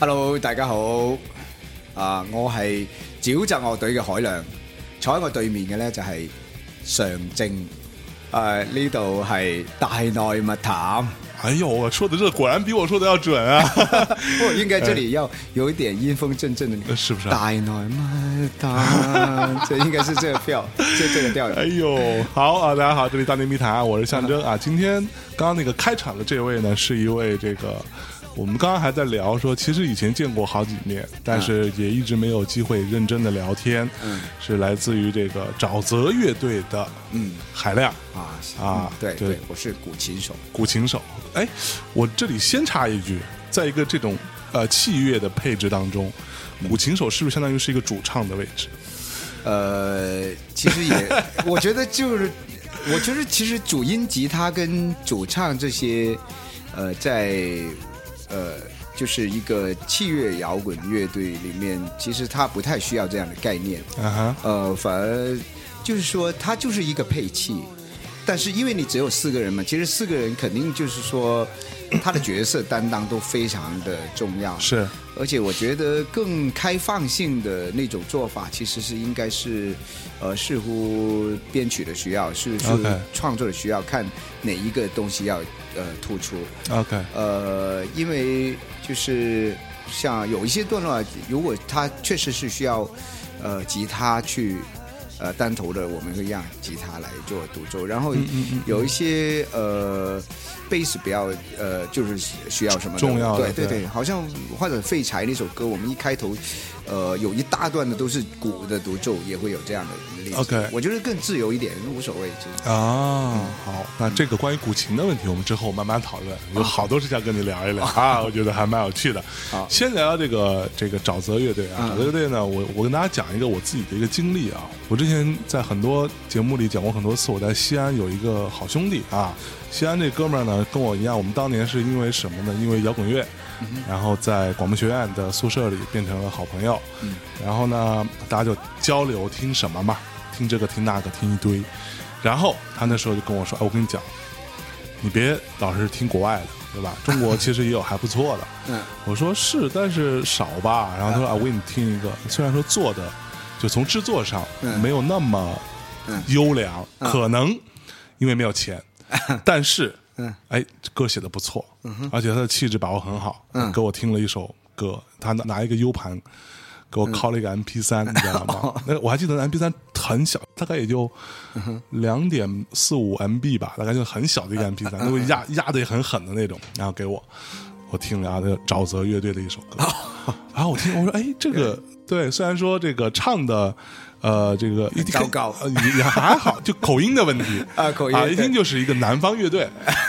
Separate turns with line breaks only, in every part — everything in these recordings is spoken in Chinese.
Hello，大家好。啊，我係沼澤樂隊嘅海亮，坐喺我對面嘅呢就係常正。誒呢度係大內密談。
哎呦，我说的这果然比我说的要准啊！
不过应该这里要有一点阴风阵阵的，
呃是不是啊
大内密 談，这应该是这个调，这这个调。
哎呦，好啊，大家好，这里大内密谈啊，我是象征啊。今天刚刚那个开场的这位呢，是一位这个，我们刚刚还在聊说，其实以前见过好几面，但是也一直没有机会认真的聊天。
嗯，
是来自于这个沼泽乐队的，
嗯
海亮
啊
啊
啊，对
对
对，我是古琴手。
古琴手。哎，我这里先插一句，在一个这种呃器乐的配置当中，
嗯
古琴手是不是相当于是一个主唱的位置？
呃，其实也，我觉得就是，我觉得其实主音吉他跟主唱这些，呃，在呃，就是一个器乐摇滚乐队里面，其实它不太需要这样的概念，
啊哈，
呃，反而就是说它就是一个配器。但是因为你只有四个人嘛，其实四个人肯定就是说，他的角色担当都非常的重要。
是。
而且我觉得更开放性的那种做法，其实是应该是，呃，视乎编曲的需要，是是
OK
创作的需要，看哪一个东西要呃突出。
OK，
呃，因为就是像有一些段落，如果它确实是需要呃吉他去呃单头的，我们会让吉他来做独奏。然
嗯
后有一些呃贝斯比较呃就是需要什么的
重要的
对对
对
对，好像或者废柴那首歌，我们一开头呃有一大段的都是鼓的独奏，也会有这样的例子。
OK
我觉得更自由一点，无所谓。就是
啊，好，那这个关于古琴的问题，我们之后慢慢讨论。有好多事情要跟你聊一 聊啊，我觉得还蛮有趣的。
好
先聊聊这个这个沼泽乐队啊，
嗯”
沼泽乐队呢，我我跟大家讲一个我自己的一个经历啊。我之前在很多节目里讲过很多次，我在西安有一个好兄弟啊，西安这哥们儿呢跟我一样，我们当年是因为什么呢？因为摇滚乐，然后在广播学院的宿舍里变成了好朋友。然后呢，大家就交流听什么嘛，听这个听那个听一堆。然后他那时候就跟我说：“哎，我跟你讲，你别老是听国外的，对吧？中国其实也有还不错的。
嗯，
我说是，但是少吧。然 后他说：“啊，我给你听一个，虽然说做的就从制作上
嗯
没有那么
嗯
优良，可能因为没 有钱，但是，
嗯
哎，这歌写的不错，而且他的气质把握很好，
嗯
给我听了一首歌，他拿拿一个 U 盘。”给我
嗯
拷了一个 MP 三、你知道
哦
吗？那我还记得 MP 三很小，大概也就
嗯
两点四五 MB 吧，大概就很小
嗯
的一个 MP 三，那会压压的也很狠的那种，然后给我，我听了啊，那个沼泽乐队的一首歌，
哦
然后我听我说，哎，这个对，虽然说这个唱的。呃，这个一听
糟糕
呃也也还好，就口音的问题
啊口音
啊，一
对
听就是一个南方乐队。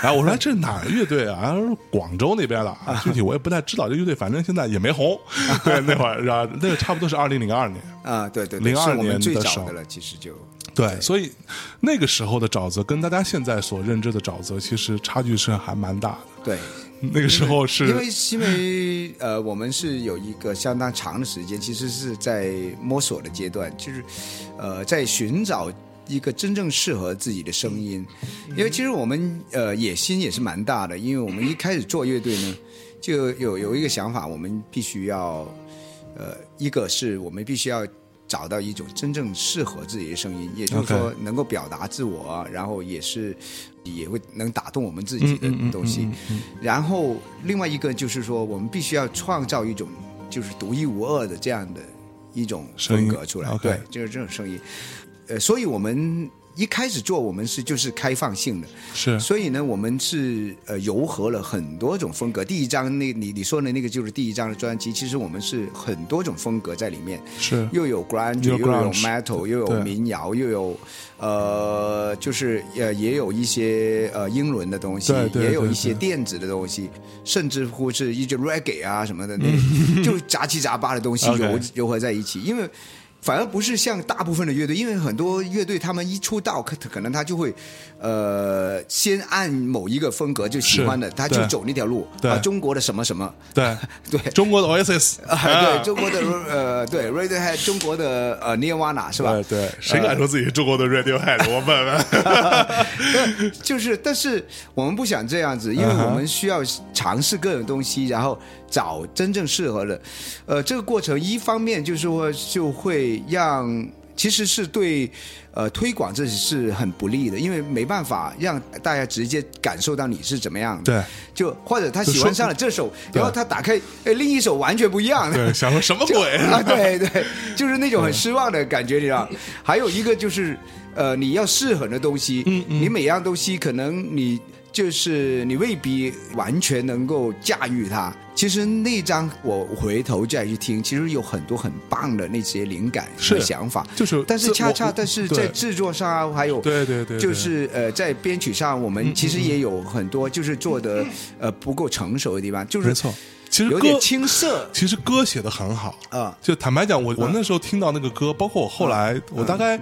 然后我说哎这是哪儿乐队啊？然后说广州那边的， 啊具体我也不太知道。这乐队反正现在也没红，对，那会儿然后那个差不多是二零零二年，
啊，对对对，
02
是我
年
们最
的时
早
候
的了，其实就
对，所以那个时候的沼泽跟大家现在所认知的沼泽其实差距是还蛮大的。
对。
那个时候是
因为因为呃，我们是有一个相当长的时间，其实是在摸索的阶段，就是呃，在寻找一个真正适合自己的声音。
嗯
因为其实我们呃野心也是蛮大的，因为我们一开始做乐队 呢，就有有一个想法，我们必须要呃，一个是我们必须要。找到一种真正适合自己的声音，也就是
OK
说能够表达自我，啊然后也是也会能打动我们自
嗯
己的东西。然后另外一个就是说，我们必须要创造一种就是独一无二的这样的一种风格出来
声音，
对
OK，
就是这种声音。呃，所以我们一开始做，我们是就是开放性的，
是
所以呢，我们是呃糅合了很多种风格。第一张那你你说的那个就是第一张的专辑，其实我们是很多种风格在里面，
是
又有 grunge，
又
又
有
有
grunge，
metal，又
对
有民谣，又有呃，就是呃也有一些呃英伦的东西
对，对
也有
对
一些
对
电子的东西，甚至乎 是一些 reggae 啊什么的，那就杂七杂八的东西
OK
糅糅合在一起，因为。反而不是像大部分的乐队，因为很多乐队他们一出道，可可能他就会，呃，先按某一个风格就喜欢的，
是
他就
对
走那条路。
对
啊，中国的什么什么，
对
对
中国的 Oasis，
啊，
哎
对中国的呃，对 Radiohead，中国的呃 Nirvana 是吧？
对对，谁敢说自己是中国的 Radiohead？我问 问。
就是，但是我们不想这样子，因为
嗯哼
我们需要尝试各种东西，然后找真正适合的。呃，这个过程一方面就是说就会让。其实是对，呃，推广这是很不利的，因为没办法让大家直接感受到你是怎么样的。
对
就或者他
就
喜
说
欢上了这首，
对
然后他打开，哎，另一首完全不一样。
对，想说什么 鬼？
啊，对对，就是那种很失望的感觉，你知道。还有一个就是，呃，你要适合的东西，
嗯
你每样东西可能你就是你未必完全能够驾驭它。其实那张我回头再去听，其实有很多很棒的那些灵感和
是
想法，
就是
但是
这
恰
我
恰但是
对
在制作上啊，还有
对对对嗯对
就是呃在编曲上，我们其实也有很多就是做的呃不够成熟的地方，就是
没错，其实
有
歌
点青 涩
其实歌写的很好
啊
就坦白讲，我我那时候听到那个歌，包括我后
嗯
来，我大概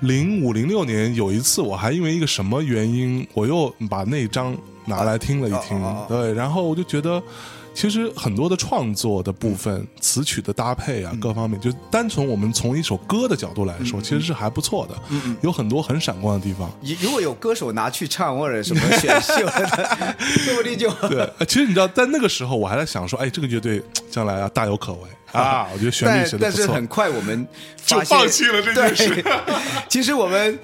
零五零六年有一次，我还因为一个什么原因，我又把那张拿来听了一听
哦哦哦，
对，然后我就觉得。其实很多的创作的部分、
嗯
词曲的搭配啊，各方面，就单从我们从一首歌的角度来
嗯
说，其实是还不错的，有很多很闪光的地方。
如如果有歌手拿去唱或者什么选秀的， 说不定就
对，呃其实你知道，在那个时候，我还在想说，哎，这个乐队将来啊大有可为 啊，我觉得旋律
但
写的
但
不
是
错。
很快我们
就
发现
放弃了这件事
对， 其实我们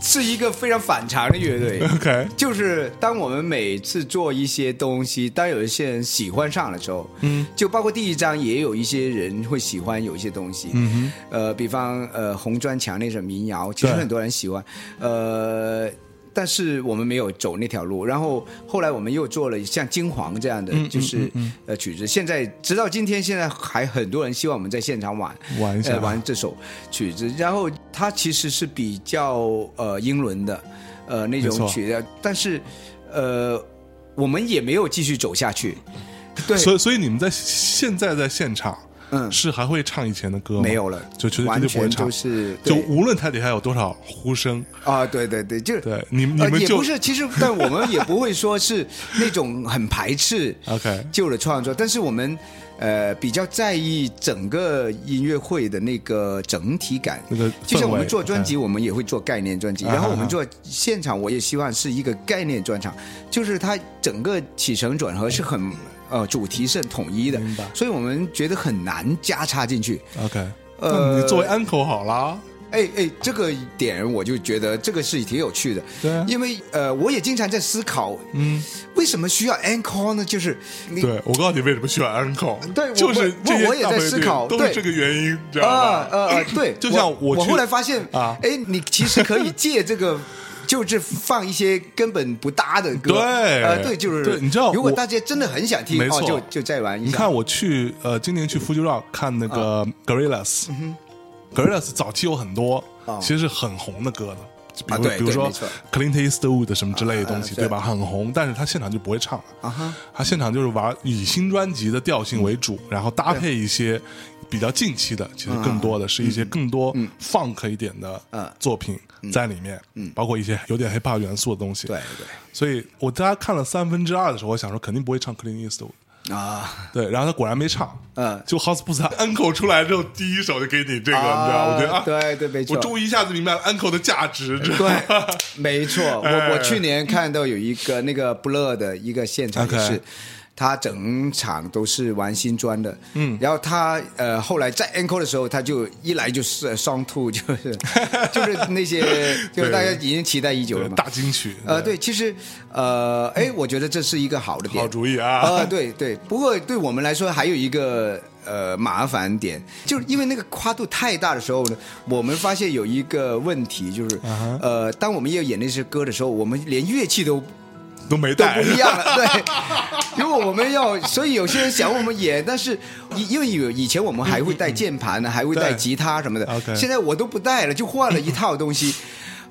是一个非常反常的乐队。
OK，
就是当我们每次做一些东西，当有一些人喜欢上的时候，嗯，就包括第一章也有一些人会喜欢有一些东西，嗯呃，比方呃红砖墙那首民谣，其实
对
很多人喜欢，呃。但是我们没有走那条路，然后后来我们又做了像金黄这样的，就是、呃曲子。现在直到今天，现在还很多人希望我们在现场玩
玩一下
呃玩这首曲子。然后它其实是比较呃英伦的，呃那
没
种
错
曲的，但是呃，我们也没有继续走下去。对，
所以所以你们在现在在现场，
嗯
是还会唱以前的歌吗？
没有了，
就绝对绝
完
对不会
全
唱
都。是
就
对
无论它底下有多少呼声，
啊，对对对，就是
对你你
呃
们
也
就
不是，其实但我们也不会说是那种很排 斥
OK
旧的创作，但是我们呃比较在意整个音乐会的那个整体感。
那个
就像我
氛围嗯
们做专辑，我们也会做概念专辑，
啊哈哈
然后我们做现场，我也希望是一个概念专场，就是它整个起承转合是很呃主题是很统一的
嗯明白，
所以我们觉得很难加插进去。
OK，
呃
那你作为 uncle 好啦，
哎哎，这个点我就觉得这个是挺有趣的，
对啊
因为呃，我也经常在思考，
嗯，
为什么需要 encore 呢？就是你
对我告诉你为什么选 uncle，
对我
就是
我
这些
我也在
大部分
思
乐队
考
都是
对
这个原因，知道
啊
吧？
呃呃，对，
就像
我
我去
后来发现
啊
哎，你其实可以借这个。就是放一些根本不搭的歌，
对
呃，对，就是
对你知道
如果
我
大家真的很想听，
没
哦
错，
就就再玩一下。啊
你看我去呃，今年去 Fuji Rock 看那个 Gorillas，Gorillas、早期有很多、
哦
其实是很红的歌的，比
啊
如、
对
比如
对
说
没错
Clint Eastwood 什么之类的东西，
啊啊
对吧？很红，但是他现场就不会唱了，
啊哈，嗯
他现场就是玩以新专辑的调性为主，然后搭配一些比较近期的，其实更多的是一
嗯
些更多 funk 一点的作品在里面，包括一些有点 hip hop 元素的东西。
嗯对，对
所以我大家看了三分之二的时候，我想说肯定不会唱 Clint Eastwood。
啊，
对，然后他果然没唱，
嗯
就 House Boots uncle 出来之后，第一首就给你这个，你知道吗？我觉得啊，
对对没错
我终于一下子明白了 uncle 的价值，知道吗
对，没错。
哎
我我去年看到有一个那个 Blur 的一个现场
OK
也是。他整场都是玩新专的，嗯，然后他呃后来在 encore 的时候，他就一来就是呃 song two，就是 就是那 些就是大家已经期待已久了
对
嘛，
大金曲，
呃，对，其实呃，哎，我觉得这是一个好的点，
嗯好主意啊
呃，对对，不过对我们来说还有一个呃麻烦点，就是因为那个跨度太大的时候呢，我们发现有一个问题，就是、
啊
呃，当我们要演那些歌的时候，我们连乐器都
都没
都
带
不一样 了。对，如果我们要，所以有些人想我们演，但是以因为有以前我们还会带键盘呢，还会带
对
吉他什么的
OK，
现在我都不带了，就换了一套东西。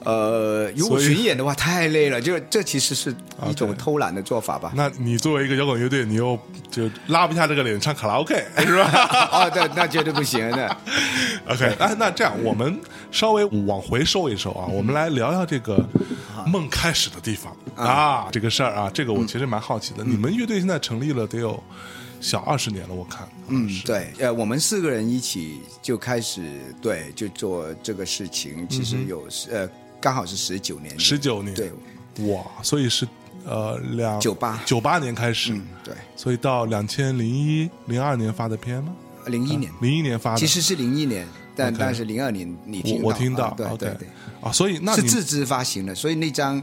呃，如果
所以
巡演的话太累了，就是这其实是一种偷懒的做法吧。
那你作为一个摇滚乐队，你又就拉不下这个脸唱卡拉 OK 是吧
哦，对，那绝对不行 的。
？OK，哎，那这样我们稍微往回收一收啊，我们来聊聊这个
嗯
梦开始的地方啊，这个事儿啊，这个我其实蛮好奇的。
嗯
你们乐队现在成立了得有小二十年了，我看，啊
嗯，对，呃，我们四个人一起就开始对，就做这个事情，其实有、呃，刚好是十九年，
嗯十九年，
对，
哇，所以是呃两
98
九八年开始，
嗯，对，
所以到两千零一零二年发的片吗？
零一年，
零一年发的，
其实是零一年，但
啊 OK
但是零二年你
我
听
我
到
听到
啊对
，OK
对对。
啊，所以那
是
你
自资发行的，所以那张，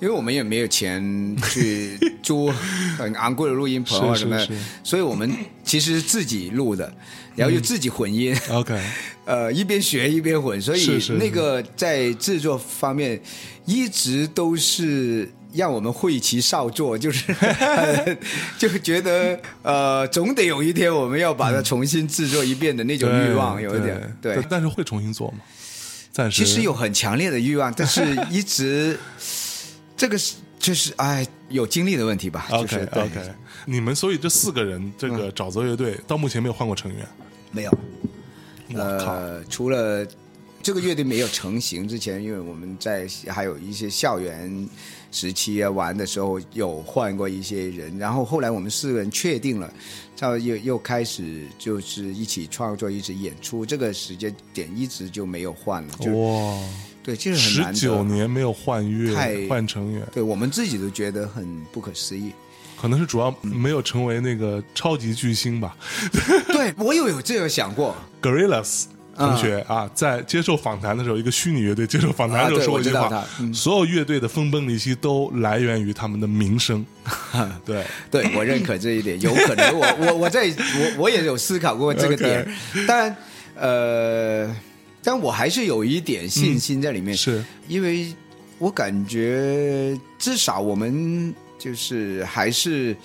因为我们也没有钱 去租很昂贵的录音棚啊
是
什么的
是是，
所以我们其实自己录的，然后又自己混音，
OK
呃，一边学一边混，所以
是是
那个在制作方面一直都是。让我们会其少作，就是 呃就觉得呃，总得有一天我们要把它重新制作一遍的那种欲望，
对
有一点
对，但但是会重新做吗？暂时
其实有很强烈的欲望，但是一直这个是就是哎有精力的问题吧，就
OK
是嗯
OK，你们所以这四个人这个沼泽乐队到目前没有换过成员，
没有
我靠，
呃，除了这个乐队没有成型之前，因为我们在还有一些校园时期啊玩的时候有换过一些人，然后后来我们四个人确定了，到又又开始就是一起创作，一起演出，这个时间点一直就没有换了，就、
哇，
对，这是很
哦十
难
九
得。
年没有换乐
太
换成员，
对我们自己都觉得很不可思议，
可能是主要
嗯
没有成为那个超级巨星吧。
对我有有这个想过，
Gorillas 同学啊，在接受访谈的时候，一个虚拟乐队接受访谈的时候
啊对
说过一句
我知
话
道：他嗯
所有乐队的分崩离析都来源于他们的 名声。对，
对我认可这一点，有可能我 我我在我我也有思考过这个点当然呃，但我还是有一点信心在里面，
是
因为我感觉至少我们就是还是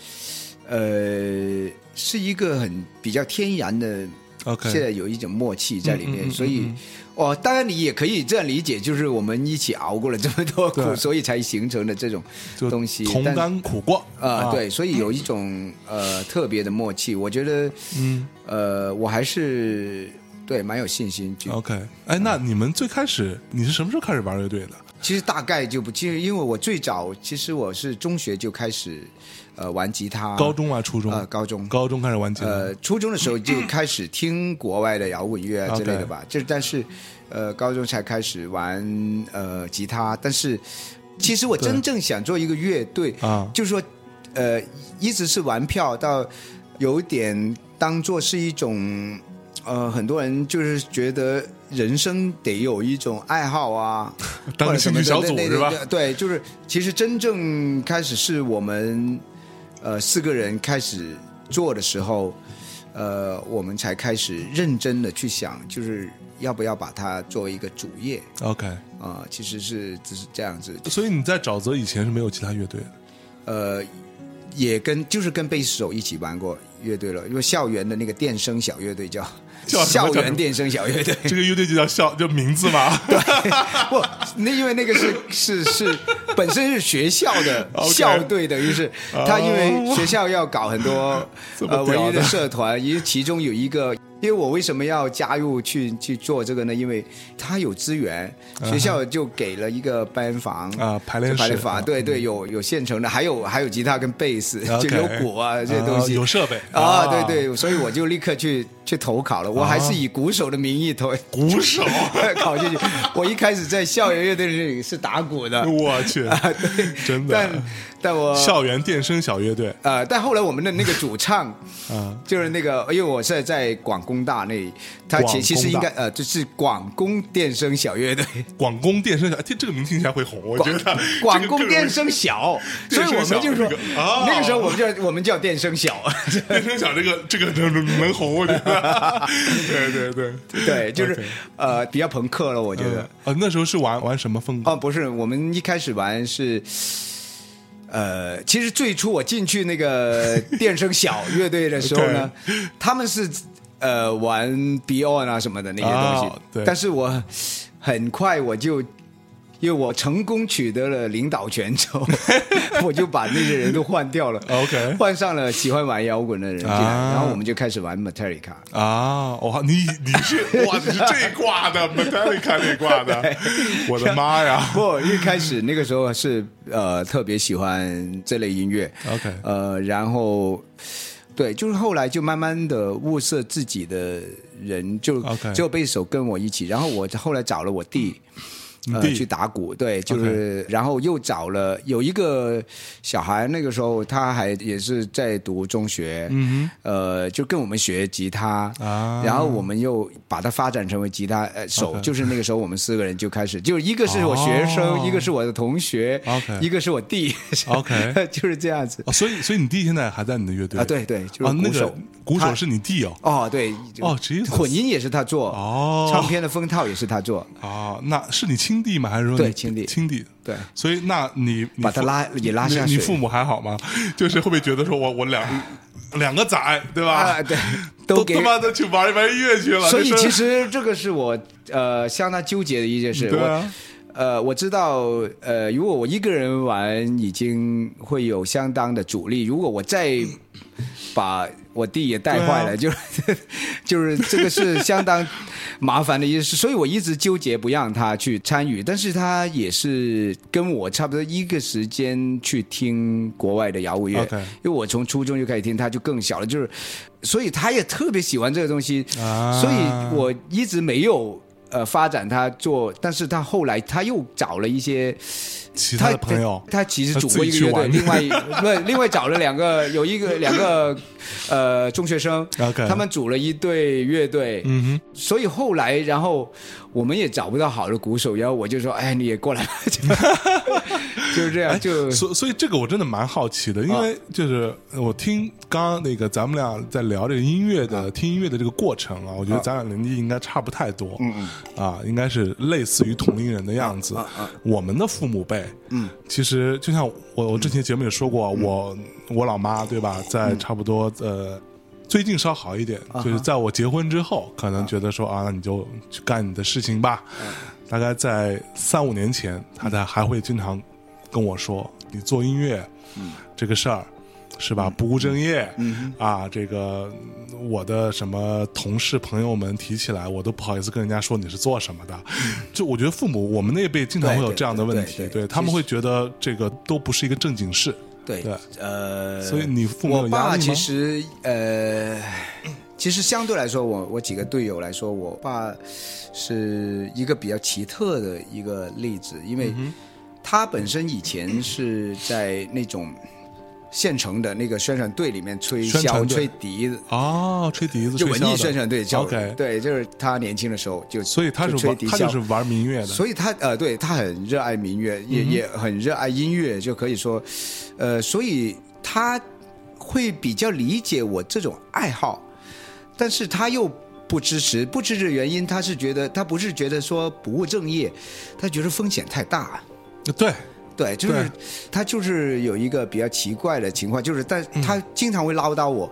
呃是一个很比较天然的
OK，
现在有一种默契在里面，
嗯嗯嗯
所以哦，当然你也可以这样理解，就是我们一起熬过了这么多苦，
对
所以才形成的这种
就
东西。
同
但
甘苦过
啊、，对，所以有一种呃特别的默契，我觉得
嗯
呃我还是对蛮有信心去。
，OK，哎，那你们最开始你是什么时候开始玩乐队的？
其实大概就不，其实因为我最早其实我是中学就开始呃玩吉他，
高中啊，初中？
呃高中
高中开始玩吉他。
呃，初中的时候就开始听国外的摇滚乐啊之类的吧，就但是，呃，高中才开始玩呃吉他，但是其实我真正想做一个乐队
啊
就是说，呃，一直是玩票，到有点当做是一种，呃，很多人就是觉得人生得有一种爱好啊，
当个兴趣小组
或者什么的
是吧？
那那那对，就是其实真正开始是我们呃四个人开始做的时候，呃，我们才开始认真的去想，就是要不要把它作为一个主业
OK，
啊、其实是只是这样子，
所以你在沼泽以前是没有其他 乐队的。
呃。也跟就是跟贝斯手一起玩过乐队了，因为校园的那个电声小乐队叫
叫什么
校
叫什
园
么
电声小乐队，
这个乐队就叫笑，就名字嘛。
不，那因为那个是是是本身是学校的
OK
校队的，就是他因为
哦
学校要搞很多
这么
呃文
屌
娱的
的
社团，因为其中有一个，因为我为什么要加入去去做这个呢？因为他有资源，学校就给了一个班房
啊排练室
排练房，
啊
对对，有有现成的，还有还有吉他跟贝斯，就
OK
有鼓啊这些东西，
啊有设备
啊，对，对，所以我就立刻去去投考了，我还
啊
是以鼓手的名义投。
鼓手，
考进去。我一开始在校园乐队里是打鼓的，
我去，真的
啊但。但我
校园电声小乐队
呃，但后来我们的那个主唱
啊，
就是那个，因为我现在在广工大那里，他
广工
其
大
其实应该呃，就是广工电声小乐队，
广工电声小，这这个名听起来会红，我 觉得
广工
这个更
电
容易
声小，所
电
以
声
我
小
们就说
这个哦
那个时候我们叫我们叫电声小，
电声小这个这个能能能红，我觉 得，对对对
对，就是
OK
呃比较朋克了，我觉得
呃。呃，那时候是玩玩什么风格？
哦，不是，我们一开始玩是，呃，其实最初我进去那 个电声小乐队的时候呢，他们是呃玩
哦
Beyond 啊什么的那些东西，
哦对
但是我很快我就。因因为我成功取得了领导权之 后，我就把那些人都换掉了
哦 OK
换上了喜欢玩摇滚的人进来，
啊
然后我们就开始玩 Metallica。
啊，哇，你你是哇，你是这挂的 Metallica 这 挂的，我的妈呀！
不，一开始那个时候是呃特别喜欢这类音乐
OK
呃，然后对，就是后来就慢慢的物色自己的人，就
OK
就贝斯手跟我一起，然后我后来找了我弟。呃，
嗯弟
去打鼓，对，就是然后又找了有一个小孩，那个时候他还也是在读中学，嗯，呃，就跟我们学吉他，
啊
然后我们又把它发展成为吉他呃手，就是那个时候我们四个人就开始，就是一个是我学生，
哦
一个是我的同学
OK
一个是我弟
OK
就是这样子
哦，所以所以你弟现在还在你的乐队
啊，对对，就是
啊，那
鼓手，
个鼓手
他
是你弟哦，
哦，对，
哦，Jesus
混音也是他做，
哦
唱片的封套也是他做，
啊，那是你亲弟吗？还是说
对
你
亲弟
亲弟。
对，
所以，那你你
把他
父
拉也拉下
你你
水
父母还好吗？就是会不会觉得说我我两两个崽对吧
啊，？对，
都
给
他。妈的去玩玩音乐去了。
所以
这事
其
儿
实这个是我呃相当纠结的一件事，
对
我
啊，
呃，我知道，呃，如果我一个人玩，已经会有相当的阻力。如果我再把我弟也带坏了，就是
啊
就是 这个是相当麻烦的一件事，所以我一直纠结不让他去参与。但是他也是跟我差不多一个时间去听国外的摇滚乐
OK
因为我从初中就开始听，他就更小了，就是所以他也特别喜欢这个东西，
啊
所以我一直没有。呃，发展他做，但是他后来他又找了一些
其他的朋友
他他其实
他
组
自
过
己
一个
去
乐队，
玩
另外一不，另外找了两个，有一个两个呃中学生，
，OK，
他们组了一队乐队，
嗯
所以后来然后我们也找不到好的鼓手，然后我就说，哎，你也过来吧，就就是这样，就
哼，哎所所以这个我真的蛮好奇的，因
啊
为就是我听刚刚那个咱们俩在聊这个音乐的听音乐的这个过程啊，我觉得咱俩年纪应该差不太多，嗯啊，应该是类似于同龄人的样子。我们的父母辈，啊嗯，其实就像我我之前节目也说过，我我老妈对吧，在差不多呃。最近稍好一点，就是在我结婚之后，可能觉得说啊啊，那嗯你就去干你的事情吧。大概在三五年前，他才还会经常跟我说，你做音乐，这个事儿。是吧？
嗯
不务正业，啊，这个我的什么同事朋友们提起来，我都不好意思跟人家说你是做什么的。就我觉得父母我们那一辈经常会有这样的问题，
嗯对对对对
他们会觉得这个都不是一个正经事，
对
对
呃，
所以你父母有
我
压
爸
力吗
其实呃，其实相对来说，我我几个队友来说，我爸是一个比较奇特的一个例子，因
嗯
为他本身以前是在那种县城的那个宣传队里面吹
宣传
箫、
队
吹笛子。
哦，吹笛子，
就文艺
吹
宣
箫
传队
的
叫
OK，
对，就是他年轻的时候就，
所以他
就是吹
玩，
笛
他就
箫
是玩民乐的，
所以他呃，对他很热爱民乐，也、
嗯
也很热爱音乐，就可以说，呃，所以他会比较理解我这种爱好，但是他又不支持，不支持的原因，他是觉得他不是觉得说不务正业，他觉得风险太大。
对，
对，就是
对
他就是有一个比较奇怪的情况，就是但
嗯
他经常会唠叨我，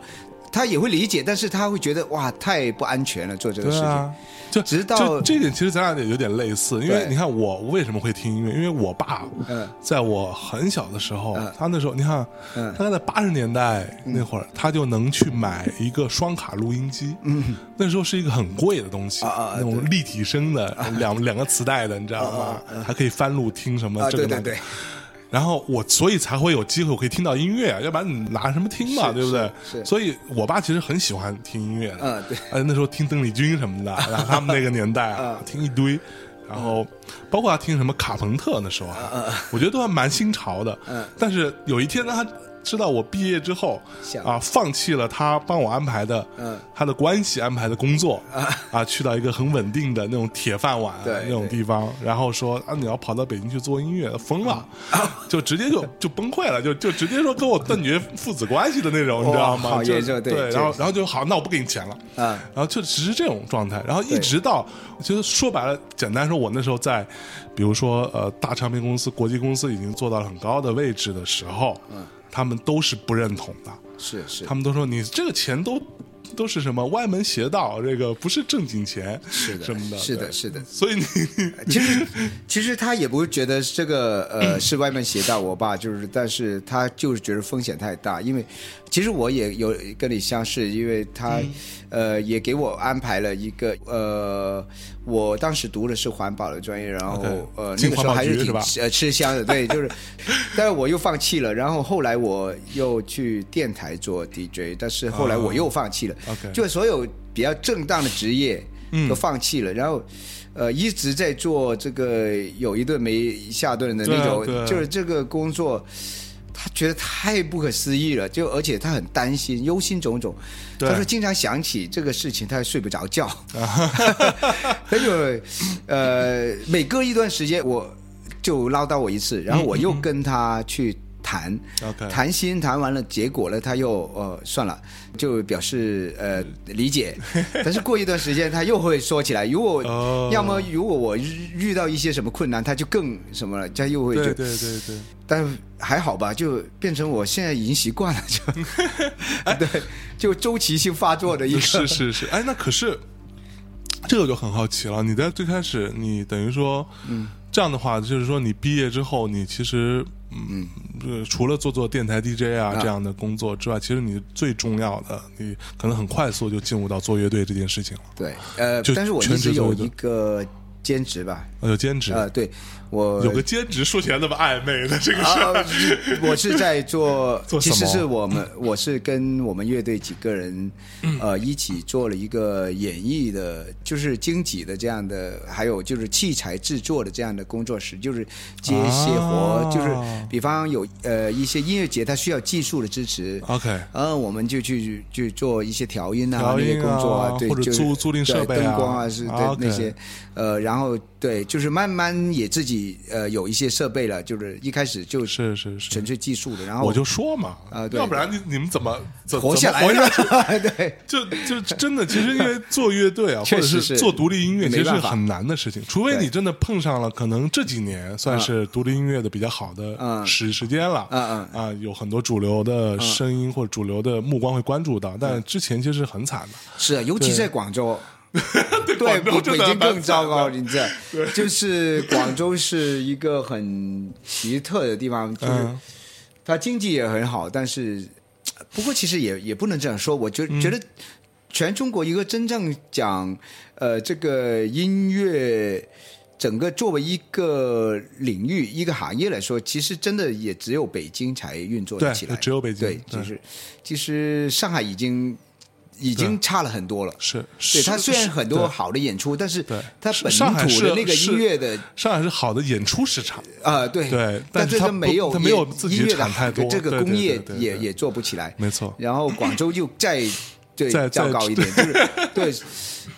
他也会理解，但是他会觉得哇太不安全了做这个事
对
情。
啊，就
直到
就这点，其实咱俩也有点类似，因为
对
你看我为什么会听音乐，因为我爸
嗯，
在我很小的时候
嗯，
他那时候你看
嗯，
他在八十年代那会儿，他就能去买一个双卡录音机，嗯，那时候是一个很贵的东西，
啊啊啊
那种立体声的两两个磁带的，你知道吗？还可以翻录听什么
啊
哦这个
对对
那个
对。
然后我所以才会有机会我可以听到音乐啊，要不然你拿什么听嘛，
是
对不对？
是是
所以我爸其实很喜欢听音乐的，
嗯对嗯
而且那时候听邓丽君 什么的，然后他们那个年代啊，听一堆，然后包括他听什么卡朋特那时候啊，我觉得都还蛮新潮的。
嗯
但是有一天呢，他知道我毕业之后
想
啊，放弃了他帮我安排的，
嗯
他的关系安排的工作啊，去到一个很稳定的那种铁饭碗啊
对
那种
对
地方，然后说啊，你要跑到北京去做音乐，疯了，
啊
就直接就就崩溃了，就就直接说跟我断绝父子关系的那种，你知道吗？
哇好
就
严重对
对，
这
然后然后就好，那我不给你钱了。
啊
然后就只是这种状态，然后一直到，其实说白了，简单说，我那时候在，比如说呃大唱片公司、国际公司已经做到了很高的位置
嗯
的时候，他们都是不认同的，
是是
他们都说你这个钱都都是什么歪门邪道，这个不是正经钱，
是的
什么的，
是的
对
是的
所以 你
其实，其实他也不是觉得这个呃是外面邪道，我爸就是，但是他就是觉得风险太大，因为其实我也有跟你相似，因为他、
嗯
呃也给我安排了一个呃，我当时读的是环保的专业，然后
OK，
呃那
进
个时候
环保
还是
局
挺
是吧
呃吃香的，对，就是，但是我又放弃了，然后后来我又去电台做 DJ，但是后来我又放弃了，
OK 嗯
就所有比较正当的职业都放弃了，然后呃一直在做这个有一顿没下顿的那种，
对啊对啊
就是这个工作。他觉得太不可思议了，就而且他很担心，忧心忡忡。
对
他说经常想起这个事情，他睡不着觉。 他就呃，每隔一段时间我就唠叨我一次，然后我又跟他去谈，
嗯 OK
谈心谈完了，结果呢，他又呃算了，就表示呃理 解，但是过一段时间他又会说起来，如果、
哦
要么如果我遇遇到一些什么困难，他就更什么了，他又会就，
对对对对，
但还好吧，就变成我现在已经习惯了，就 对，就周期性发作 的一个，
是是是，哎，那可是这个我就很好奇了。你在最开始，你等于说，嗯，这样的话，就是说你毕业之后，你其实，嗯，呃除了做做电台 DJ 啊
啊
这样的工作之外，其实你最重要的，你可能很快速就进入到做乐队这件事情了，
对，呃，
就
但是我
全
一
职
直
做
有
一个
一个兼职吧，
呃有兼职，
呃，对我
有个兼职，说起来那么暧昧的这个事
啊
儿，，
我是在做，
做什
其
么
实是我们，我是跟我们乐队几个人，
嗯
呃，一起做了一个演绎的，就是经济的这样的，还有就是器材制作的这样的工作室，就是接一些活，
啊
就是比方有呃一些音乐节，它需要技术的支持。
OK
嗯，我们就去去做一些调音啊
调
那
音啊
些工作啊，对，
或者
就是
租租赁设备啊
对灯光啊，是对、
啊，OK
那些呃，然后对，就是慢慢也自己呃有一些设备了，就是一开始就是
是是
纯。粹技术的，然后
我就说嘛，
啊对
要不然你你们怎么怎
活下来
怎么
了
活 去，
对，
就就真的，其实因为做乐队 啊，或
确
者
实
是
是
做独立音乐，其实
没
是
办法
很难的事情。除非你真的碰上了，可能这几年算是独立音乐的比较好的
嗯
时时间了，
嗯
啊，有很多主流的声音或者主流的目光会关
嗯
注到，但之前其实很惨的。
是，啊尤其在广州。对，
广州
比北
真的
京
蛮
更糟糕，
惨的
你知道， 就是广州是一个很奇特的地方，就是
嗯
它经济也很好，但是不过其实也也不能这样说，我觉觉得全中国一个真正讲呃这个音乐。整个作为一个领域、一个行业来说，其实真的也只有北京才运作得
对
起来，
只有北京
对，
对
就是其实上海已经已经差了很多了。
是，
对
是
他虽然
是
很多好的演出，但是
对
他本
上海
土
是
的那个
是
音乐的
上海是好的演出市场，
啊、对
对但
但
是
他
它不
没有
它没有
也
自己
音乐
产
的
太多
这
对
个
对
工
对
业
对
也
对
也做不起来，
没错
然后广州就 再对
再
糟
再
糕一点，就是 对，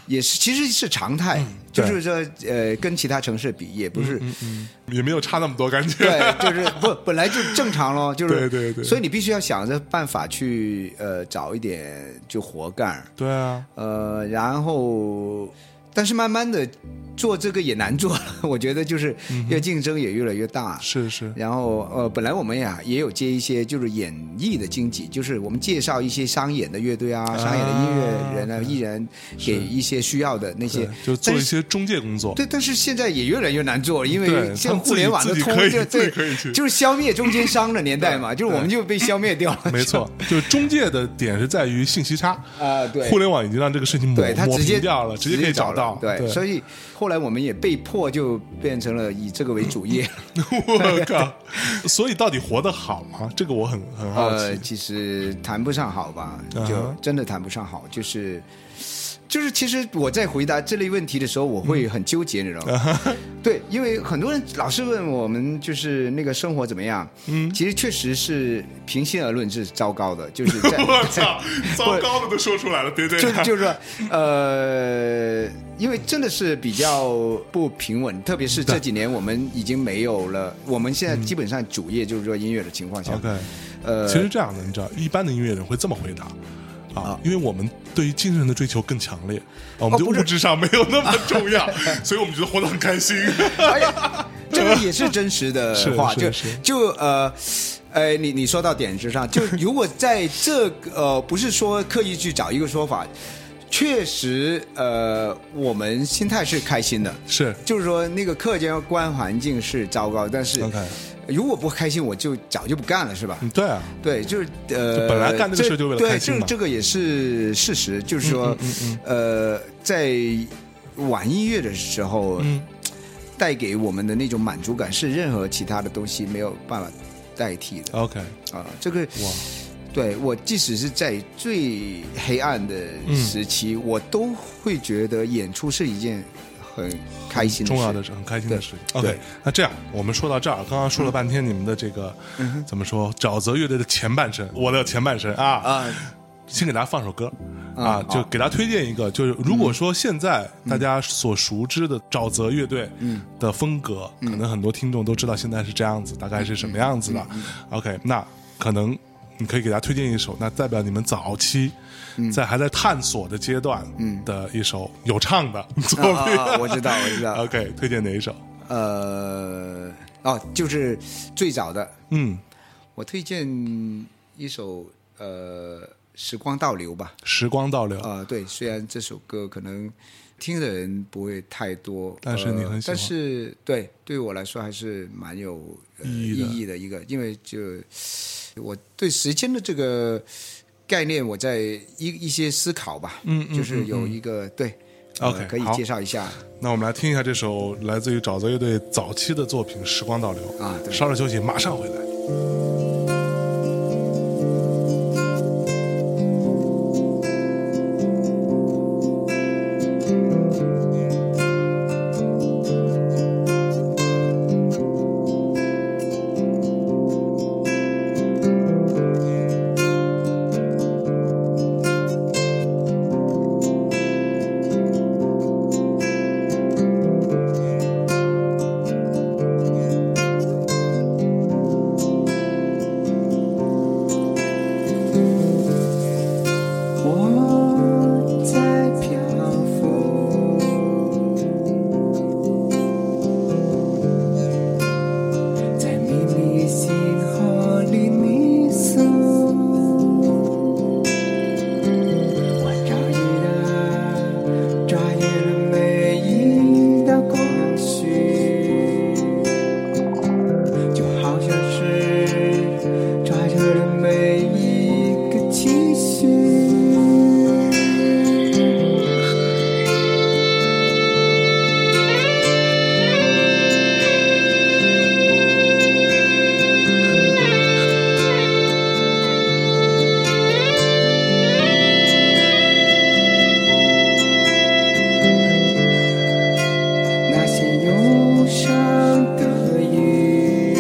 也是其实是常态，
嗯
就是说呃，跟其他城市比也不是。
嗯也没有差那么多感觉。
对，就是不本来就正常咯，就是
对对对
所以你必须要想着办法去呃找一点就活干，
对啊，
呃，然后，但是慢慢的做这个也难做了，我觉得就是
嗯
越竞争也越来越大。
是是，
然后呃，本来我们呀也有接一些就是演艺的经济，就是我们介绍一些商演的乐队啊、商演的音乐人啊、艺人给一些需要的那些
对，就做
但
一
是
些中介工作。
对，但是现在也越来越难做了，因
对
为现在
他们自己
互联网的
自己
通
可以
就
自己
对
可以去，
就是消灭中间商的年代嘛，就是我们就被消灭掉 了。
没错，就是中介的点是在于信息差
啊对
互联网已经让这个事情抹
对他
抹
直接
平掉了，直接可以找
了
到。
对，所以后来我们也被迫就变成了以这个为主业。
我靠，所以到底活得好吗？这个我很很好
呃，其
奇。
实谈不上好吧，
啊
就
哈
真的谈不上好，就是。就是，其实我在回答这类问题的时候，我会很纠结，你知道
嗯
吗？ 对，因为很多人老是问我们，就是那个生活怎么样？嗯，其实确实是平心而论是糟糕的，就是在
我操，糟糕的都说出来了，别这
就
样。
就是说，呃，因为真的是比较不平稳，特别是这几年我们已经没有了，我们
嗯
现在基本上主业就是说音乐的情况下，
OK，
呃，
其实这样的，你知道，一般的音乐人会这么回答。啊，因为我们对于精神的追求更强烈，啊，我们对
哦不是
物质上没有那么 重要，所以我们觉得活得很开心。
哎呀，这个也是真实的
啊 是
话，
是
就是就呃。哎，你你说到点子 上，就如果在这个呃，不是说刻意去找一个说法，确实呃，我们心态是开心的，
是
就是说那个客观环境是糟糕，但是
OK
如果不开心，我就早就不干了，是吧？
嗯，对啊，
对，就是呃，
就本来干这个事就为了开
对，
心
这
嘛嗯
这个也是事实，就是说，呃，在玩音乐的时候，
嗯
带给我们的那种满足感是任何其他的东西没有办法代替的
，OK，
啊、这个
哇，
对我，即使是在最黑暗的
嗯
时期，我都会觉得演出是一件很开心的
重要
事
的是很开心的事情。
对
OK，那这样我们说到这儿，刚刚说了半天你们的这个、
嗯
怎么说沼泽乐队的前半身，我的前半身啊
啊。
先给大家放首歌
嗯
啊，就
好嗯
给大家推荐一个，就是如果说现在大家所熟知的沼泽乐队
嗯
的风格，可能很多听众都知道现在是这样子，大概是什么样子
嗯
的。OK，那可能你可以给大家推荐一首，那代表你们早期
嗯
在还在探索的阶段的一首有唱的作
啊
品
啊，啊我知道，我知 道，
OK，推荐哪一首？
呃，哦，就是最早的
嗯，
我推荐一首呃《时光倒流》吧。
时光倒流。
啊、对，虽然这首歌可能听的人不会太多，
但是你
呃
很喜欢
但是对对于我来说还是蛮有、呃、
意义
意
的
义的一个，因为就我对时间的这个概念，我在一一些思考吧，
嗯嗯
就是有一个、对。呃
OK，
可以
好
介绍一下
那我们来听一下这首来自于沼泽乐队早期的作品《时光倒流》
啊对
稍事休息，马上回来。
我在漂浮，
在秘密星河里迷踪，我早已的抓住了每一道光绪，就好像是抓住了每一个期许。那些忧伤的雨，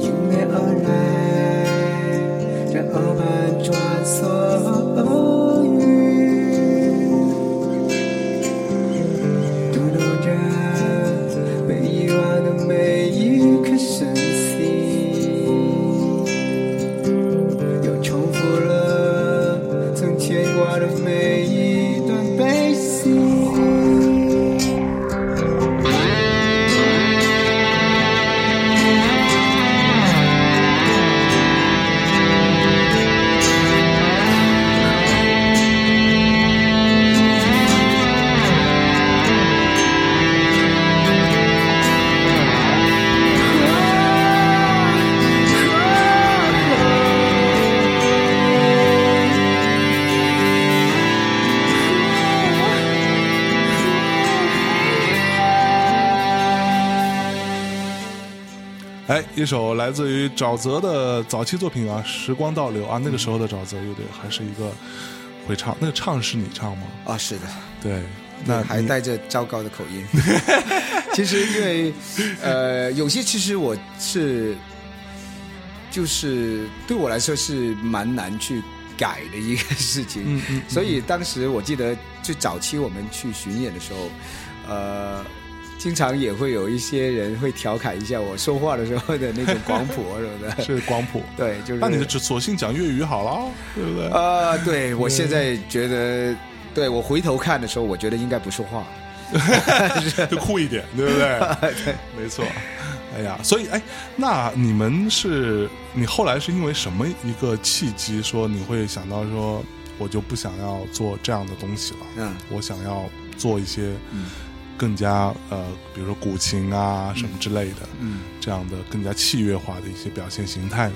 迎面而来，然后般穿梭于，嘟囔着被遗忘的每一颗深息。又重复了曾牵挂的每一段悲喜。
哎，一首来自于沼泽的早期作品啊，《时光倒流》啊，那个时候的沼泽乐队还是一个会唱，那个唱是你唱吗？
啊、是的，
对，那
还
你
带着糟糕的口音。 其实因为呃，有些其实我是就是对我来说是蛮难去改的一个事情，
嗯嗯
所以当时我记得最早期我们去巡演的时候，呃。经常也会有一些人会调侃一下我说话的时候的那种广普啊什么的，
是光谱，
对，就是
那你就只索性讲粤语好了，对不对？
呃，对
嗯
我现在觉得，对我回头看的时候，我觉得应该不说话。
就酷一点，对不对？对，没错。哎呀，所以哎，那你们是你后来是因为什么一个契机，说你会想到说，我就不想要做这样的东西了，
嗯，
我想要做一些更加呃，比如说古琴啊什么之类的，嗯，这样的更加器乐化的一些表现形态呢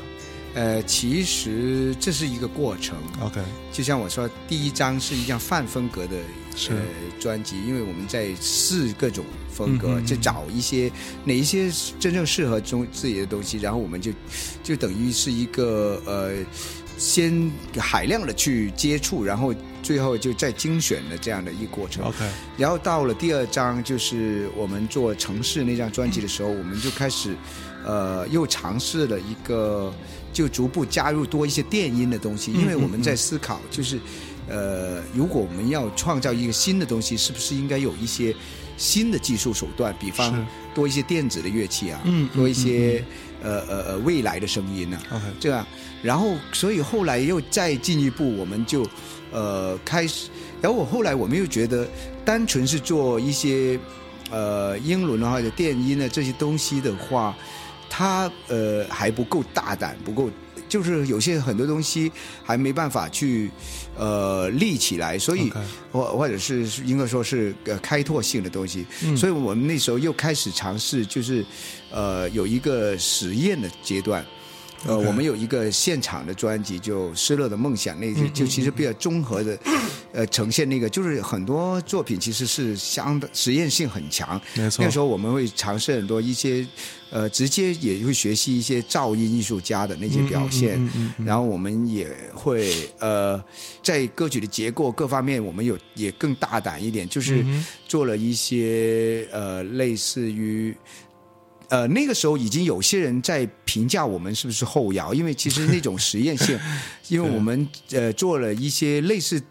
呃，其实这是一个过程，
？OK，
就像我说，第一张是一张泛风格的
是
呃专辑，因为我们在试各种风格，
嗯哼嗯
就找一些哪一些真正适合中自己的东西，然后我们就就等于是一个呃，先海量的去接触，然后最后就再精选的这样的一个过程。
OK，
然后到了第二张，就是我们做城市那张专辑的时候，我们就开始，呃，又尝试了一个，就逐步加入多一些电音的东西，
嗯
因为我们在思考，就是，呃，如果我们要创造一个新的东西，是不是应该有一些新的技术手段，比
是
方多一些电子的乐器啊，
嗯
多一些、呃呃呃未来的声音啊，
OK
这样，然后所以后来又再进一步，我们就呃开始，然后我后来我们又觉得，单纯是做一些呃英伦啊或者电音的这些东西的话，它呃还不够大胆，不够。就是有些很多东西还没办法去，呃，立起来，所以
OK
或或者是应该说是呃开拓性的东西，
嗯
所以我们那时候又开始尝试，就是呃有一个实验的阶段。呃
OK
我们有一个现场的专辑，就《失落的梦想》，那
嗯
就就其实比较综合的，呃，呈现那个就是很多作品其实是相当实验性很强。
没错
那时候我们会尝试很多一些，呃，直接也会学习一些噪音艺术家的那些表现，
嗯
然后我们也会呃，在歌曲的结构各方面，我们有也更大胆一点，就是
嗯
做了一些呃，类似于。呃，那个时候已经有些人在评价我们是不是后摇，因为其实那种实验性，因为我们呃做了一些类似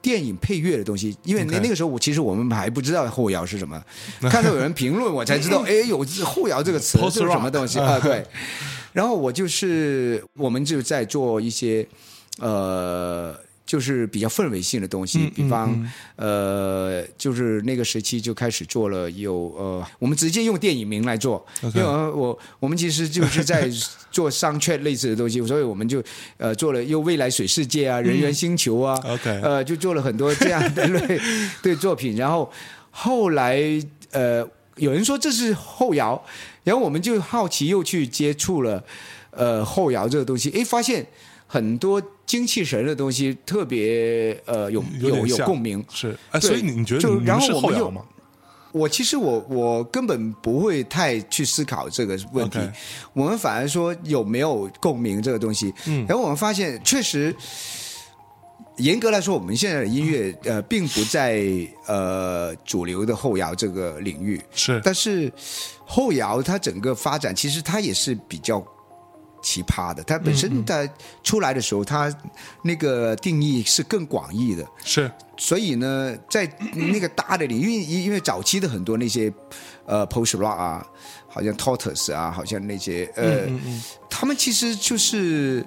电影配乐的东西，因为那
OK
那个时候我其实我们还不知道后摇是什么，看到有人评论我才知道，哎，有后摇这个词
Post
是什么
rock
东西啊？对。然后我就是我们就在做一些呃。就是比较氛围性的东西，比方、
嗯
呃，就是那个时期就开始做了有呃，我们直接用电影名来做
OK
因为我我我们其实就是在做商榷类似的东西，所以我们就呃做了又未来水世界啊、人猿星球啊，
OK
呃，就做了很多这样的类对作品，然后后来呃，有人说这是后摇，然后我们就好奇又去接触了呃后摇这个东西，诶，发现很多精气神的东西特别呃有
有
有
点
有
像
共鸣，
是哎，
对
所以你你觉得
就
你
然后
们是
我
后
们
摇
又
吗？
我其实我我根本不会太去思考这个问题
OK
我们反而说有没有共鸣这个东西。嗯，然后我们发现确实，严格来说，我们现在的音乐呃，并不在呃主流的后摇这个领域，
是
但是后摇它整个发展其实它也是比较。奇葩的，它本身它出来的时候，它那个定义是更广义的，
是
所以呢，在那个大的领域，因为因为早期的很多那些呃 post rock 啊，好像 Tortoise 啊，好像那些
嗯
呃，他们其实就是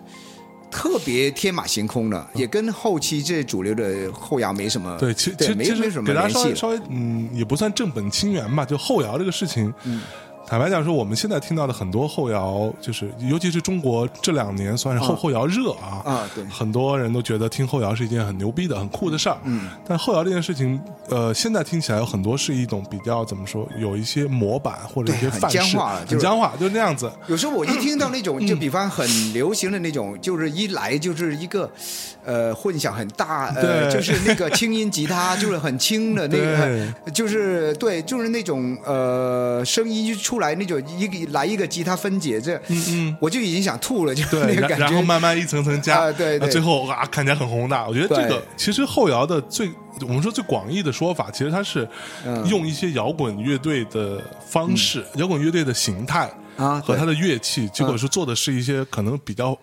特别天马行空的，也跟后期这主流的后摇没什么
对，其
对
其
没
其
没
实
什么
给大家
联
稍
系
微
了
稍微嗯，也不算正本清源吧。就后摇这个事情，
嗯
坦白讲说，我们现在听到的很多后摇，就是尤其是中国这两年算是后后摇热啊
啊对
很多人都觉得听后摇是一件很牛逼的、很酷的事儿。嗯，但后摇这件事情，呃，现在听起来有很多是一种比较怎么说，有一些模板或者一些
对很
范式
僵化，就是
很僵化，就是那样子。
有时候我一听到那
嗯
种，就比方很流行的那种，就是一来就是一个，呃，混响很大，呃，
对
就是那个轻音吉 他，就是很轻的那个，就是对，就是那种呃，声音一出来那种一个来一个吉他分解，这，嗯嗯，我就已经想吐了，就是
对，
那个
然
感
然后
觉。
慢慢一层层加，
啊对对
最后哇看起来很宏大。我觉得这个
对
其实后摇的最我们说最广义的说法，其实它是
嗯
用一些摇滚乐队的方式、摇滚乐队的形态
啊对
和它的乐器，结果是做的是一些可能比较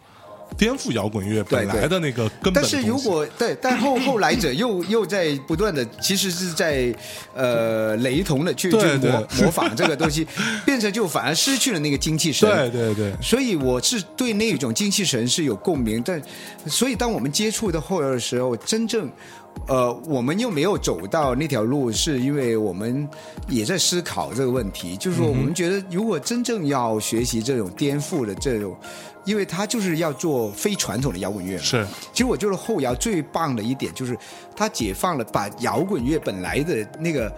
颠覆摇滚乐
对
本
对
来的那个根本的
但
东西。
是如果对，但后后来者又又在不断的，其实是在呃雷同的去去
对对
模模仿这个东西，变成就反而失去了那个精气神。
对对对，
所以我是对那种精气神是有共鸣，但所以当我们接触到后来的时候，真正，呃，我们又没有走到那条路，是因为我们也在思考这个问题，就是
嗯
说我们觉得如果真正要学习这种颠覆的这种，因为它就是要做非传统的摇滚乐嘛，
是
其实我觉得后摇最棒的一点就是，它解放了把摇滚乐本来的那个，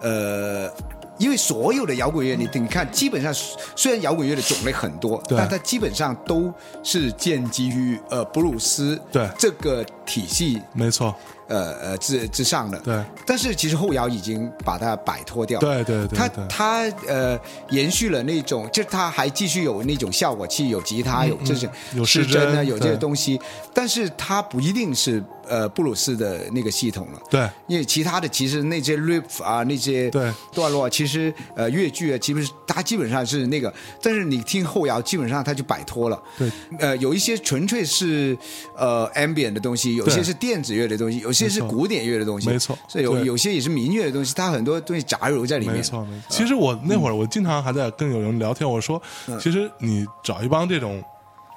呃，因为所有的摇滚乐，你你看，基本上虽然摇滚乐的种类很多，
对
但它基本上都是建基于呃布鲁斯
对
这个体系
没错，
呃呃之之上的。
对
但是其实后摇已经把它摆脱掉了。
对对对
它
对，
它呃延续了那种，就是它还继续有那种效果器，有吉他，有这些、
嗯有
失
失
真啊，
真
有这些
对
东西，但是它不一定是呃布鲁斯的那个系统了。
对
因为其他的其实那些 riff 啊，那些
对
段落啊，其实呃乐句啊，其实它基本上是那个，但是你听后摇，基本上它就摆脱了。
对，
呃，有一些纯粹是呃 ambient 的东西，有些
对
是电子乐的东西，有些是
没错
古典乐的东西，
没错
所以有
对
有些也是民乐的东西，它很多东西杂糅在里面。
没错没错。其实我那会儿我经常还在跟有人聊天，我说，
嗯
其实你找一帮这种。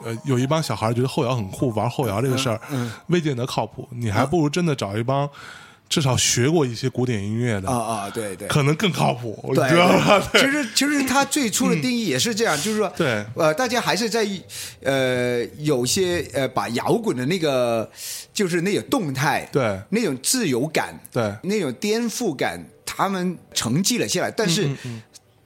呃，有一帮小孩觉得后摇很酷，玩后摇这个事儿、
嗯
未见得靠谱。你还不如真的找一帮至少学过一些古典音乐的，
啊啊，对对。
可能更靠谱，你
对
知道吗？
对， 其实其实它最初的定义也是这样，就是说，
对
呃，大家还是在呃有些呃把摇滚的那个就是那种动态，
对
那种自由感，
对
那种颠覆感，他们承继了下来，但
嗯
是。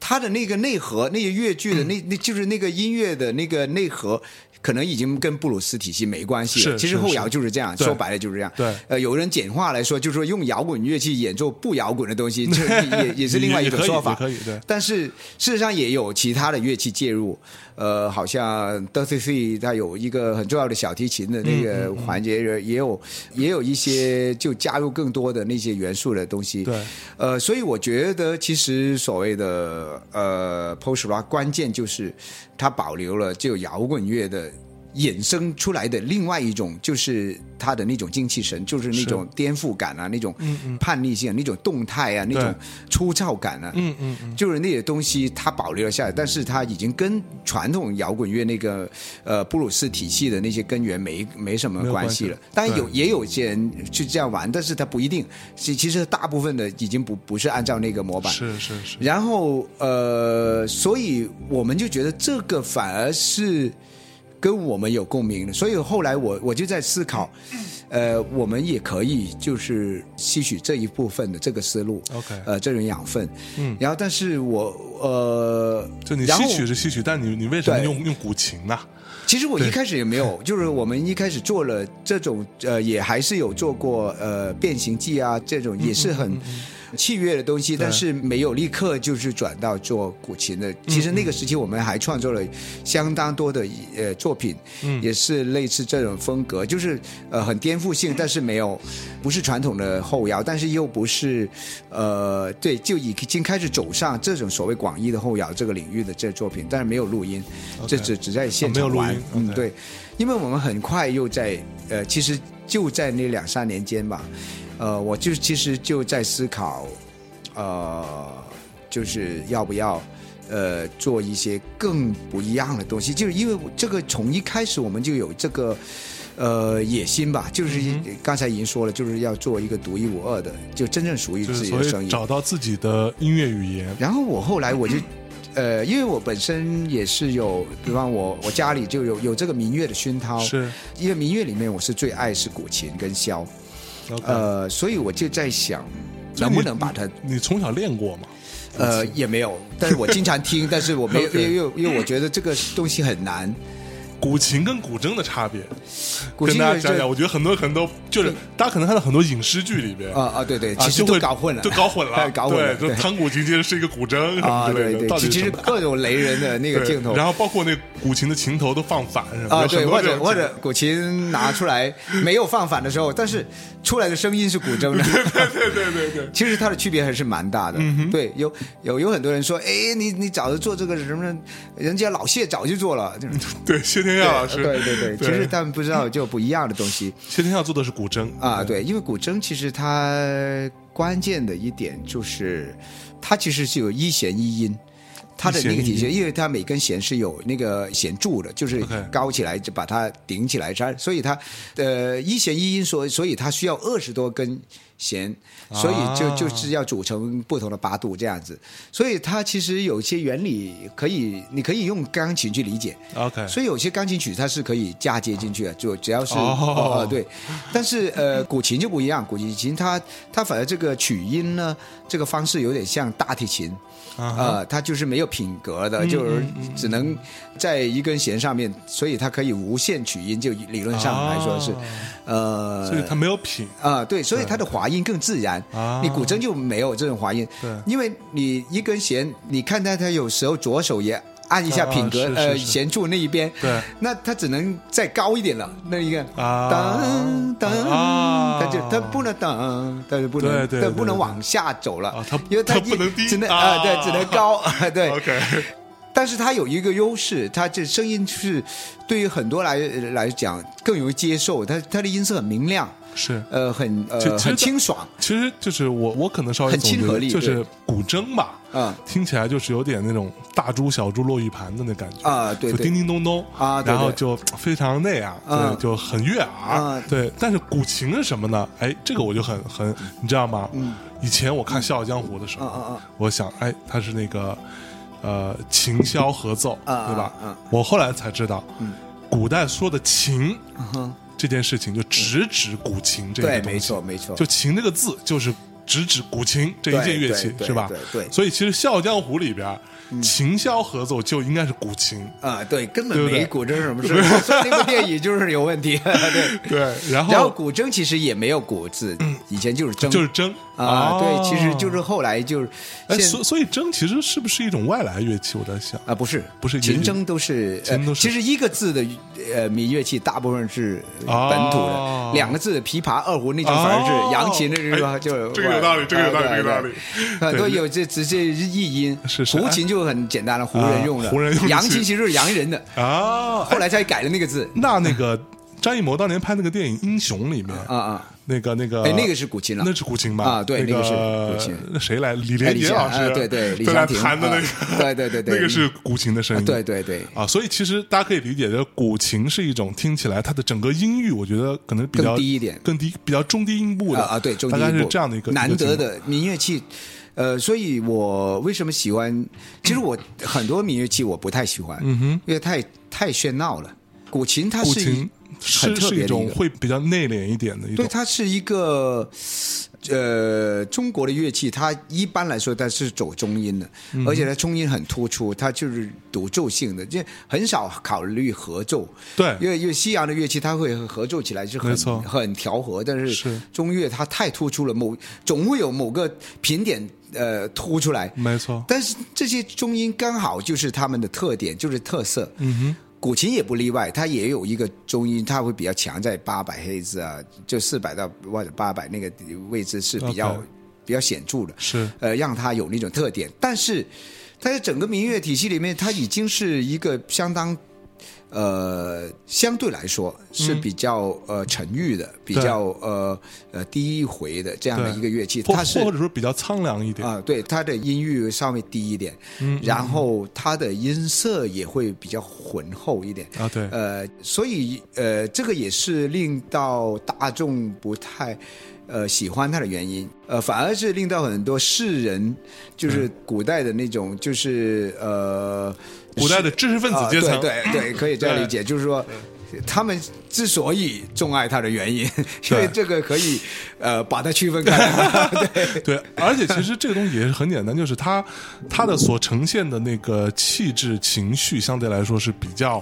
它的那个内核，那些乐剧的那那就是那个音乐的那个内核，可能已经跟布鲁斯体系没关系了。
是
其实
是
后
是
摇就是这样，
对
说白了就是这样。
对
呃，有人简化来说，就是说用摇滚乐去演奏不摇滚的东西， 这也也也是另外一种说法。
也可以也可以对
但是事实上也有其他的乐器介入，呃，好像 Dirty Three 它有一个很重要的小提琴的
嗯
那个环节，也有也有一些就加入更多的那些元素的东西。
对，
呃，所以我觉得其实所谓的呃 Post Rock 关键就是它保留了就摇滚乐的。衍生出来的另外一种，就是它的那种精气神，就是那种颠覆感啊，那种叛逆性、那种动态啊，那种粗糙感啊，
嗯嗯嗯，
就是那些东西它保留了下来，但是它已经跟传统摇滚乐那个呃布鲁斯体系的那些根源没没什么
没有
关
关
系
系
了。当然
对
有也有些人去这样玩，但是他不一定。其其实大部分的已经不不是按照那个模板。
是是是，
然后呃，所以我们就觉得这个反而是跟我们有共鸣的。所以后来我我就在思考，
嗯
呃，我们也可以就是吸取这一部分的这个思路。
OK
呃，这种养分。嗯，然后但是我呃，
就你
然后
吸取是吸取，但你你为什么
对
用用古琴呢？
其实我
对
一开始也没有，就是我们一开始做了这种，呃，也还是有做过呃变形记啊这种，也是很器乐的东西，但是没有立刻就是转到做古琴的。其实那个时期我们还创作了相当多的呃作品，也是类似这种风格，就是呃很颠覆性，但是没有不是传统的后摇，但是又不是呃对，就已经开始走上这种所谓广义的后摇这个领域的这作品，但是没有录音，这只只在现场玩
啊没有录音
嗯，
OK
对，因为我们很快又在呃，其实就在那两三年间吧，呃，我就其实就在思考，呃，就是要不要。呃，做一些更不一样的东西，就是因为我这个从一开始我们就有这个呃野心吧，就是
嗯
刚才已经说了，就是要做一个独一无二的，就真正属于
就
自
是
己
所
的声
谓
音。
找到自己的音乐语言。
然后我后来我就，呃，因为我本身也是有，比方我我家里就有有这个民乐的熏陶，
是
因为民乐里面我是最爱是古琴跟箫，
，OK，
呃，所以我就在想，
嗯所以
能
你
不能把它
你从小练过吗？
呃，也没有，但是我经常 听，但是我没有，因为因为因为我觉得这个东西很难。
古琴跟古筝的差别，
古
跟
琴
大家
就
讲讲。我觉得很多很多就是大家可能看到很多影视剧里边
啊啊，对对，
啊
其实
就
都
会
搞混了，哎
都搞混 了，啊
搞混了，
对，就弹古琴其实是一个古筝什
啊，
么之
对
类的，
对，
到
其
底
其
是
实
什么
各种雷人的那个
对
镜头，
然后包括那古琴的琴头都放反什么的
啊，
有
对，
很多
或
这
者
种
或者古琴拿出 来没有放反的时候，但是出来的声音是古筝的。 对对对对对。嗯其实它的区别还是蛮大的。对，有 有有很多人说，哎，你你早就做这个什么，人家老谢早就做了。就是
对，谢天耀老师，
对对对，其实他们不知道就不一样的东西
谢天笑做的是古筝
啊。对，因为古筝其实它关键的一点就是，它其实是有一弦一音。它的那个
一弦一
体
音
系，因为它每根弦是有那个弦柱的，就是
OK
高起来就把它顶起来，它所以它呃一弦一音所以所以它需要二十多根弦，所以就
啊
就是要组成不同的八度这样子，所以它其实有些原理可以你可以用钢琴去理解，
，OK，
所以有些钢琴曲它是可以嫁接进去的，就只要是
哦
呃对，但是呃古琴就不一样，古琴它它反而这个曲音呢，这个方式有点像大提琴，
啊哈嗯
呃，它就是没有品格的，就是只能在一根弦上面，所以它可以无限曲音，就理论上来说是
哦，
呃，
所以他没有品
啊、对，所以它的滑音更自然。
啊
你古筝就没有这种滑音，
对
因为你一根弦，你看它，它有时候左手也按一下
啊
品格，
是是
呃，
是
弦柱那一边，
对，
那它只能再高一点了。那一个
啊
当当，
啊
它就它不能当，它就不能，
对对
它
对
不能
对
往下走了，
啊它
因为
它
一
不能低
只能
啊
啊、对，只能 高，对。
，OK，
但是它有一个优势，它这声音是对于很多来来讲更容易接受，它它的音色很明亮，
是。
呃，很
其
呃
其实
很清爽，
其实就是我，我可能稍微
很
总结
亲和力
就是
对
古筝吧，
嗯
听起来就是有点那种大珠小珠落玉盘的那感觉
啊对
就
对
叮叮咚咚
啊对
然后
对
就非常那样，
嗯
对，就很悦耳
嗯，
对。但是古琴是什么呢？哎，这个我就很很，你知道吗？以前我看《笑傲江湖》的时
嗯嗯
候
嗯，
我想，哎，它是那个呃琴箫合奏，
嗯
对吧
嗯嗯？
我后来才知道，古代说的琴这件事情，就直指古琴这个
嗯对，
东西
没错，没错，
就“琴”这个字，就是直指古琴这一件乐器
对，对
是吧
对？对嗯
所以其实《笑傲江湖》里边，琴箫合奏就应该是古琴。
啊，对，根本
对不对
没古筝 什么事，所以那部电影就是有问题， 对。
对，
然
然
后
后嗯
古筝其实也没有“古”字，以前就是“筝”，
就是筝
啊，
哦
对，其实就是后来就是
哎，
现
所所以筝其实是不是一种外来乐器？我在想，
啊，不是
不是
琴
也
筝都是，
琴都是
呃其实一个字的呃民乐器大部分是
哦
本土的，两个字的琵琶、二胡那就反而
哦
是扬琴，那就是
哎
吧就
这个有道理
啊
这个
对
有道理这个有道理
对很多
对
有这直接译音，
是是
胡琴就很简单了，胡人用的，
啊胡人用的
扬琴其实是洋人的，
啊，哎
后来才改了那个字
那那个张艺谋当年拍那个电影《英雄》里面
啊，啊，
那个那个
哎，那个是古琴了
那。是古琴吧？
啊对
那
那个是古琴。
那谁来？李
哎
连
李
杰
健
老
哎
师，
对对李
对来
祥霆
弹的那
啊
个，
对对对对
那个是古琴的声音，
对对对，
啊，所以其实大家可以理解，就是古琴是一种听起来它的整个音域，我觉得可能比较
更低一点
更低，比较中低音部的
啊啊，对，中低
大概
音
是
部
这样的一个
难得。
一个情
的民乐器。呃，所以我为什么喜欢？其实我很多民乐器我不太喜欢，嗯哼，因为太太喧闹了。古琴它
古
是一
琴
很
是
特
是
别
一
的
种
个
会比较内敛一点的一种
对，，它是一个呃中国的乐器，它一般来说它是走中音的，
嗯
而且它中音很突出，它就是独奏性的，就很少考虑合奏。
对
因为因为西洋的乐器它会合奏起来是
没
很
错
很调和，但
是
是中乐它太突出了，某总会有某个频点呃突出来。
没错，
但是这些中音刚好就是他们的特点，就是特色。
嗯哼，
古琴也不例外，它也有一个中音，它会比较强在八百赫兹啊，就四百到或者八百那个位置是比较
OK
比较显著的，
是
呃，让它有那种特点。但是它在整个民乐体系里面，它已经是一个相当。呃，相对来说是比较、呃沉郁的，比
对
较呃呃低回的这样的
对
一个乐器，
或
它是
或者说比较苍凉一点
啊、对，它的音域稍微低一点，
嗯
然后它的音色也会比较浑厚一点。
啊，对，
呃，所以呃，这个也是令到大众不太呃喜欢它的原因，呃，反而是令到很多世人，就是
嗯
古代的那种，就是呃，
古代的知识分子阶层
啊对 对对，可以这样理解，就是说。他们之所以钟爱它的原 因，因为
对
这个可以，呃，把它区分开来。对，
对，而且其实这个东西也是很简单，就是它它的所呈现的那个气质、情绪，相对来说是比较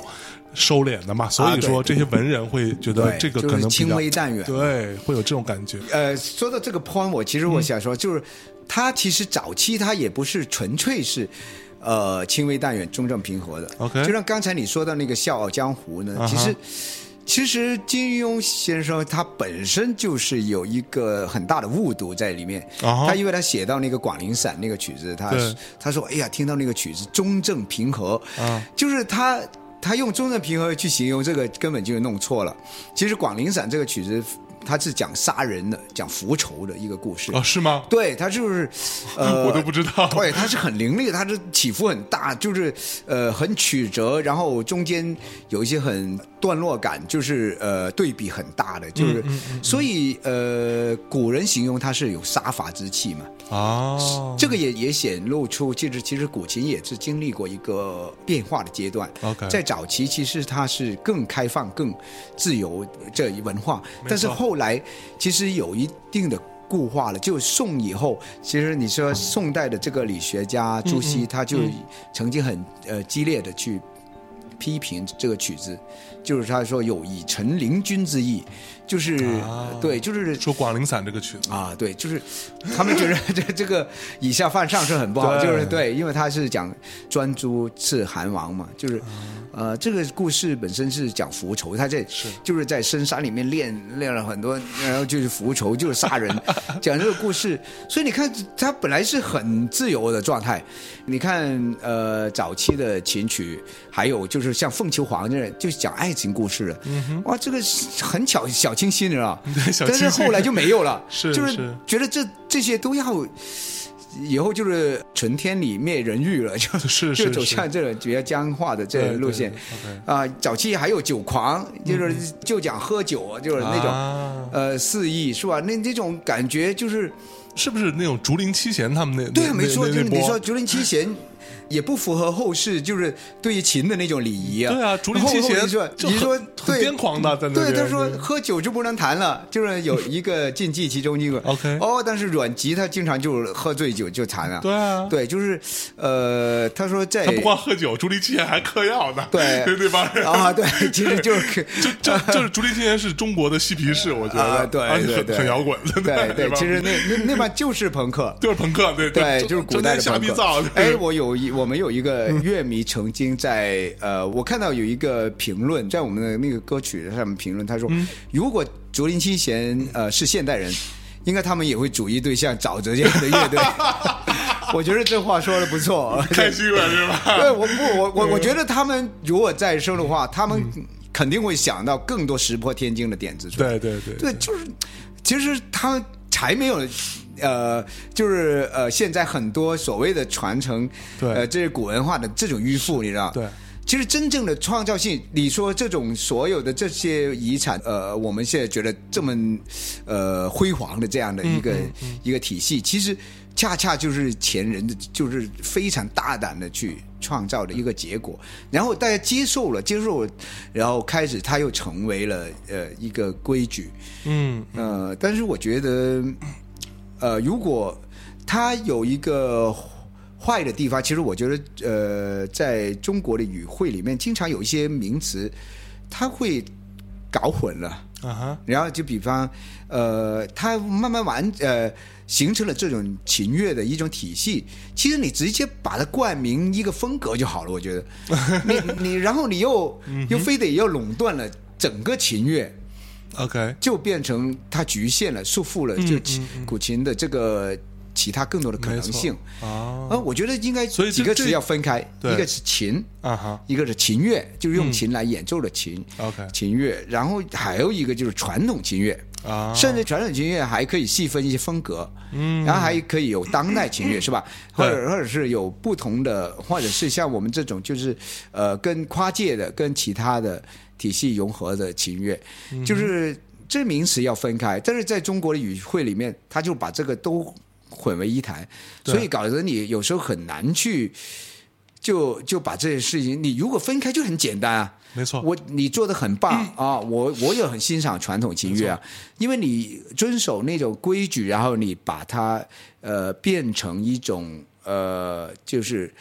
收敛的嘛，所以说这
啊对
些文人会觉得
对
这个
就是
可能比
轻
较
微淡远
对，会有这种感觉。
呃，说到这个 point，我其实
嗯
我想说，就是他其实早期他也不是纯粹是。呃，轻微淡远，中正平和的。
OK
就像刚才你说到那个《笑傲江湖》呢，
啊哈
其实其实金庸先生他本身就是有一个很大的误读在里面。
啊哈
他因为他写到那个《广陵散》那个曲子，他
对
他说：“哎呀，听到那个曲子中正平和，
啊
就是他他用中正平和去形容这个，根本就弄错了。其实《广陵散》这个曲子，它是讲杀人的、讲复仇的一个故事。
哦，是吗？
对，它 就是，呃，
我都不知道
对，它是很凌厉，它是起伏很大，就是呃很曲折，然后中间有一些很段落感，就是呃对比很大的，
嗯
就是、所以呃古人形容它是有杀伐之气嘛。
哦，
这个也也显露出，其实其实古琴也是经历过一个变化的阶段。
OK
在早期其实它是更开放、更自由这一文化，但是后来其实有一定的固化了。就宋以后，其实你说宋代的这个理学
嗯
家朱熹，他就曾经很呃激烈的去批评这个曲子，就是他说有以陈陵君之意，就是、
啊
对，就是
说《广陵散》这个曲子，
啊，对，就是他们觉得这这个以下犯上是很不好，
对
就是对，因为他是讲专诸刺韩王嘛，就是
嗯
呃，这个故事本身是讲复仇，他在就是在深山里面练练了很多，然后就是复仇，就是杀人，讲这个故事，所以你看他本来是很自由的状态，你看呃早期的琴曲，还有就是像凤求凰这样，就是讲爱情故事的，哇，这个是很巧小清新的啊，
嗯小
但是
清新
后来就没有了。
是
就是
是
觉得这这些都要以后就是存天理灭人欲了， 就是就是走
是
向这种比较僵化的这
对
种
对
路线
对，OK
啊、早期还有酒狂，就是就讲喝酒，就是那种、
啊
呃肆意是吧？那那种感觉就是
是不是那种竹林七贤他们那
对啊，
那
没错，
那
就是
那
你
波
说竹林七贤。也不符合后世就是对于琴的那种礼仪啊。
对啊，竹林
后
七
后
贤
人说，
就
你说
很很
对
癫狂的在那
对，
边
他说喝酒就不能弹了，就是有一个禁忌，其中一个。
OK
哦，但是阮籍他经常就是喝醉酒就弹啊。
对啊
对，就是呃，他说在
他不光喝酒，竹林七贤还嗑药呢，
对
对对吧？
啊，对，其实 就是
就 就就是竹林七贤是中国的嬉皮士，我觉
啊，
得
对
而且
对
很
对，
很摇滚，
对
对吧，
其实那那那帮就是朋克。
就是朋克，对
对，
就
就是古代的
瞎
朋
逼
克
造。。
哎，我有一，我们有一个乐迷曾经在呃，我看到有一个评论，在我们的那个歌曲上面评论，他说，
嗯
如果竹林七贤呃是现代人，应该他们也会主义对象沼泽这样的 乐队。我觉得这话说的不错。
开心了是吧？
对，我不，我我
嗯
我觉得他们如果再生的话，他们肯定会想到更多石破天惊的点子出来。
对对对
对，就是其实他才没有。呃，就是呃，现在很多所谓的传承，
对
呃，这是古文化的这种迂腐，你知道？
对，
其实真正的创造性，你说这种所有的这些遗产，呃，我们现在觉得这么呃辉煌的这样的一
嗯
个、一个体系，其实恰恰就是前人的就是非常大胆的去创造的一个结果，然后大家接受了，接受了，然后开始它又成为了呃一个规矩，
嗯，
呃，但是我觉得，呃，如果它有一个坏的地方，其实我觉得，呃，在中国的语汇里面，经常有一些名词，它会搞混了。
啊哈，
然后就比方，呃，它慢慢完呃形成了这种秦乐的一种体系。其实你直接把它冠名一个风格就好了，我觉得。你你然后你又又非得要垄断了整个秦乐，
，OK，
就变成它局限了、束缚了，
嗯
就其古琴的这个其他更多的可能性
啊
啊。我觉得应该
哦所以
几
这
个词
这
要分开，
对嗯
一个是琴，
啊哈
一个是琴乐，就是用琴来演奏的琴，
，OK
琴乐，然后还有一个就是传统琴乐。
啊，
甚至传统琴乐还可以细分一些风格，嗯，然后还可以有当代琴乐，是吧？或者或者是有不同的，或者是像我们这种就是呃跟跨界的、跟其他的体系融合的琴乐，就是这名词要分开。但是在中国的语汇里面，他就把这个都混为一谈，所以搞得你有时候很难去。就就把这些事情，你如果分开就很简单啊，
没错，嗯
我你做的很棒、啊，我我也很欣赏传统琴乐啊，因为你遵守那种规矩，然后你把它呃变成一种呃，就是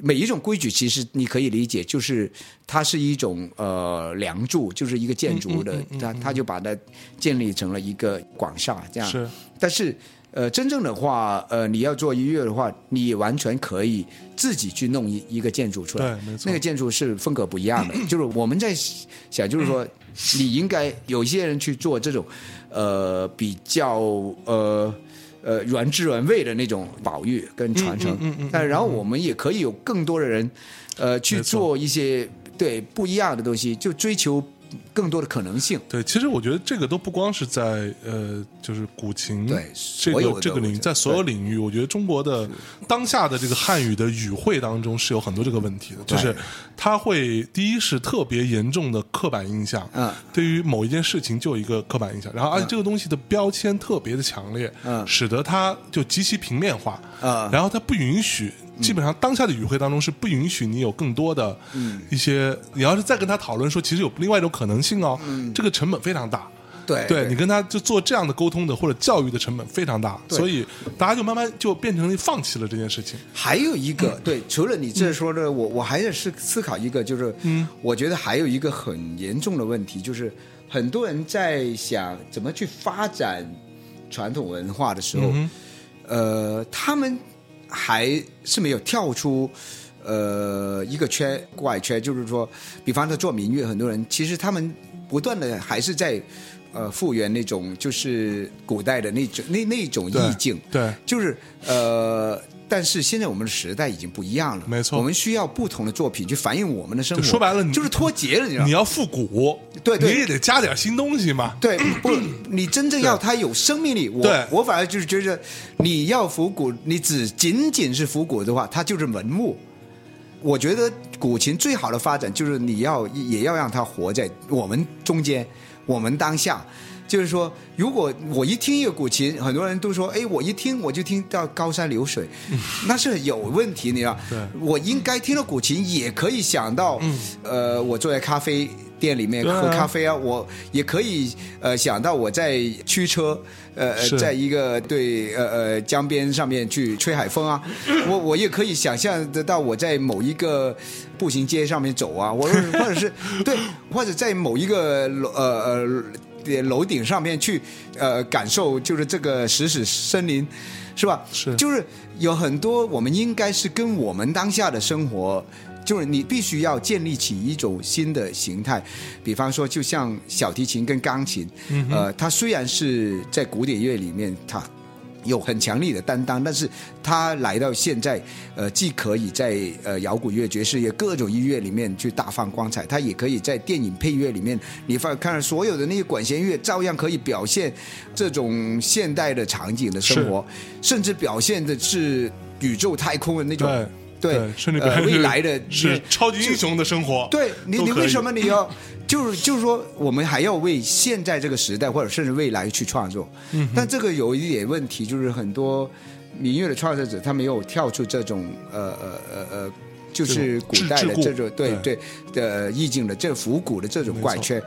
每一种规矩，其实你可以理解，就是它是一种呃梁柱，就是一个建筑
嗯
的，它它就把它建立成了一个广厦这样。
是
但是呃，真正的话，呃，你要做音乐的话，你完全可以自己去弄一一个建筑出来。
对没错
那个建筑是风格不一 样的。就是我们在想，就是说，你应该有一些人去做这种，呃，比较呃。呃，原汁原味的那种保
嗯
育跟传承，但然后我们也可以有更多的人，呃，去
没错
做一些对不一样的东西，就追求更多的可能性。
对，其实我觉得这个都不光是在呃，就是古琴
对
这
所有
个
的
这个领域，
我觉得
在所有领域，我觉得中国的当下的这个汉语的语汇当中是有很多这个问题的，就是它会第一是特别严重的刻板印象，
嗯，
对于某一件事情就有一个刻板印象，然后而啊且这个东西的标签特别的强烈，
嗯
使得它就极其平面化，
啊嗯
然后它不允许，基本上当下的语汇当中是不允许你有更多的
嗯
一些，你要是再跟他讨论说，其实有另外一种可能性哦，这个成本非常大。
嗯哎对
对你跟他就做这样的沟通的或者教育的成本非常大，
对
所以大家就慢慢就变成了放弃了这件事情。
还有一
嗯
个对，除了你这说的，我我还在思思考一个，就是，嗯，我觉得还有一个很严重的问题，就是很多人在想怎么去发展传统文化的
嗯
时候，呃，他们还是没有跳出。呃，一个圈怪圈，就是说，比方说做民乐，很多人其实他们不断的还是在呃复原那种就是古代的那种那那种
对
意境，
对，
就是呃，但是现在我们的时代已经不一样了，
没错
我们需要不同的作品去反映我们的生活。
就说白了你
就是脱节了，你知道
你
吗？
要复古，
对对
你也得加点新东西嘛。
对，不，你真正要它有生命力，
对
我我反而就是觉得，你要复古，你只仅仅是复古的话，它就是文物。我觉得古琴最好的发展就是你要也要让它活在我们中间，我们当下。就是说，如果我一听一个古琴，很多人都说：“哎，我一听我就听到高山流 水，那是有问题，你知道
对？嗯
我应该听到古琴，也可以想到，呃，我坐在咖啡店里面
对啊
喝咖啡啊，我也可以呃想到我在驱车，呃，呃
是
在一个对呃呃江边上面去吹海 风啊，我我也可以想象得到我在某一个步行街上面走啊，我或者是对，或者在某一个楼呃呃楼顶上面去呃感受就是这个石屎森林，是吧？
是
就是有很多我们应该是跟我们当下的生活。就是你必须要建立起一种新的形态，比方说，就像小提琴跟钢琴，呃，它虽然是在古典乐里面，它有很强力的担当，但是他来到现在，呃，既可以在呃摇滚乐、爵士乐各种音乐里面去大放光彩，他也可以在电影配乐里面，你发看所有的那些管弦乐，照样可以表现这种现代的场景的生活，甚至表现的是宇宙太空的那种
对
对
甚至
呃
表现
未
是
来的
是超级英雄的生活。
对你，
都
你
可以
为什么你要？就是就是说，我们还要为现在这个时代，或者甚至未来去创作。嗯，但这个有一点问题，就是很多民乐的创作者他没有跳出这种呃呃呃呃，就是古代
桎
的
梏
这种对
对
对的意境的这复古的这种怪圈，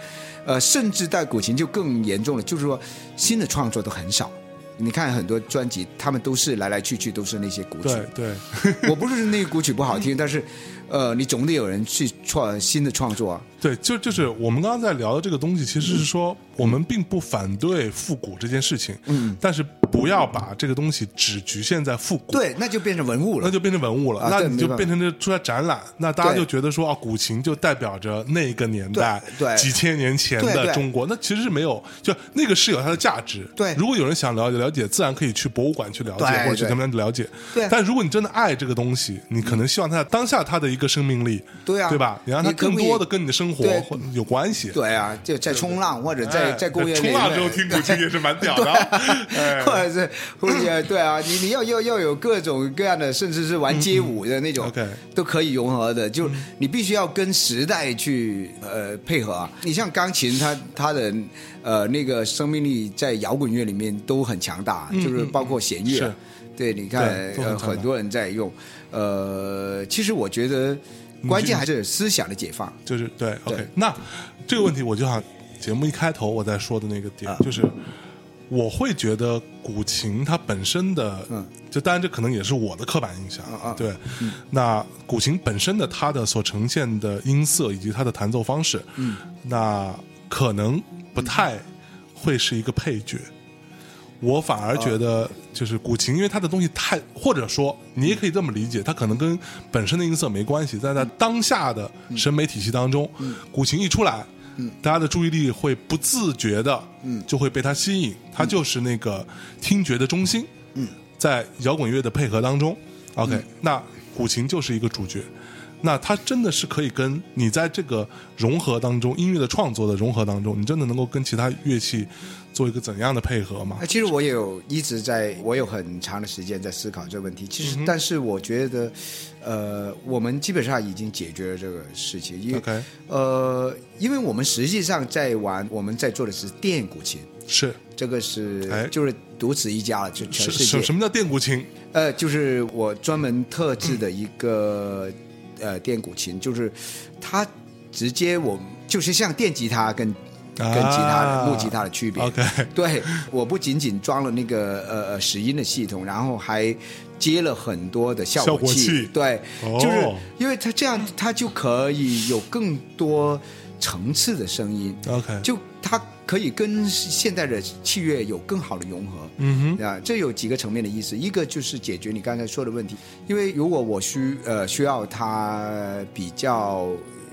呃，甚至在古琴就更严重了，就是说新的创作都很少。你看很多专辑，他们都是来来去去都是那些古曲，
对对，
我不是那古曲不好听，但是，呃，你总得有人去创新的创作啊。
对，就就是我们刚刚在聊的这个东西，其实是说我们并不反对复古这件事情，嗯，但是不要把这个东西只局限在复古，
对，那就变成文物
那
了。
就变成文物了，
啊
那
对
你
没
就
办法
变成这出来展览，那大家
对
就觉得说啊，古琴就代表着那个年代
对对
几千年前
对
的
对
中国，那其实是没有，就那个是有它的价值。
对
如果有人想了解了解，自然可以去博物馆去了解，
对
或者去
对
怎么样了解。
对
但如果你真的爱这个东西，你可能希望它当下它的一个生命力，
对啊
对吧？你让它
你可不
更
可以
多的跟你的生活
对
或有关系。
对啊，就在冲浪或者在
哎
在公园里
冲
面
浪之后听古琴也是蛮屌 的啊。哎
或者是或者对啊，你你要要要有各种各样的，甚至是玩街舞的那种，
嗯嗯，OK 嗯
都可以融合的。就你必须要跟时代去呃配合啊。你像钢琴它，它的呃那个生命力在摇滚乐里面都很强大，
嗯
就是包括弦乐。啊
是
对，你看
对，都很
呃，
强大
很多人在用，呃，其实我觉得关键还是思想的解放。
就是对，OK
对。
那这个问题，我就想节目一开头我在说的那个
啊
点，就是我会觉得古琴它本身的，就当然这可能也是我的刻板印象，
嗯啊
对。那古琴本身的它的所呈现的音色以及它的弹奏方式，嗯，那可能不太会是一个配角。我反而觉得，就是古琴，因为它的东西太，或者说你也可以这么理解，它可能跟本身的音色没关系，但在当下的审美体系当中，古琴一出来，大家的注意力会不自觉的，就会被它吸引，它就是那个听觉的中心，在摇滚乐的配合当中，OK，那古琴就是一个主角。那它真的是可以跟你在这个融合当中，音乐的创作的融合当中，你真的能够跟其他乐器做一个怎样的配合吗
啊，？其实我也有一直在，我有很长的时间在思考这个问题。其
嗯
实，但是我觉得，呃，我们基本上已经解决了这个事情，因为
OK
呃，因为我们实际上在玩，我们在做的是电古琴，
是
这个是、
哎
就是独此一家了，就全
是
世
什
界
什么叫电古琴？
呃，就是我专门特制
嗯
的一个、呃电古琴，就是它直接我就是像电吉他跟跟吉他的、
啊
木吉他的区别。
OK
对，我不仅仅装了那个呃呃拾音的系统，然后还接了很多的效
效
果
果
器。
器
对，
哦
就是因为它这样，它就可以有更多层次的声音。
OK，
就它可以跟现代的器乐有更好的融合。
嗯
啊，这有几个层面的意思，一个就是解决你刚才说的问题，因为如果我需呃需要它比较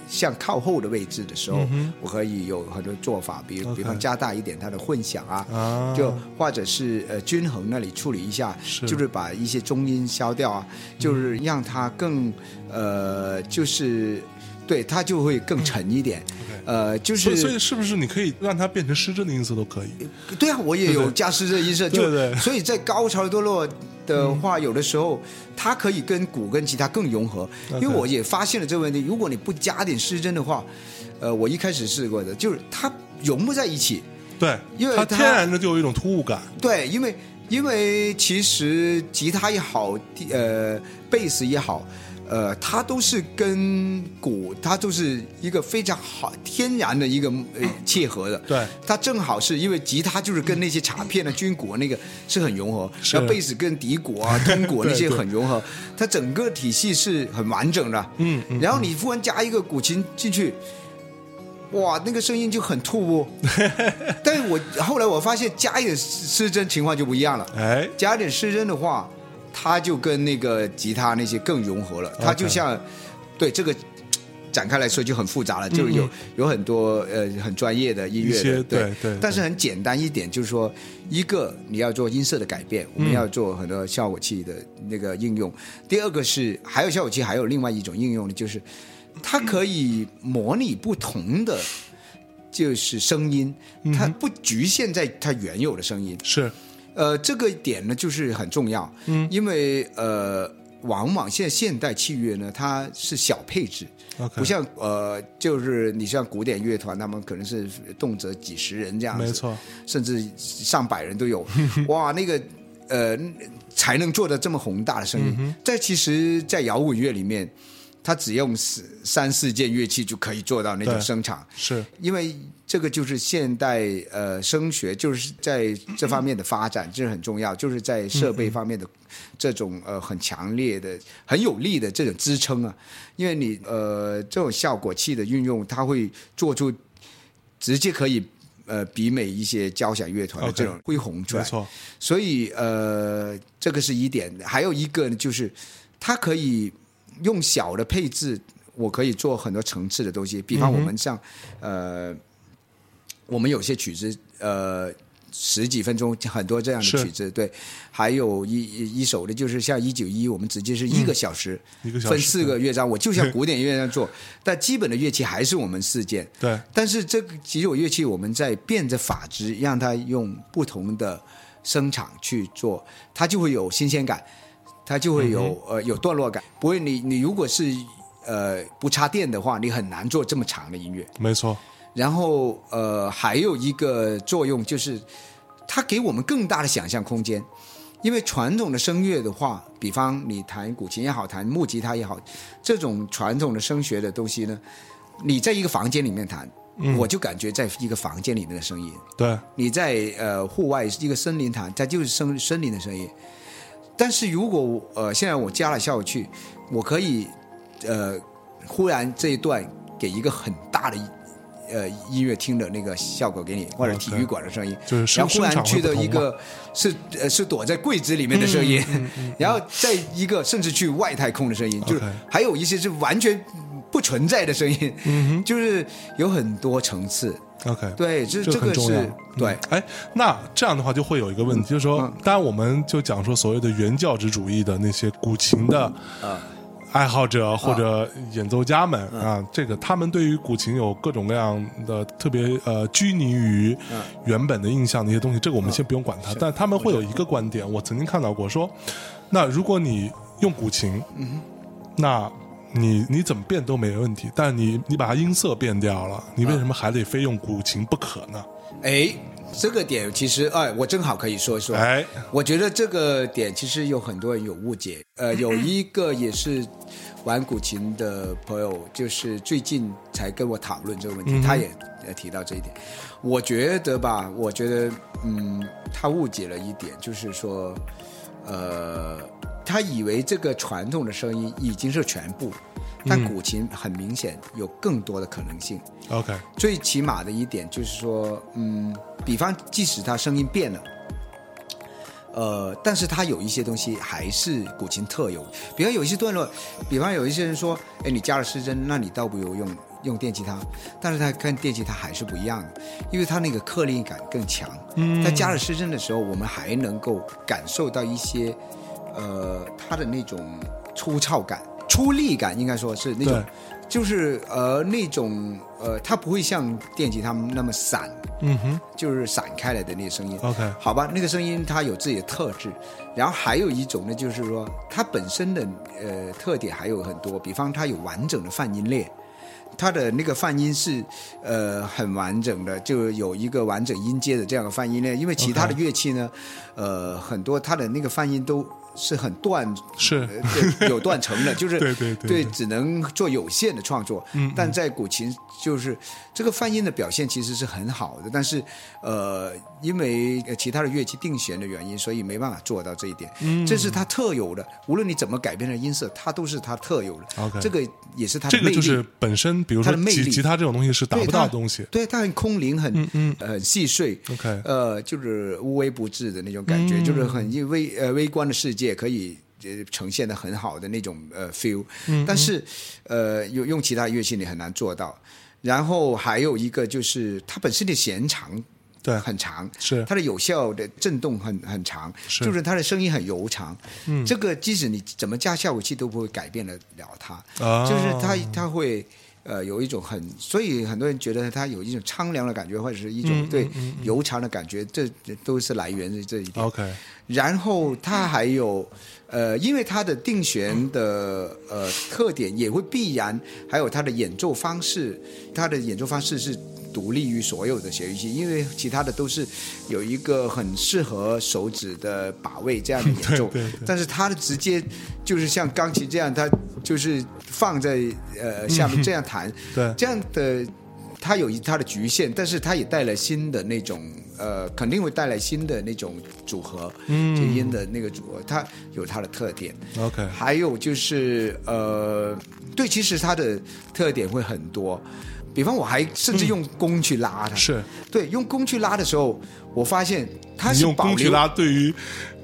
像靠后的位置的时候，我可以有很多做法，比比
嗯 OK
方加大一点它的混响啊，
哼啊，
就或者是呃均衡那里处理一下，
是
就是把一些中音消掉啊，就是让它更呃就是对它就会更沉一点，呃就
嗯所以
是
所以是不是你可以让它变成失真的音色都可以？
对啊，我也有加湿这音色，就
对对嗯
所以在高潮段落的话，有的时候它可以跟鼓跟吉他更融合，因为
OK
我也发现了这个问题，如果你不加点失真的话，呃，我一开始试过的，就是它融不在一起，
对，
因为
它
它
天然的就有一种突兀感。
对，因为因为其实吉他也好，呃，贝斯也好，呃，它都是跟鼓，它都是一个非常好天然的一个呃切合的。
对，
它正好是因为吉他就是跟那些镲片的军鼓啊那个是很融合，
是
然后贝斯跟底鼓 啊、通鼓啊
对
那些
对
很融合，它整个体系是很完整的。
嗯嗯
然后你忽然加一个古琴进去，哇，那个声音就很突 兀。但是我后来我发现加一点失真情况就不一样了，
哎，
加一点失真的话，它就跟那个吉他那些更融合了，它就像对这个。展开来说就很复杂了，就是有、有很多呃很专业的音乐
嗯一些
的，
对对
但是很简单一点，就是说，一个你要做音色的改
嗯
变，我们要做很多效果器的那个应用。第二个是还有效果器，还有另外一种应用呢，就是它可以模拟不同的就是声音，
嗯
它不局限在它原有的声音。
是
呃，这个点呢就是很重要，嗯，因为呃，往往现现代器乐呢，它是小配置。
OK，
不像呃，就是你像古典乐团，他们可能是动辄几十人这样子，
没错，
甚至上百人都 有。哇，那个呃，才能做的这么宏大的声
嗯
音。在、其实，在摇滚乐里面，它只用四三四件乐器就可以做到那种
对
声场，
是
因为这个就是现代呃声学就是在这方面的发展，这是很重要，就是
嗯
在设备方面的这种呃很强烈的、很有力的这种支撑啊。因为你呃这种效果器的运用，它会做出直接可以呃比美一些交响乐团的
OK，
这种恢宏出
没
来。
错，
所以呃，这个是一点，还有一个呢，就是它可以用小的配置，我可以做很多层次的东西。比方我们像、
嗯
呃，我们有些曲子呃。十几分钟，很多这样的
是
曲子，对，还有一一一首的，就是像一九一，我们直接是一个小时，
嗯一个小时
分四个乐章，我就 像古典乐这样做，但基本的乐器还是我们四件，
对
但是这个几种乐器，我们在变着法子让它用不同的声场去做，它就会有新鲜感，它就会有、呃有段落感。不会，你你如果是呃不插电的话，你很难做这么长的音乐。
没错，
然后呃，还有一个作用就是，它给我们更大的想象空间。因为传统的声乐的话，比方你弹古琴也好，弹木吉他也好，这种传统的声学的东西呢，你在一个房间里面弹，我就感觉在一个房间里面的声音；
对
你在呃户外一个森林弹，它就是森森林的声音。但是如果我呃现在我加了效果器，我可以呃忽然这一段给一个很大的呃音乐厅的那个效果给你，或者体育馆的声音，
就是哦声
然后忽
声
然
场
去
会不
到一
同嗯
个是呃是躲在柜子里面的声音，然后再一个甚至去外太空的声音，就是
OK
还有一些是完全不存在的声音，就是有很多层次。
OK，
对，这
这
这
很
个
重要
是对，嗯
哎，那这样的话就会有一个问题，就是说，当然我们就讲说所谓的原教旨主义的那些古琴的
啊
爱好者或者演奏家们啊，这个他们对于古琴有各种各样的特别呃拘泥于原本的印象的一些东西，这个我们先不用管它，但他们会有一个观点，我曾经看到过说，那如果你用古琴，那你你怎么变都没问题，但你你把它音色变掉了，你为什么还得非用古琴不可呢？
哎，这个点其实哎，我正好可以说一说。
哎，
我觉得这个点其实有很多人有误解。呃，有一个也是玩古琴的朋友，就是最近才跟我讨论这个问题，他也呃提到这一点。我觉得吧，我觉得嗯，他误解了一点，就是说，呃，他以为这个传统的声音已经是全部，但古琴很明显有更多的可能性。
OK，
最起码的一点就是说，嗯，比方即使他声音变了，呃，但是他有一些东西还是古琴特有，比方有一些段落，比方有一些人说，哎，你加了失真，那你倒不如用用电吉他，但是他看电吉他还是不一样的，因为他那个颗粒感更强。嗯，在加了失真的时候，我们还能够感受到一些，呃，他的那种粗糙感、出力感，应该说是那种
对。
就是呃那种呃，它不会像电吉他那么散，
嗯哼
就是散开来的那个声音。
，OK，
好吧，那个声音它有自己的特质，然后还有一种呢，就是说它本身的呃特点还有很多，比方它有完整的泛音列，它的那个泛音是呃很完整的，就有一个完整音阶的这样的泛音列，因为其他的
OK
乐器呢呃很多它的那个泛音都是很断
是
呃对有断层的，就是
对对对对嗯
只能做有限的创作。但在古琴，就是这个泛音的表现其实是很好的，但是呃，因为呃其他的乐器定弦的原因，所以没办法做到这一点。
嗯
这是它特有的，无论你怎么改变的音色，它都是它特有的。
OK
这个也是它的
这
魅力。
个就是本身，比如
它
说
的魅
吉
力
吉他这种东西是达
对
不到
它
的东西。
对，它很空灵，很嗯嗯、呃很细碎。
OK
呃，就是无微不至的那种感
嗯
觉，就是很一微呃微观的世界可以。呃，呈现的很好的那种呃 feel，但
嗯
是呃，用用其他乐器你很难做到。然后还有一个就是它本身的弦长
对
很长，
是
它的有效的震动很很长，
是
就是它的声音很悠长。嗯，这个即使你怎么加效果器都不会改变得了它。
啊，
就是它它会呃有一种很，所以很多人觉得它有一种苍凉的感觉，或者是一种对悠长的感觉，这这都是来源于这一点。
OK，
然后它还有，呃，因为它的定弦的呃特点也会必然，还有它的演奏方式，它的演奏方式是独立于所有的弦乐器，因为其他的都是有一个很适合手指的把位这样的演奏，
对对对
但是它的直接就是像钢琴这样，它就是放在呃下面这样 弹，
对
这样的它有一它的局限，但是它也带来新的那种呃，肯定会带来新的那种组合，嗯，就音的那个组合，它有它的特点。
，OK，
还有就是呃，对，其实它的特点会很多。比方，我还甚至用弓去拉它，
嗯是
对，用弓去拉的时候，我发现它
你
是
用
保
工具
留
拉，对于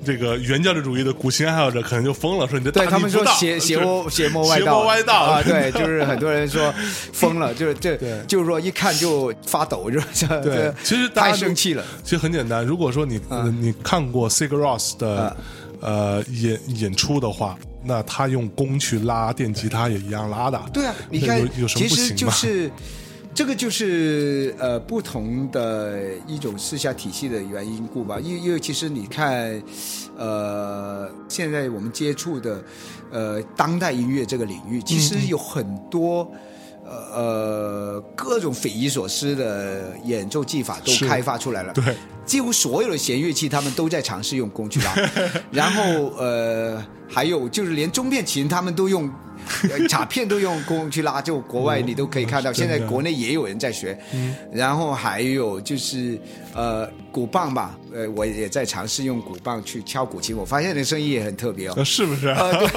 这个原教旨主义的古琴爱好者可能就疯了，说你这大
对
逆
他们
不
说
道
邪邪
是
魔邪魔歪
邪
道
魔歪道
啊， 对，就是很多人说疯了，就是这
对，
就是说一看就发抖，就是这
对
这
其实大
太
家就
生气了，
其实很简单，如果说你、呃
嗯
你看过 Sig Ross 的、呃演演出的话，那他用弓去拉电吉他也一样拉的。
对啊，你
那
看
有有，什么
其
不
实
行
就
吗？
是 这个就是呃不同的一种四下体系的原因故吧，因为因为其实你看，呃，现在我们接触的呃当代音乐这个领域，其
嗯
实有很多。呃呃，各种匪夷所思的演奏技法都
是
开发出来了。
对，
几乎所有的弦乐器，他们都在尝试用弓去 拉，然后呃，还有就是连中片琴，他们都 用。呃卡片都用弓去拉，就国外你都可以看到，
哦真
现
的
在
嗯
国内也有人在学。然后还有就是呃，鼓棒吧，呃，我也在尝试用鼓棒去敲古琴，我发现那声音也很特别哦
呃。是不是？
呃，对，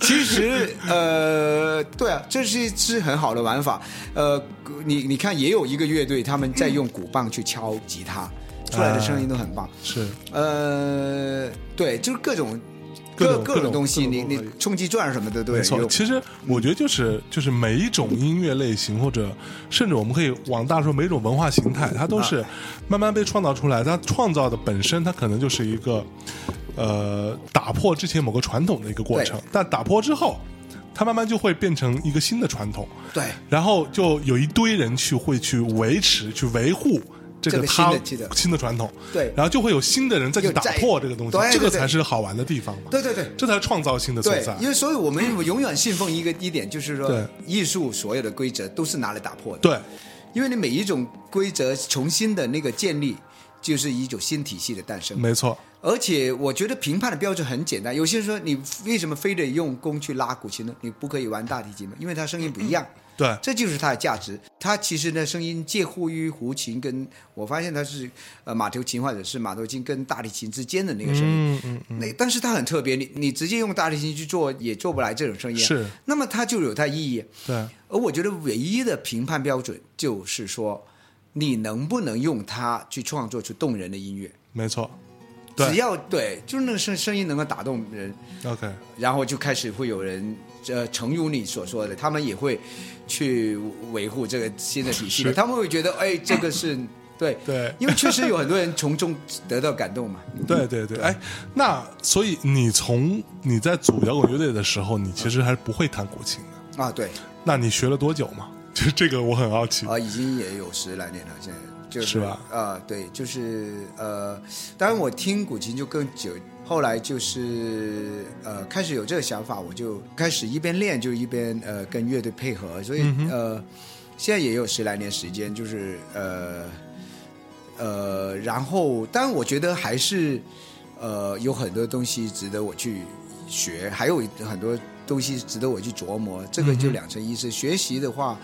其实呃，对啊，这是一支很好的玩法。呃，你你看，也有一个乐队他们在用鼓棒去敲吉他，出来的声音都很棒。
是
呃，对，就是各种
各
各
种
种东西，
各种
你
各
你
种
冲击钻什么的都
没
有
错，
用。
其实我觉得就是就是每一种音乐类型，或者甚至我们可以往大说，每一种文化形态，它都是
啊
慢慢被创造出来。它创造的本身，它可能就是一个呃打破之前某个传统的一个过程
对，
但打破之后，它慢慢就会变成一个新的传统，
对，
然后就有一堆人去会去维持、去维护这
这
个
个
他
新的
新的传统，
对
然后就会有新的人再去
又
打
在
破这个东西
对，
这个
对对
才是好玩的地方嘛，
对对对
这才是创造性的存
对
在，，
因为所以我们永远信奉一个一点，就是说
对
艺术所有的规则都是拿来打破的，
对
因为你每一种规则重新的那个建立，就是一种新体系的诞生。
没错，
而且我觉得评判的标准很简单，有些人说你为什么非得用弓去拉古琴呢？你不可以玩大提琴吗？因为它声音不一样。
对
这就是它的价值。它其实呢，声音介乎于胡琴跟我发现它是呃马头琴或者是马头琴跟大提琴之间的那个声音。
嗯嗯，
那但是它很特别，你你直接用大提琴去做也做不来这种声音、啊。
是，
那么它就有它意义。
对
而我觉得唯一的评判标准就是说，你能不能用它去创作出动人的音乐。
没错对
只要对，就是那个声声音能够打动人，
，OK，
然后就开始会有人，呃，诚如你所说的，他们也会去维护这个新的体系的，
是
他们会觉得，哎，这个是对，
对
因为确实有很多人从中得到感 动嘛。
对对对，哎，那所以你从你在组摇滚乐队的时候，你其实还是不会弹古琴的，
啊，对，
那你学了多久嘛？ 就这个我很好奇，
啊，已经也有十来年了，现在就是
吧？
啊，对，就是呃，当然我听古琴就更久，后来就是呃，开始有这个想法，我就开始一边练就一边呃跟乐队配合，所以、呃，现在也有十来年时间，就是呃呃，然后当然我觉得还是呃有很多东西值得我去学，还有很多东西值得我去琢磨，这
嗯
个就两层意思。学习的话。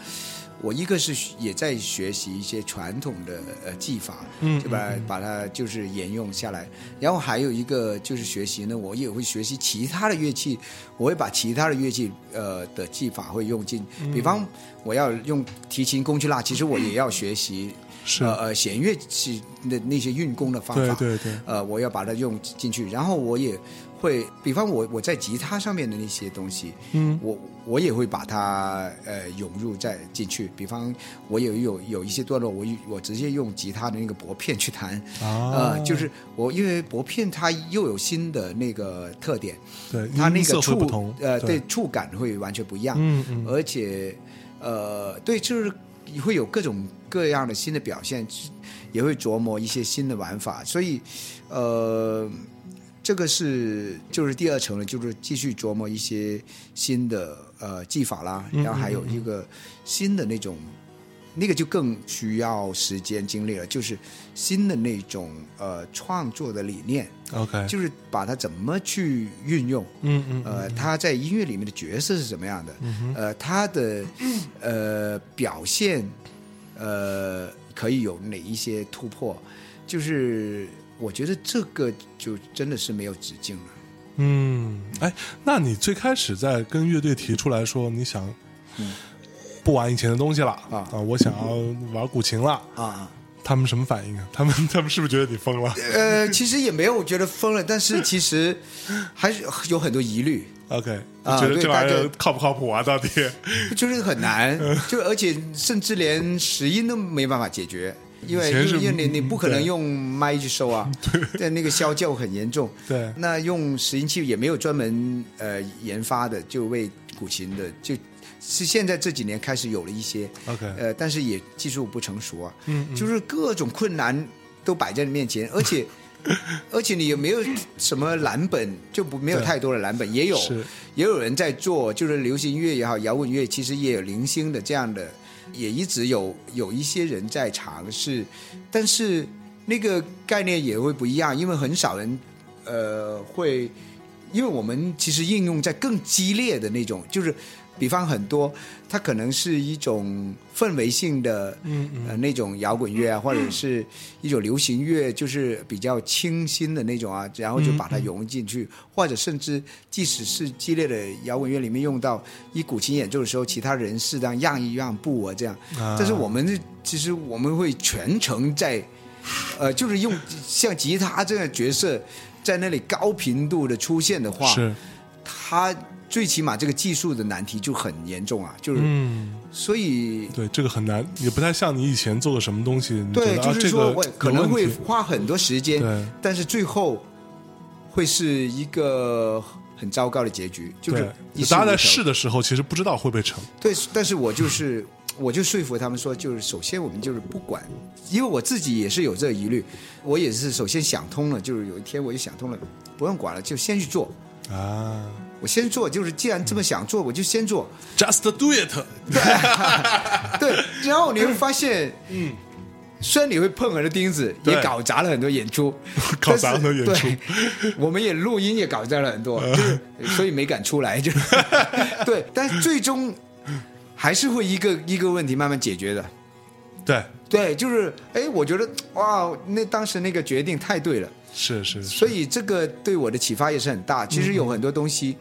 我一个是也在学习一些传统的呃技法，
嗯
就把把它就是沿用下来。然后还有一个就是学习呢，我也会学习其他的乐器，我会把其他的乐器呃的技法会用进。比
嗯
方我要用提琴、弓去拉，其实我也要学习
是
呃呃弦乐器的那些运功的方
对
法。
对对，
呃，我要把它用进去，然后我也会，比方我我在吉他上面的那些东西，
嗯，
我我也会把它呃涌入再进去。比方我有有有一些段落，我我直接用吉他的那个拨片去弹，
啊
呃，就是我因为拨片它又有新的那个特点，
对，
它那
音
个
色会
触
不同，
呃对，触感会完全不一样，
嗯嗯，
而且呃对就是会有各种各样的新的表现，也会琢磨一些新的玩法，所以呃这个是就是第二层了，就是继续琢磨一些新的呃技法啦，
嗯
然后还有一个新的那种。那个就更需要时间精力了，就是新的那种呃创作的理念，
OK，
就是把它怎么去运用，
嗯嗯
呃，他在音乐里面的角色是怎么样的？呃，他的呃表现，呃，可以有哪一些突破？就是我觉得这个就真的是没有止境了。
嗯，哎，那你最开始在跟乐队提出来说你想不玩以前的东西了
嗯啊
我想要玩古琴了，
啊，
他们什么反应啊？他们 他们是不是觉得你疯了
呃，其实也没有觉得疯了，但是其实还是有很多疑虑，
？OK，
啊
觉得
对
这玩意
大
儿
家
靠不靠谱啊？到 底？
就是很难，
嗯
就而且甚至连拾音都没办法解决，因为
以前是嗯
因为你你不可能
对
用麦去收 啊，对，那个消叫很严重。
对
那用拾音器也没有专门呃研发的，就为古琴的，就是现在这几年开始有了一些，
，OK，
呃，但是也技术不成熟
嗯
啊，就是各种困难都摆在你面前，而 且而且你有没有什么蓝本，就不没有
对
太多的蓝本，也有
是
也有人在做，就是流行乐也好，摇滚乐其实也有零星的这样的，也一直有有一些人在尝试，但是那个概念也会不一样，因为很少人呃会，因为我们其实应用在更激烈的那种，就是比方很多，它可能是一种氛围性的，嗯呃那种摇滚乐啊，或者是一种流行乐，就是比较清新的那种啊，然后就把它融进去，或者甚至即使是激烈的摇滚乐里面用到以古琴演奏的时候，其他人适当让一让步啊这样，
啊
但是我们其实我们会全程在，呃，就是用像吉他这样的角色在那里高频度的出现的话，
是，
它最起码这个技术的难题就很严重啊，就是、
嗯，
所以
对，这个很难，也不太像你以前做个什么东西，你觉
对，
得
就
啊
是
这
说
个
我
有
可能
问
会
题
花很多时间
对，
但是最后会是一个很糟糕的结局，就是一
对，
事
大家在
无成
试的时候，其实不知道会不会成。
对，但是我就是 我就说服他们说，就是首先我们就是不管，因为我自己也是有这个疑虑，我也是首先想通了，就是有一天我就想通了，不用管了，就先去做。
啊
我先做，就是既然这么想做，我 就先 做。
，Just do it，
对，然后你会发现，嗯，虽然你会碰很多钉子，
对，
也搞砸了很多演出
搞砸了很多演出啊
但是对我们也录音也搞砸了很多，就是所以没敢出来，就是 对，但最终还是会一个一个问题慢慢解决的。
对，
对，就是哎，我觉得哇，那当时那个决定太对了，
是是，是
所以这个对我的启发也是很大。其实有很多东西，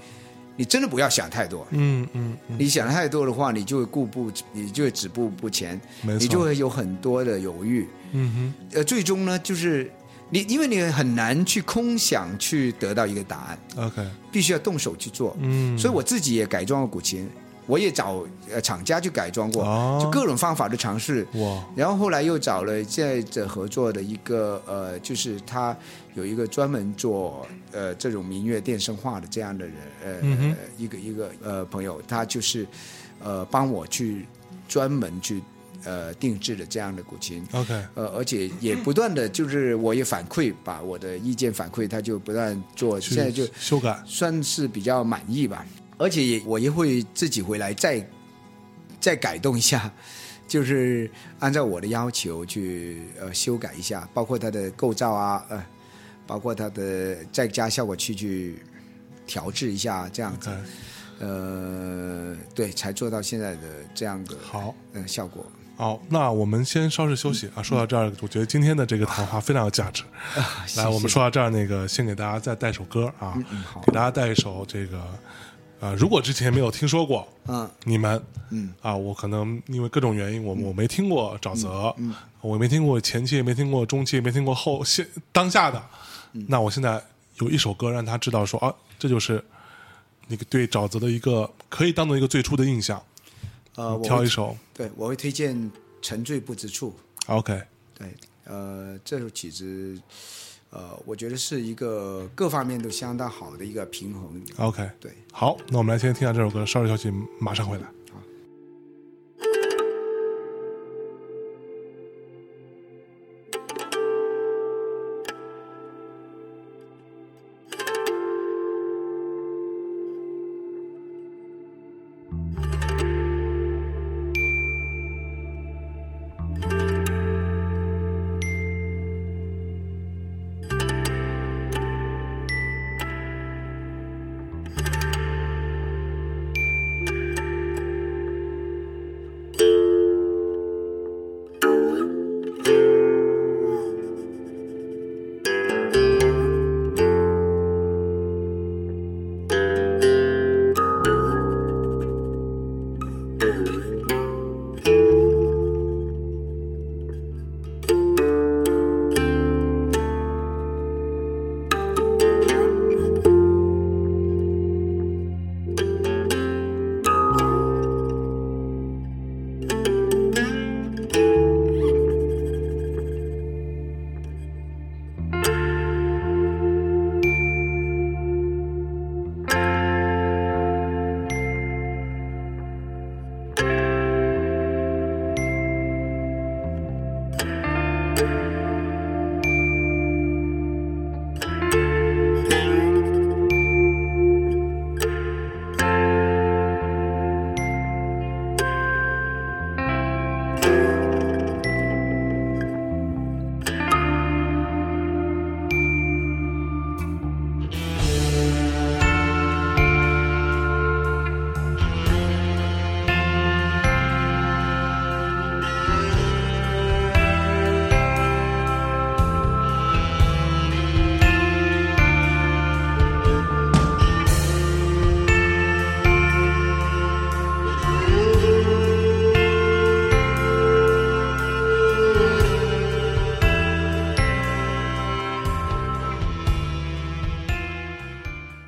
你真的不要想太多，
嗯嗯，
你想太多的话，你就会固步，你就会止步不前，
没错
你就会有很多的犹豫。
嗯
呃，最终呢，就是你，因为你很难去空想去得到一个答案，
哼，OK，
必须要动手去做。
嗯，
所以我自己也改装过古琴，我也找呃厂家去改装过，
哦
就各种方法的尝试。
哇，
然后后来又找了在这合作的一个呃，就是他有一个专门做呃这种民乐电声化的这样的人，呃，
哼
一个一个呃朋友，他就是呃帮我去专门去呃定制的这样的古琴。
OK，
呃，而且也不断的就是我也反馈把我的意见反馈，他就不断做，
去
现在就
修改，
算是比较满意吧。而且也我也会自己回来再再改动一下，就是按照我的要求去呃修改一下，包括它的构造啊，呃，包括它的再加效果器去调制一下，这样子
OK 嗯
呃，对，才做到现在的这样的
好，
呃效果。
好，那我们先稍事休息啊。说到这儿，我觉得今天的这个谈话非常有价值。来，我们说到这儿，那个先给大家再带首歌啊，
嗯好
给大家带一首这个，呃，如果之前没有听说过，
嗯，
你们，嗯啊，我可能因为各种原因，我我没听过沼泽，嗯，我没听过前期，也没听过中期，也没听过后现当下的，
嗯
那我现在有一首歌让他知道说啊，这就是那个对沼泽的一个可以当做一个最初的印象，
呃，我
挑
会
一首
对，我会推荐《沉醉不知处》。
，OK，
对，呃，这首曲子，呃，我觉得是一个各方面都相当好的一个平衡。
OK，
对，
好，那我们来先听下这首歌，稍事休息，马上回来。
啊。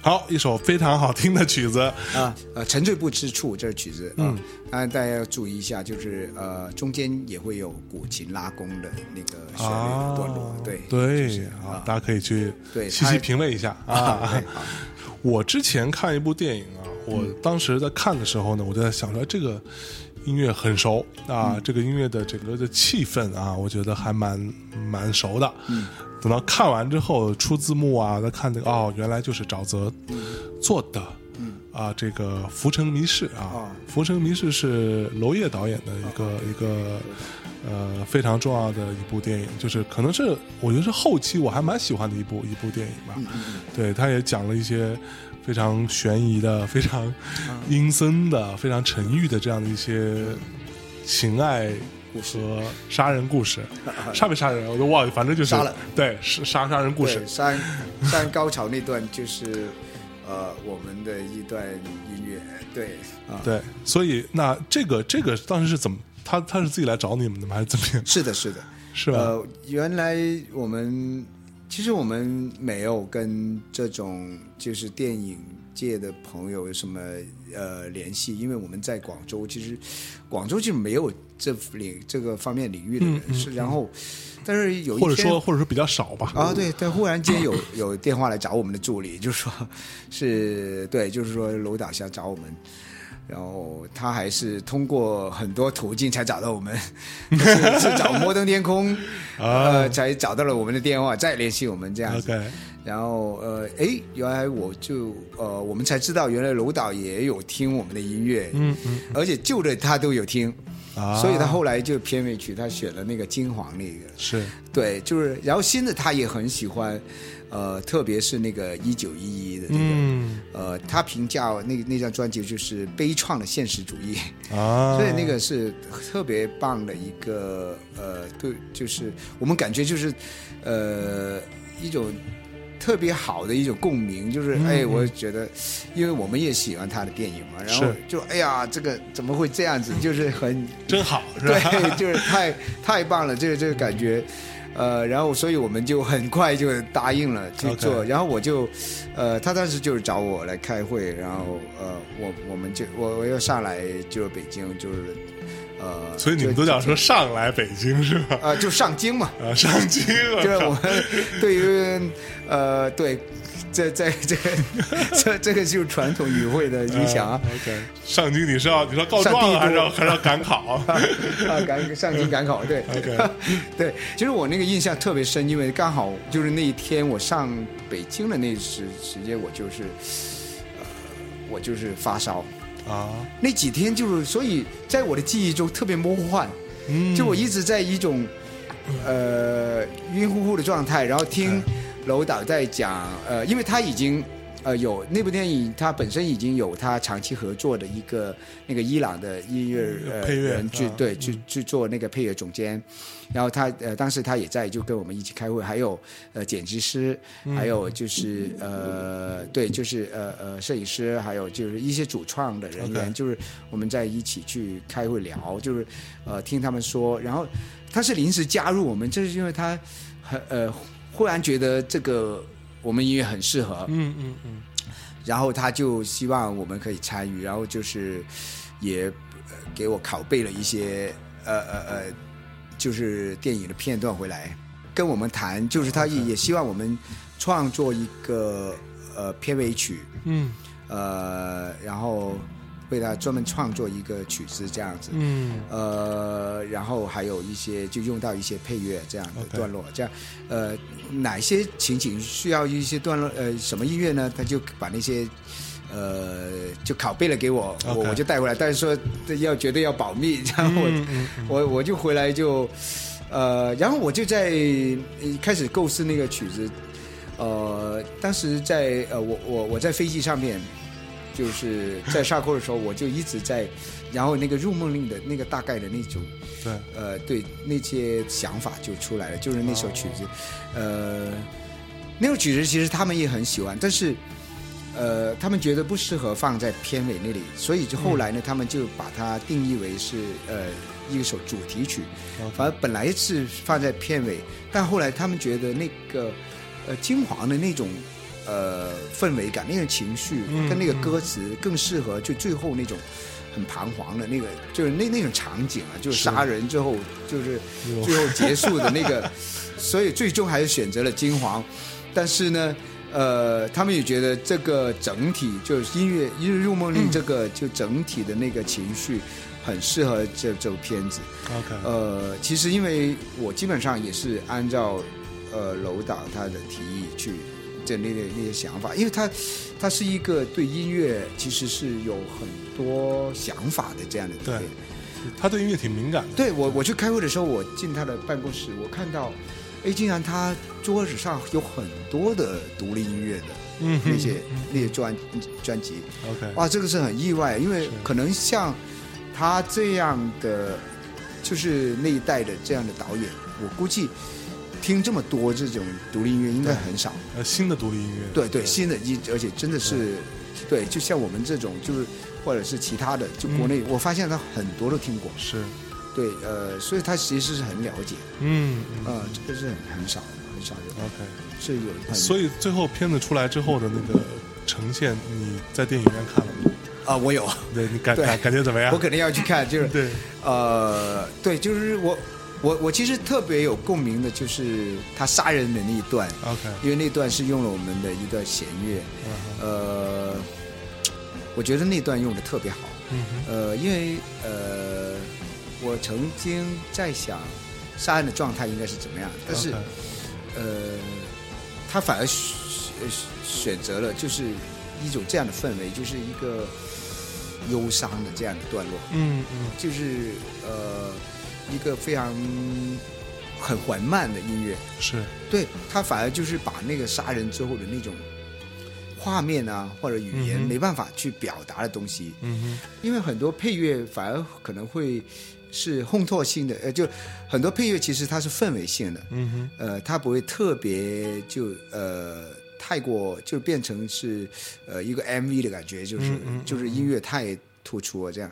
好，一首非常好听的曲子，
啊，呃，沉醉不知处这是曲子，嗯，当然大家要注意一下，就是呃，中间也会有古琴拉弓的那个旋律的段落，对
啊对啊，大家可以去
对
细
它
细品味一下啊
对。嗯
我之前看一部电影啊，我当时在看的时候呢，我就在想说，哎这个音乐很熟
嗯
啊，这个音乐的整个的气氛啊，我觉得还蛮蛮熟的。
嗯
等到看完之后出字幕啊，再看那个哦，原来就是沼泽
嗯
做的。啊，这个《浮城谜事》
哦
啊，《浮城谜事》是娄烨导演的一个、一个呃非常重要的一部电影，就是可能是我觉得是后期我还蛮喜欢的一部一部电影吧。
嗯
对，他也讲了一些非常悬疑的、非常
嗯
阴森的、非常沉郁的这样的一些情爱。和杀人 故事，杀没杀人我都忘了，反正就是
杀了
对，是杀杀人故事
对，山山高潮那段就是呃我们的一段音乐，对啊，
对，所以那这个这个当时是怎么？他他是自己来找你们的吗？还是怎么样？
是的，是的。
是吧？
呃，原来我们其实我们没有跟这种就是电影界的朋友有什么呃联系，因为我们在广州，其实广州就没有这领这个方面领域的人，是然后，但是有一
嗯或者
天
说或者说比较少吧。嗯
啊，对，但忽然间有 有电话来找我们的助理，就说是对，就是说楼导想找我们，然后他还是通过很多途径才找到我们，是 是找摩登天空，呃，才找到了我们的电话，再联系我们这样子。
OK，
然后呃，哎，原来我就呃，我们才知道原来楼导也有听我们的音乐，嗯嗯，而且旧的他都有听，
啊
所以他后来就片尾曲他选了那个金黄那个。
是
对，就是然后新的他也很喜欢，呃，特别是那个一九一一的那个，
嗯
呃，他评价那那张专辑就是悲怆的现实主义，
啊，
所以那个是特别棒的一个呃，对，就是我们感觉就是呃一种。特别好的一种共鸣，就是
嗯
哎，我觉得，因为我们也喜欢他的电影嘛，然后
是
就哎呀，这个怎么会这样子？就是很
真好， 是吧？
对，就是太太棒了，这个这个感觉。呃，然后所以我们就很快就答应了去
OK
做然后我就，呃，他当时就是找我来开会，然后呃，我我们就我我又上来就是北京，就是呃，
所以你们
就
都想说上来北京是吧？
呃就上京 嘛，
啊，上京啊，
就是我们对于呃对，在在 这个这这个就是传统语汇的影响啊，
嗯 OK，上京你是要你说告状啊
上帝都
还是要还是要赶考？
啊，赶上京赶考，对
OK
对，其实我那个印象特别深，因为刚好就是那一天我上北京的那时时间，我就是，呃，我就是发烧，
啊，
那几天就是，所以在我的记忆中特别魔幻，
嗯
就我一直在一种呃晕乎乎的状态，然后听
嗯
楼导在讲，呃，因为他已经。呃，有那部电影，他本身已经有他长期合作的一个那个伊朗的音乐呃
配乐
人去
啊
对去去做那个配乐总监，然后他呃当时他也在，就跟我们一起开会，还有呃剪辑师，还有就是呃对就是呃呃摄影师，还有就是一些主创的人员
OK
就是我们在一起去开会聊，就是呃听他们说，然后他是临时加入我们，这是因为他很呃忽然觉得这个我们音乐很适合，
嗯嗯嗯，
然后他就希望我们可以参与，然后就是也呃给我拷贝了一些呃呃呃，就是电影的片段回来跟我们谈，就是他也也希望我们创作一个呃片尾曲，
嗯
呃，然后为他专门创作一个曲子这样子，
嗯
呃，然后还有一些就用到一些配乐这样的
OK
段落这样，呃，哪些情景需要一些段落，呃，什么音乐呢？他就把那些。呃，就拷贝了给我，我
OK
我就带回来，但是说要绝对要保密，然后我、 我我就回来就，呃，然后我就在呃开始构思那个曲子，呃，当时在呃，我我我在飞机上面，就是在沙库的时候，我就一直在，然后那个入梦令的那个大概的那种，
对，
呃，对那些想法就出来了，就是那首曲子，呃，那首曲子其实他们也很喜欢，但是。呃，他们觉得不适合放在片尾那里，所以就后来呢，他们就把它定义为是呃一首主题曲。反正本来是放在片尾，但后来他们觉得那个呃金黄的那种呃氛围感、那种情绪跟那个歌词更适合就最后那种很彷徨的那个，就是那那种场景啊，就是杀人之后就是最后结束的那个，所以最终还是选择了金黄，但是呢。呃，他们也觉得这个整体就是音乐《一日入梦令》这个、就整体的那个情绪，很适合这这部片子。
OK，
呃，其实因为我基本上也是按照呃楼导他的提议去整理的那些想法，因为他他是一个对音乐其实是有很多想法的这样的一个
对
人。
他对音乐挺敏感的。
对我我去开会的时候，我进他的办公室，我看到，哎，竟然他桌子上有很多的独立音乐的
嗯哼
那些那些专专辑，
OK，
哇，这个是很意外，因为可能像他这样的，就是那一代的这样的导演，我估计听这么多这种独立音乐应该很少。
呃，新的独立音乐。
对对，新的一，而且真的是，对，就像我们这种，就是或者是其他的，就国内，我发现他很多都听过。
是，
对，呃，所以他其实是很了解，
嗯嗯
呃，这个是很很少很少有，
，OK。
是有很
所以最后片子出来之后的那个呈现，你在电影院看了吗？
啊，我有，
对你感
对
感感觉怎么样
我？肯定要去看，就是
对，
呃，对，就是我，我我其实特别有共鸣的，就是他杀人的那一段，
OK，
因为那段是用了我们的一段弦乐，
嗯哼
呃，我觉得那段用的特别好，
嗯哼
呃，因为呃，我曾经在想杀人的状态应该是怎么样，但是
OK
呃，他反而选呃选择了就是一种这样的氛围，就是一个忧伤的这样的段落。
嗯嗯
就是呃一个非常很缓慢的音乐，
是
对他反而就是把那个杀人之后的那种画面啊或者语言
嗯哼
没办法去表达的东西，
嗯
因为很多配乐反而可能会是烘托性的，呃，就很多配乐其实它是氛围性的，
哼嗯哼
呃，它不会特别就呃太过就变成是呃一个 MV 的感觉，就是、
嗯嗯嗯
就是音乐太突出了这样。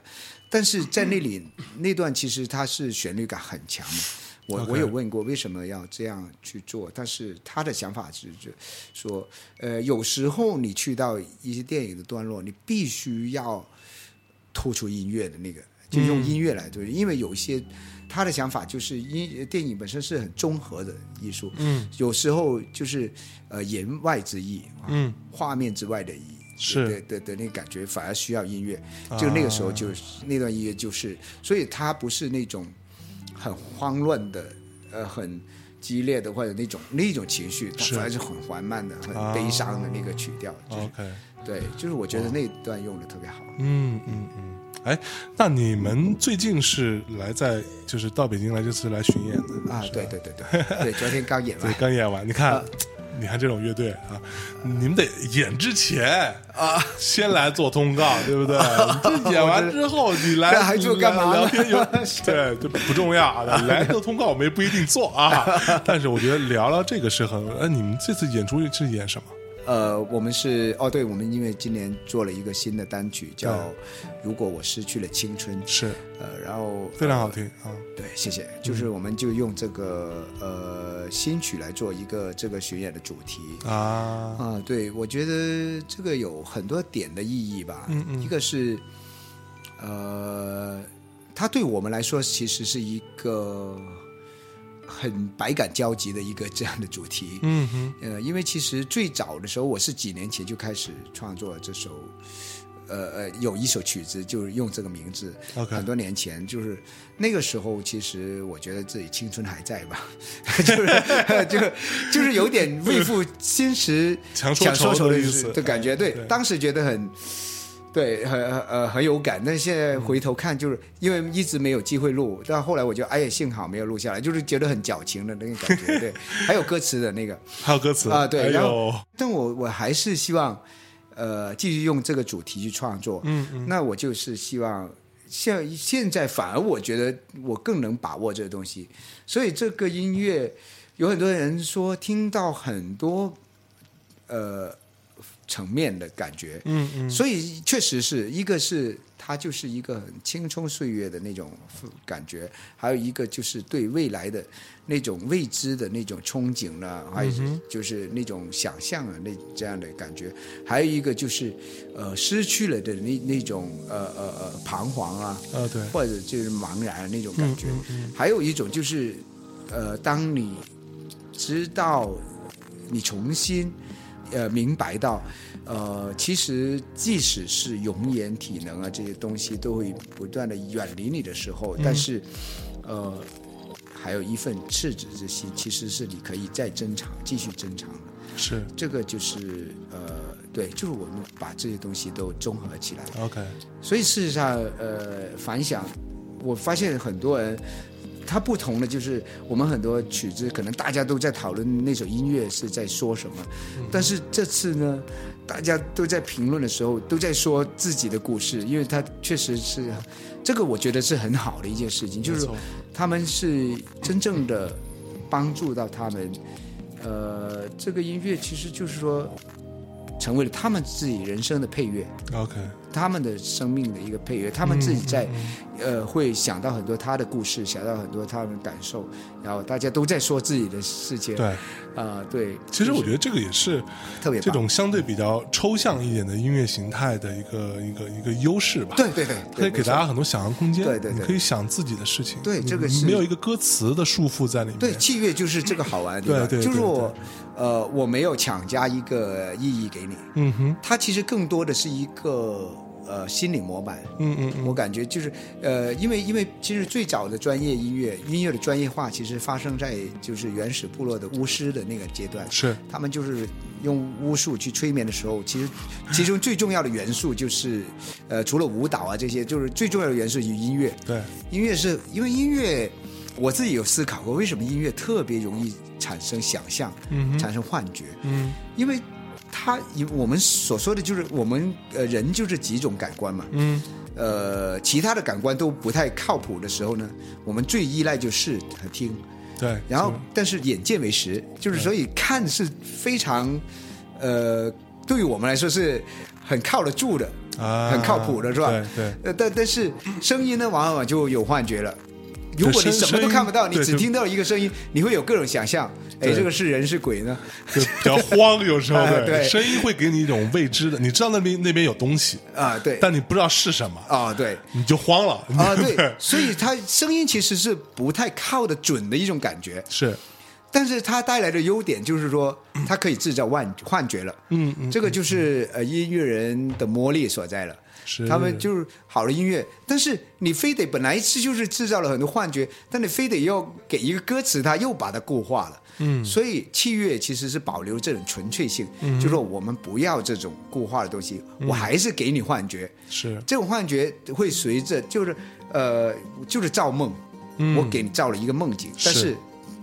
但是在那里那段其实它是旋律感很强嘛。我
OK
我有问过为什么要这样去做，但是他的想法是就说，呃，有时候你去到一些电影的段落，你必须要突出音乐的那个，就用音乐来对，
嗯
因为有一些他的想法就是音电影本身是很综合的艺术，
嗯
有时候就是呃言外之意，啊
嗯
画面之外的意义。
是啊
的的的那感觉，反而需要音乐。就那个时候就，是那段音乐就是，所以它不是那种很慌乱的，呃，很激烈的或者那种那种情绪，它
是
反而是很缓慢的、很
啊哦
悲伤的那个曲调。就是
，OK，
对，就是我觉得那段用的特别好。
嗯嗯嗯。哎，那你们最近是来在就是到北京来这次来巡演的
啊
是，吧
对对对对对，昨天刚演
对
完，
刚演完，你看。你看这种乐队啊，你们得演之前啊，先来做通告，对不对？这演完之后，你来
那啊 还做干嘛呢
聊 天有对，这不重要啊。来做通告我们也不一定做 啊，但是我觉得聊聊这个是很。哎，你们这次演出是演什么？
呃，我们是哦，对，我们因为今年做了一个新的单曲叫《如果我失去了青春》，
是
呃，然后
非常好嗯听啊，
对，谢谢。就是我们就用这个呃新曲来做一个这个巡演的主题。
啊，
啊、对，我觉得这个有很多点的意义吧。
嗯嗯
一个是，呃，它对我们来说其实是一个很百感交集的一个这样的主题。
嗯哼，
呃，因为其实最早的时候，我是几年前就开始创作这首，呃呃，有一首曲子就是用这个名字。
OK
很多年前，就是那个时候，其实我觉得自己青春还在吧， 就是 就是就是有点为赋新词
强说
强说
愁
愁
的
的
意思
的感觉。对，当时觉得很。对，很呃很有感，但现在回头看，就是因为一直没有机会录，但后来我就哎呀，幸好没有录下来，就是觉得很矫情的那个感觉，对，还有歌词的那个，
还有歌词哎
啊对
还
然
有
后但我我还是希望，呃，继续用这个主题去创作。嗯嗯。那我就是希望，像现在反而我觉得我更能把握这个东西，所以这个音乐有很多人说听到很多，呃层面的感觉。嗯嗯，所以确实是一个是它就是一个很青葱岁月的那种感觉，还有一个就是对未来的那种未知的那种憧憬呢、还有就是那种想象啊，那这样的感觉，还有一个就是呃失去了的那那种呃呃呃彷徨啊，
啊，对，
或者就是茫然那种感觉。还有一种就是，呃，当你知道你重新呃明白到，呃，其实即使是容颜、体能啊这些东西都会不断的远离你的时候，但是呃，还有一份赤子之心，其实是你可以再珍藏、继续珍藏的。
是
这个就是呃，对，就是我们把这些东西都综合起来。
OK，
所以事实上，呃，反响，我发现很多人，他不同的就是我们很多曲子，可能大家都在讨论那首音乐是在说什么，
嗯
但是这次呢，大家都在评论的时候都在说自己的故事，因为他确实是，这个我觉得是很好的一件事情，就
没
是
错
他们是真正的帮助到他们，呃，这个音乐其实就是说，成为了他们自己人生的配乐。
OK，
他们的生命的一个配乐，他们
嗯
自己在，呃，会想到很多他的故事，想到很多他们的感受，然后大家都在说自己的事情，啊、
对，
对，
其实我觉得这个也是
特别棒
这种相对比较抽象一点的音乐形态的一个一个一个优势吧。
对对对，
可以
对
给大家很多想象空间，
对对对
你可以想自己的事情，
对
你
这个
你
是
没有一个歌词的束缚在里面，
对器乐就是这个好玩的地方，
对对
就是
对
我，呃，我没有强加一个意义给你，
嗯哼，
它其实更多的是一个呃心理模板，
嗯嗯嗯，
我感觉就是，呃，因为因为其实最早的专业音乐音乐的专业化，其实发生在就是原始部落的巫师的那个阶段，
是
他们就是用巫术去催眠的时候，其实其中最重要的元素就是，呃，除了舞蹈啊这些，就是最重要的元素与音乐。
对，
音乐是因为音乐，我自己有思考过，为什么音乐特别容易产生想象，
嗯哼，
产生幻觉？
嗯
因为它，以我们所说的就是我们呃人就这几种感官嘛，
嗯，
呃，其他的感官都不太靠谱的时候呢，我们最依赖就是和听，
对，
然后
是
但是眼见为实，就是
嗯
所以看是非常，呃，对于我们来说是很靠得住的，
啊，
很靠谱的是吧
对对，
呃，但但是声音呢，往往就有幻觉了。如果你
声
什么都看不到，
声
你
音
只
对
听到一个声音，你会有各种想象，哎，
对
这个是人是鬼呢？
就比较 慌，有时候
哎
对，
对
声音会给你一种未知的，你知道那边那边有东西，
啊，对，
但你不知道是什么，
啊，对，
你就慌了
啊， 对，所以它声音其实是不太靠得准的一种感觉，
是
但是它带来的优点就是说，它可以制造幻幻觉了。嗯嗯，这个就是呃音乐人的魔力所在了。
是，
他们就是好的音乐，但是你非得本来是就是制造了很多幻觉，但你非得要给一个歌词，它又把它固化了。嗯，所以器乐其实是保留这种纯粹性，就说我们不要这种固化的东西，我还是给你幻觉。
是
这种幻觉会随着就是呃就是造梦，我给你造了一个梦境，但
嗯是
是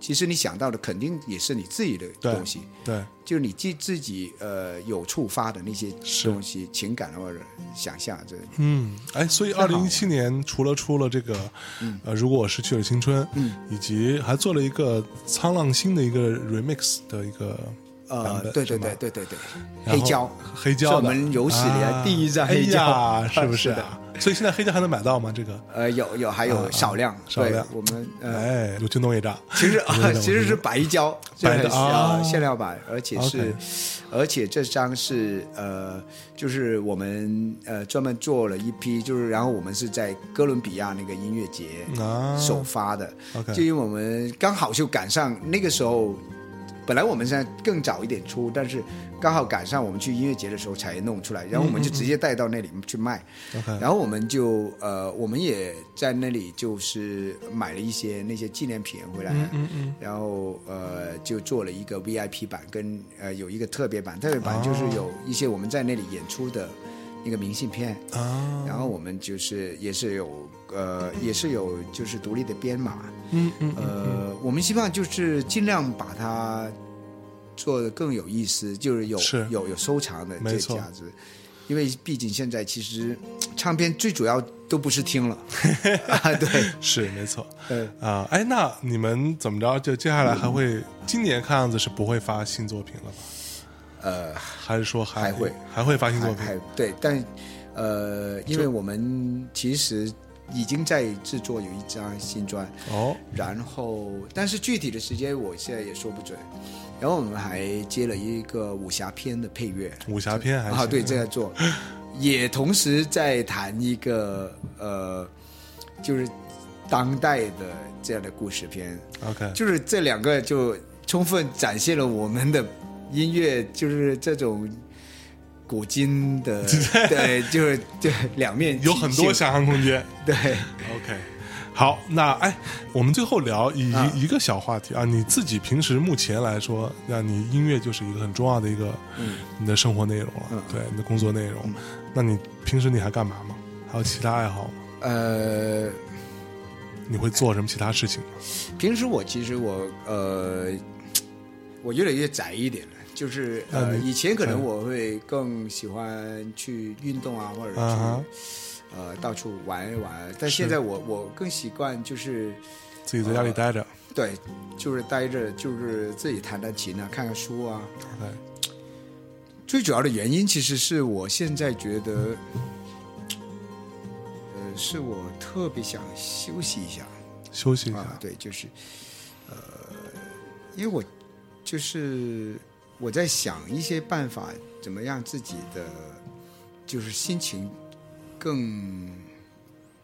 其实你想到的肯定也是你自己的
对
东西，
对
就是你自自己呃有触发的那些
是
东西，情感啊或者想象这。
嗯，哎，所以二零一七年除了出了这个，
嗯
呃，如果我失去了青春，嗯，以及还做了一个沧浪星的一个 remix 的一个版
呃
本，，
对对
是吗
对，对对对，
然
黑
后
胶，
黑胶
是
的，
我们有史以来
啊
第一张黑胶
哎 呀是不是
是
啊？所以现在黑胶还能买到吗？这个，
呃，有有还有少量，
少
对
量
我们呃，
哎，有京东一张，
其实啊，其实是白胶，这
白的
很
啊
呃限量版，而且是
OK，
而且这张是呃，就是我们呃专门做了一批，就是然后我们是在哥伦比亚那个音乐节
啊
首发的，
OK
就因为我们刚好就赶上那个时候。本来我们现在更早一点出，但是刚好赶上我们去音乐节的时候才弄出来，然后我们就直接带到那里去卖。
OK
然后我们就呃，我们也在那里就是买了一些那些纪念品回来，
嗯嗯，
然后呃就做了一个 VIP 版跟呃有一个特别版，特别版就是有一些我们在那里演出的一个明信片，
啊，
然后我们就是也是有呃也是有就是独立的编码，
嗯嗯
呃，我们希望就是尽量把它做的更有意思，就是有
是
有有收藏的
没
这
错
价值，因为毕竟现在其实唱片最主要都不是听 了，啊，对，
是没错
呃，
啊。哎，那你们怎么着？就接下来还会今年看样子是不会发新作品了吧？
呃，
还是说还
还会
还会发行作
还
品？
还对，但呃，因为我们其实已经在制作有一张新专，
哦，
然后但是具体的时间我现在也说不准。然后我们还接了一个武侠片的配乐，
武侠片还
啊，
行
对，这样做，也同时在谈一个呃，就是当代的这样的故事片，
OK，
就是这两个就充分展现了我们的音乐，就是这种古今的， 对，就是对两面
有很多
体现
想象空间。
对，
OK，好，那哎，我们最后聊一、
啊
一个小话题啊，你自己平时目前来说，那你音乐就是一个很重要的一个、
嗯
你的生活内容了，对你的工作内容。那你平时你还干嘛吗？还有其他爱好吗？
呃，
你会做什么其他事情吗？
平时我其实我呃，我越来越宅一点了。就是
啊
呃，
你
以前可能
嗯
我会更喜欢去运动啊，或者
啊
去
哈，
呃到处玩一玩。但
是
现在我我更习惯就是
自己在家
呃
里待着。
对，就是待着，就是自己弹弹琴啊，看看书啊。
OK，
最主要的原因其实是我现在觉得，呃，是我特别想休息一下
休息一下。
啊。对，就是呃，因为我就是我在想一些办法，怎么让自己的就是心情更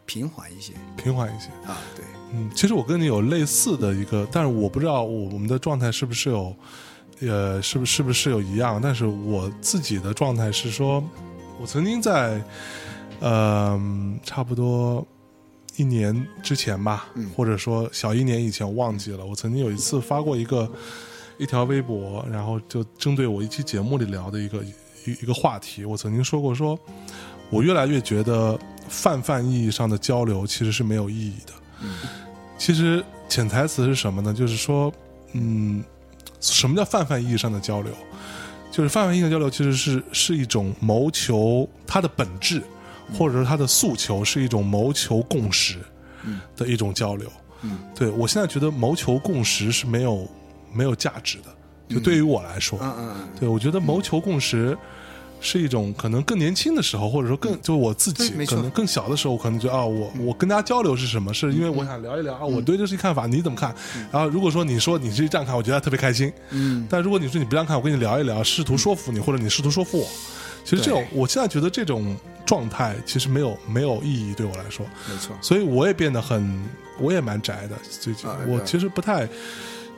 平缓一些
平缓一些。
啊。对。
嗯，其实我跟你有类似的一个，但是我不知道我我们的状态是不是有，呃，是不是不是有一样？但是我自己的状态是说，我曾经在，呃，差不多一年之前吧，或者说小一年以前，我忘记了。我曾经有一次发过一个一条微博，然后就针对我一期节目里聊的一个一一个话题，我曾经说过说，我越来越觉得泛泛意义上的交流其实是没有意义的。其实潜台词是什么呢？就是说，嗯，什么叫泛泛意义上的交流？就是泛泛意义上的交流其实是是一种谋求它的本质，
嗯
或者说它的诉求是一种谋求共识的一种交流。
嗯
对我现在觉得谋求共识是没有没有价值的，就对于我来说，
嗯嗯嗯，
对我觉得谋求共识。是一种可能更年轻的时候，或者说更就我自己
嗯对没，错嗯
可能更小的时候，我可能觉得啊，我我跟大家交流是什么？是因为我想聊一聊啊，我对这事情看法，你怎么看？然后如果说你说你是这样看，我觉得特别开心。
嗯，
但如果你说你不这样看，我跟你聊一聊，试图说服你，或者你试图说服我，其实这种
对
我现在觉得这种状态其实没有没有意义对我来说，
没错。
所以我也变得很，我也蛮宅的。最近
啊
我
对
其实不太，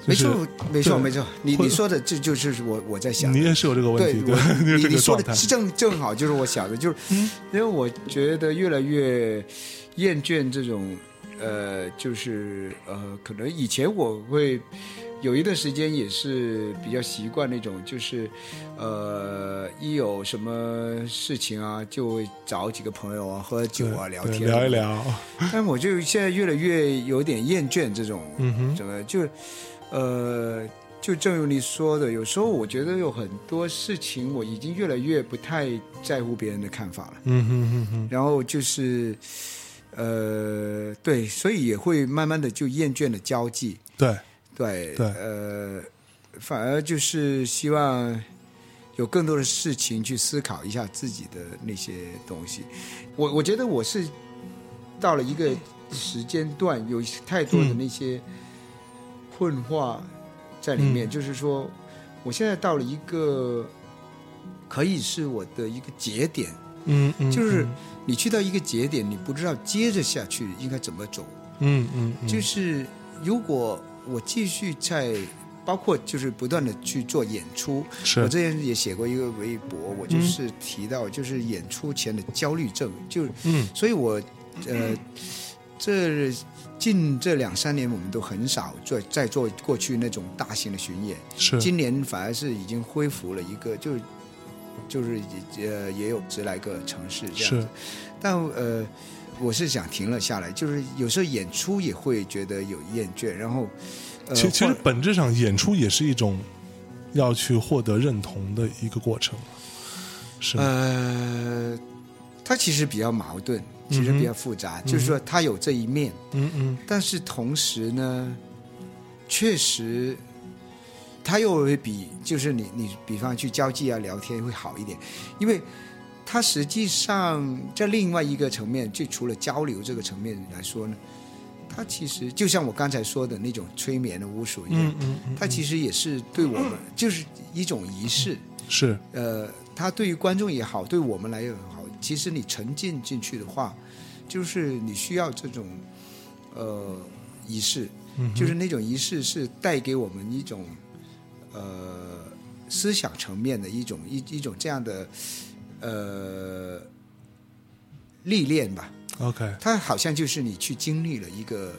没
就是
错，没错，
对
没错。你
会
你说的这就是我我在想的，
你也是有这个问
对
题，对
我，
你有
你
这
你
个
说
状
的
态。嗯
正正好就是我想的，就是因为我觉得越来越厌倦这种呃，就是呃，可能以前我会有一段时间也是比较习惯那种，就是呃，一有什么事情啊，就会找几个朋友啊喝酒啊
对
聊
对
天
聊一聊，
但我就现在越来越有点厌倦这种，
嗯哼
怎么就是，呃，就正如你说的，有时候我觉得有很多事情我已经越来越不太在乎别人的看法了，
嗯哼哼哼，
然后就是，呃，对，所以也会慢慢的就厌倦了交际，
对，
对，
对
呃，反而就是希望有更多的事情去思考一下自己的那些东西。我我觉得我是到了一个时间段，有太多的那些困惑在里
嗯
面，就是说，我现在到了一个可以是我的一个节点，
嗯嗯，
就是你去到一个节点，你不知道接着下去应该怎么走。
嗯嗯，嗯
就是如果我继续在，包括就是不断的去做演出，我
是
之前也写过一个微博，我就是提到就是演出前的焦虑症，就
嗯
所以我呃这近这两三年我们都很少做在做过去那种大型的巡演，
是
今年反而是已经恢复了一个就。就是也呃也有十来个城市这样子
是，
但呃，我是想停了下来，就是有时候演出也会觉得有厌倦，然后，呃，
其其
或
实本质上演出也是一种要去获得认同的一个过程，是吗？
呃，它其实比较矛盾，其实
嗯哼
比较复杂，就是说它有这一面，
嗯嗯
但是同时呢，确实他又会比就是你你比方去交际啊聊天会好一点，因为他实际上在另外一个层面，就除了交流这个层面来说呢，他其实就像我刚才说的那种催眠的巫
嗯
术一样，他其实也是对我们就是一种仪式，
是
呃，他对于观众也好，对我们来也好，其实你沉浸进去的话，就是你需要这种呃仪式，
嗯
就是那种仪式是带给我们一种呃思想层面的一种一一种这样的呃历练吧。
OK
它好像就是你去经历了一个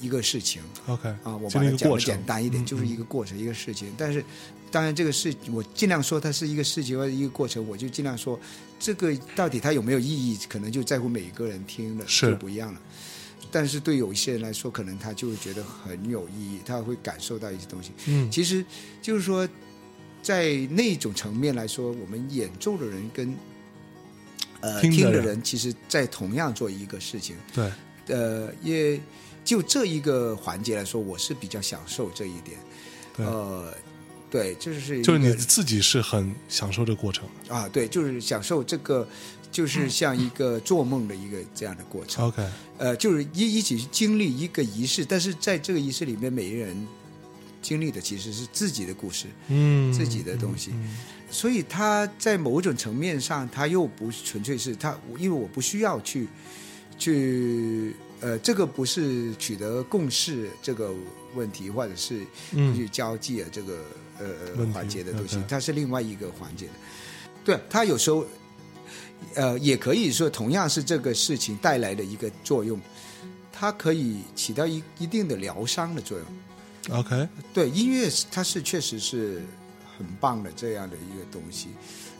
一个事情，
OK
啊，我
经
把它
历一个
讲
过
的
程嗯
简单一点，就是一个过程，一个事情。但是，当然这个事我尽量说它是一个事情或者一个过程，我就尽量说这个到底它有没有意义，可能就在乎每一个人听了
是
就不一样了。但是对有一些人来说，可能他就会觉得很有意义，他会感受到一些东西。
嗯
其实就是说，在那种层面来说，我们演奏的人跟呃
听的
听的
人
人，其实在同样做一个事情。
对
呃，也就这一个环节来说，我是比较享受这一点。
对
呃，对，就是一
就是你
个
自己是很享受这个过程。
啊，对，就是享受这个，就是像一个做梦的一个这样的过程。
OK
呃，就是一一起去经历一个仪式，但是在这个仪式里面，每一个人经历的其实是自己的故事。
嗯，
自己的东西，所以他在某种层面上，他又不纯粹是他，因为我不需要去去呃，这个不是取得共识这个问题，或者是去交际啊这个呃
嗯问题嗯
环节的东西
OK，
它是另外一个环节的。对，他有时候呃，也可以说同样是这个事情带来的一个作用，它可以起到一一定的疗伤的作用。
OK
对音乐是，它是确实是很棒的这样的一个东西，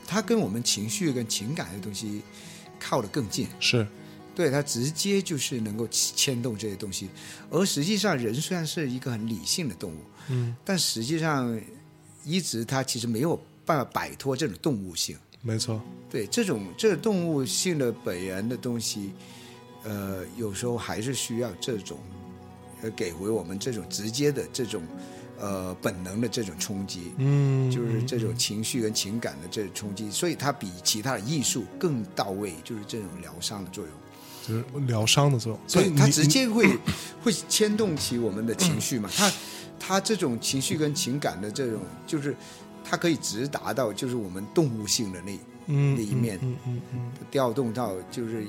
它跟我们情绪跟情感的东西靠得更近，
是
对它直接就是能够牵动这些东西。而实际上，人虽然是一个很理性的动物，
嗯，
但实际上一直它其实没有办法摆脱这种动物性。
没错，
对这种这种动物性的本源的东西，呃，有时候还是需要这种，呃，给回我们这种直接的这种，呃，本能的这种冲击，
嗯，
就是这种情绪跟情感的这种冲击，所以它比其他的艺术更到位，就是这种疗伤的作用。
就是疗伤的作用，所
所
以
以它
你嗯
直接会会牵动起我们的情绪嘛。它它这种情绪跟情感的这种，就是它可以直达到就是我们动物性的那
嗯
那一面，
嗯嗯嗯
调动到就是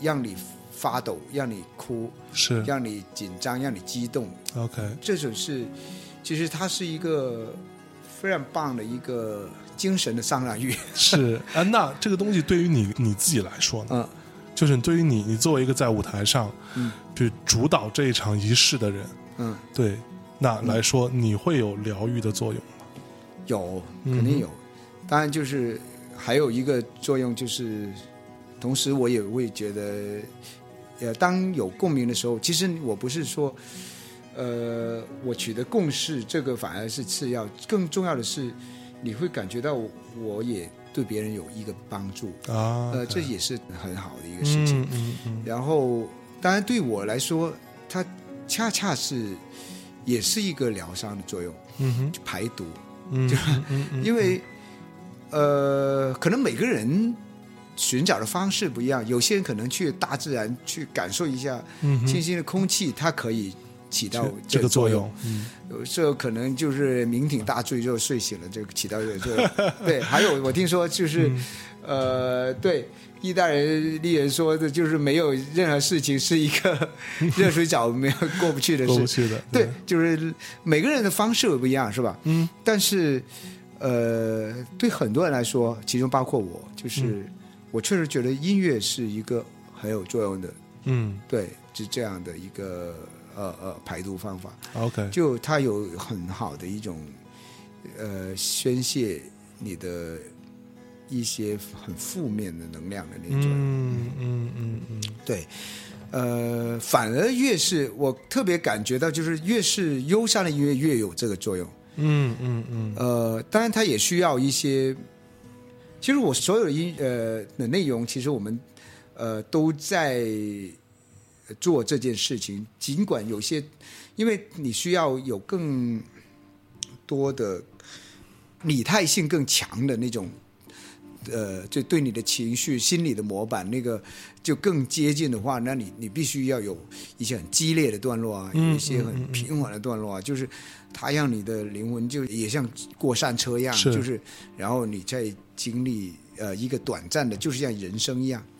让你发抖，让你哭，
嗯是
让你紧张，让你激动，
OK
这种是其实它是一个非常棒的一个精神的上岸欲。
是啊，那这个东西对于你你自己来说呢，
嗯
就是对于你你作为一个在舞台上
嗯
去主导这一场仪式的人，
嗯，
对那来说你会有疗愈的作用吗？
有
嗯
肯定有，当然就是还有一个作用就是，同时我也会觉得，呃，当有共鸣的时候，其实我不是说。呃，我取得共识，这个反而是次要，更重要的是，你会感觉到我我也对别人有一个帮助，
啊，
呃，这
对
也是很好的一个事情。
嗯嗯嗯
然后，当然对我来说，它恰恰是也是一个疗伤的作用，
嗯哼
排毒。
嗯嗯嗯嗯
因为，呃，可能每个人寻找的方式不一样，有些人可能去大自然去感受一下
嗯哼
清新的空气，它可以起到
这
这
个
作
作用，嗯
有时候可能就是酩酊大醉就睡醒了，这个起到这个作用。对，还有我听说就是，
嗯
呃，对，意大人利人说的就是没有任何事情是一个 热水澡没有过不去的
过不
事。
去的，
对，就是每个人的方式不一样，是吧？
嗯，
但是，呃，对很多人来说，其中包括我，就是、
嗯
我确实觉得音乐是一个很有作用的，
嗯
对，是这样的一个呃呃排毒方法。
，OK，
就它有很好的一种呃宣泄你的一些很负面的能量的那种。
嗯嗯嗯嗯，
对，呃，反而越是我特别感觉到，就是越是忧伤的音乐越有这个作用。
嗯嗯嗯，
呃，当然它也需要一些。其实我所有的音呃的内容，其实我们呃都在做这件事情。尽管有些，因为你需要有更多的拟态性更强的那种，呃，就对你的情绪、心理的模板那个就更接近的话，那你你必须要有一些很激烈的段落啊，有一些很平缓的段落啊，就是它让你的灵魂就也像过山车一样，
是
就是然后你再经历呃一个短暂的，就是像人生一样。
嗯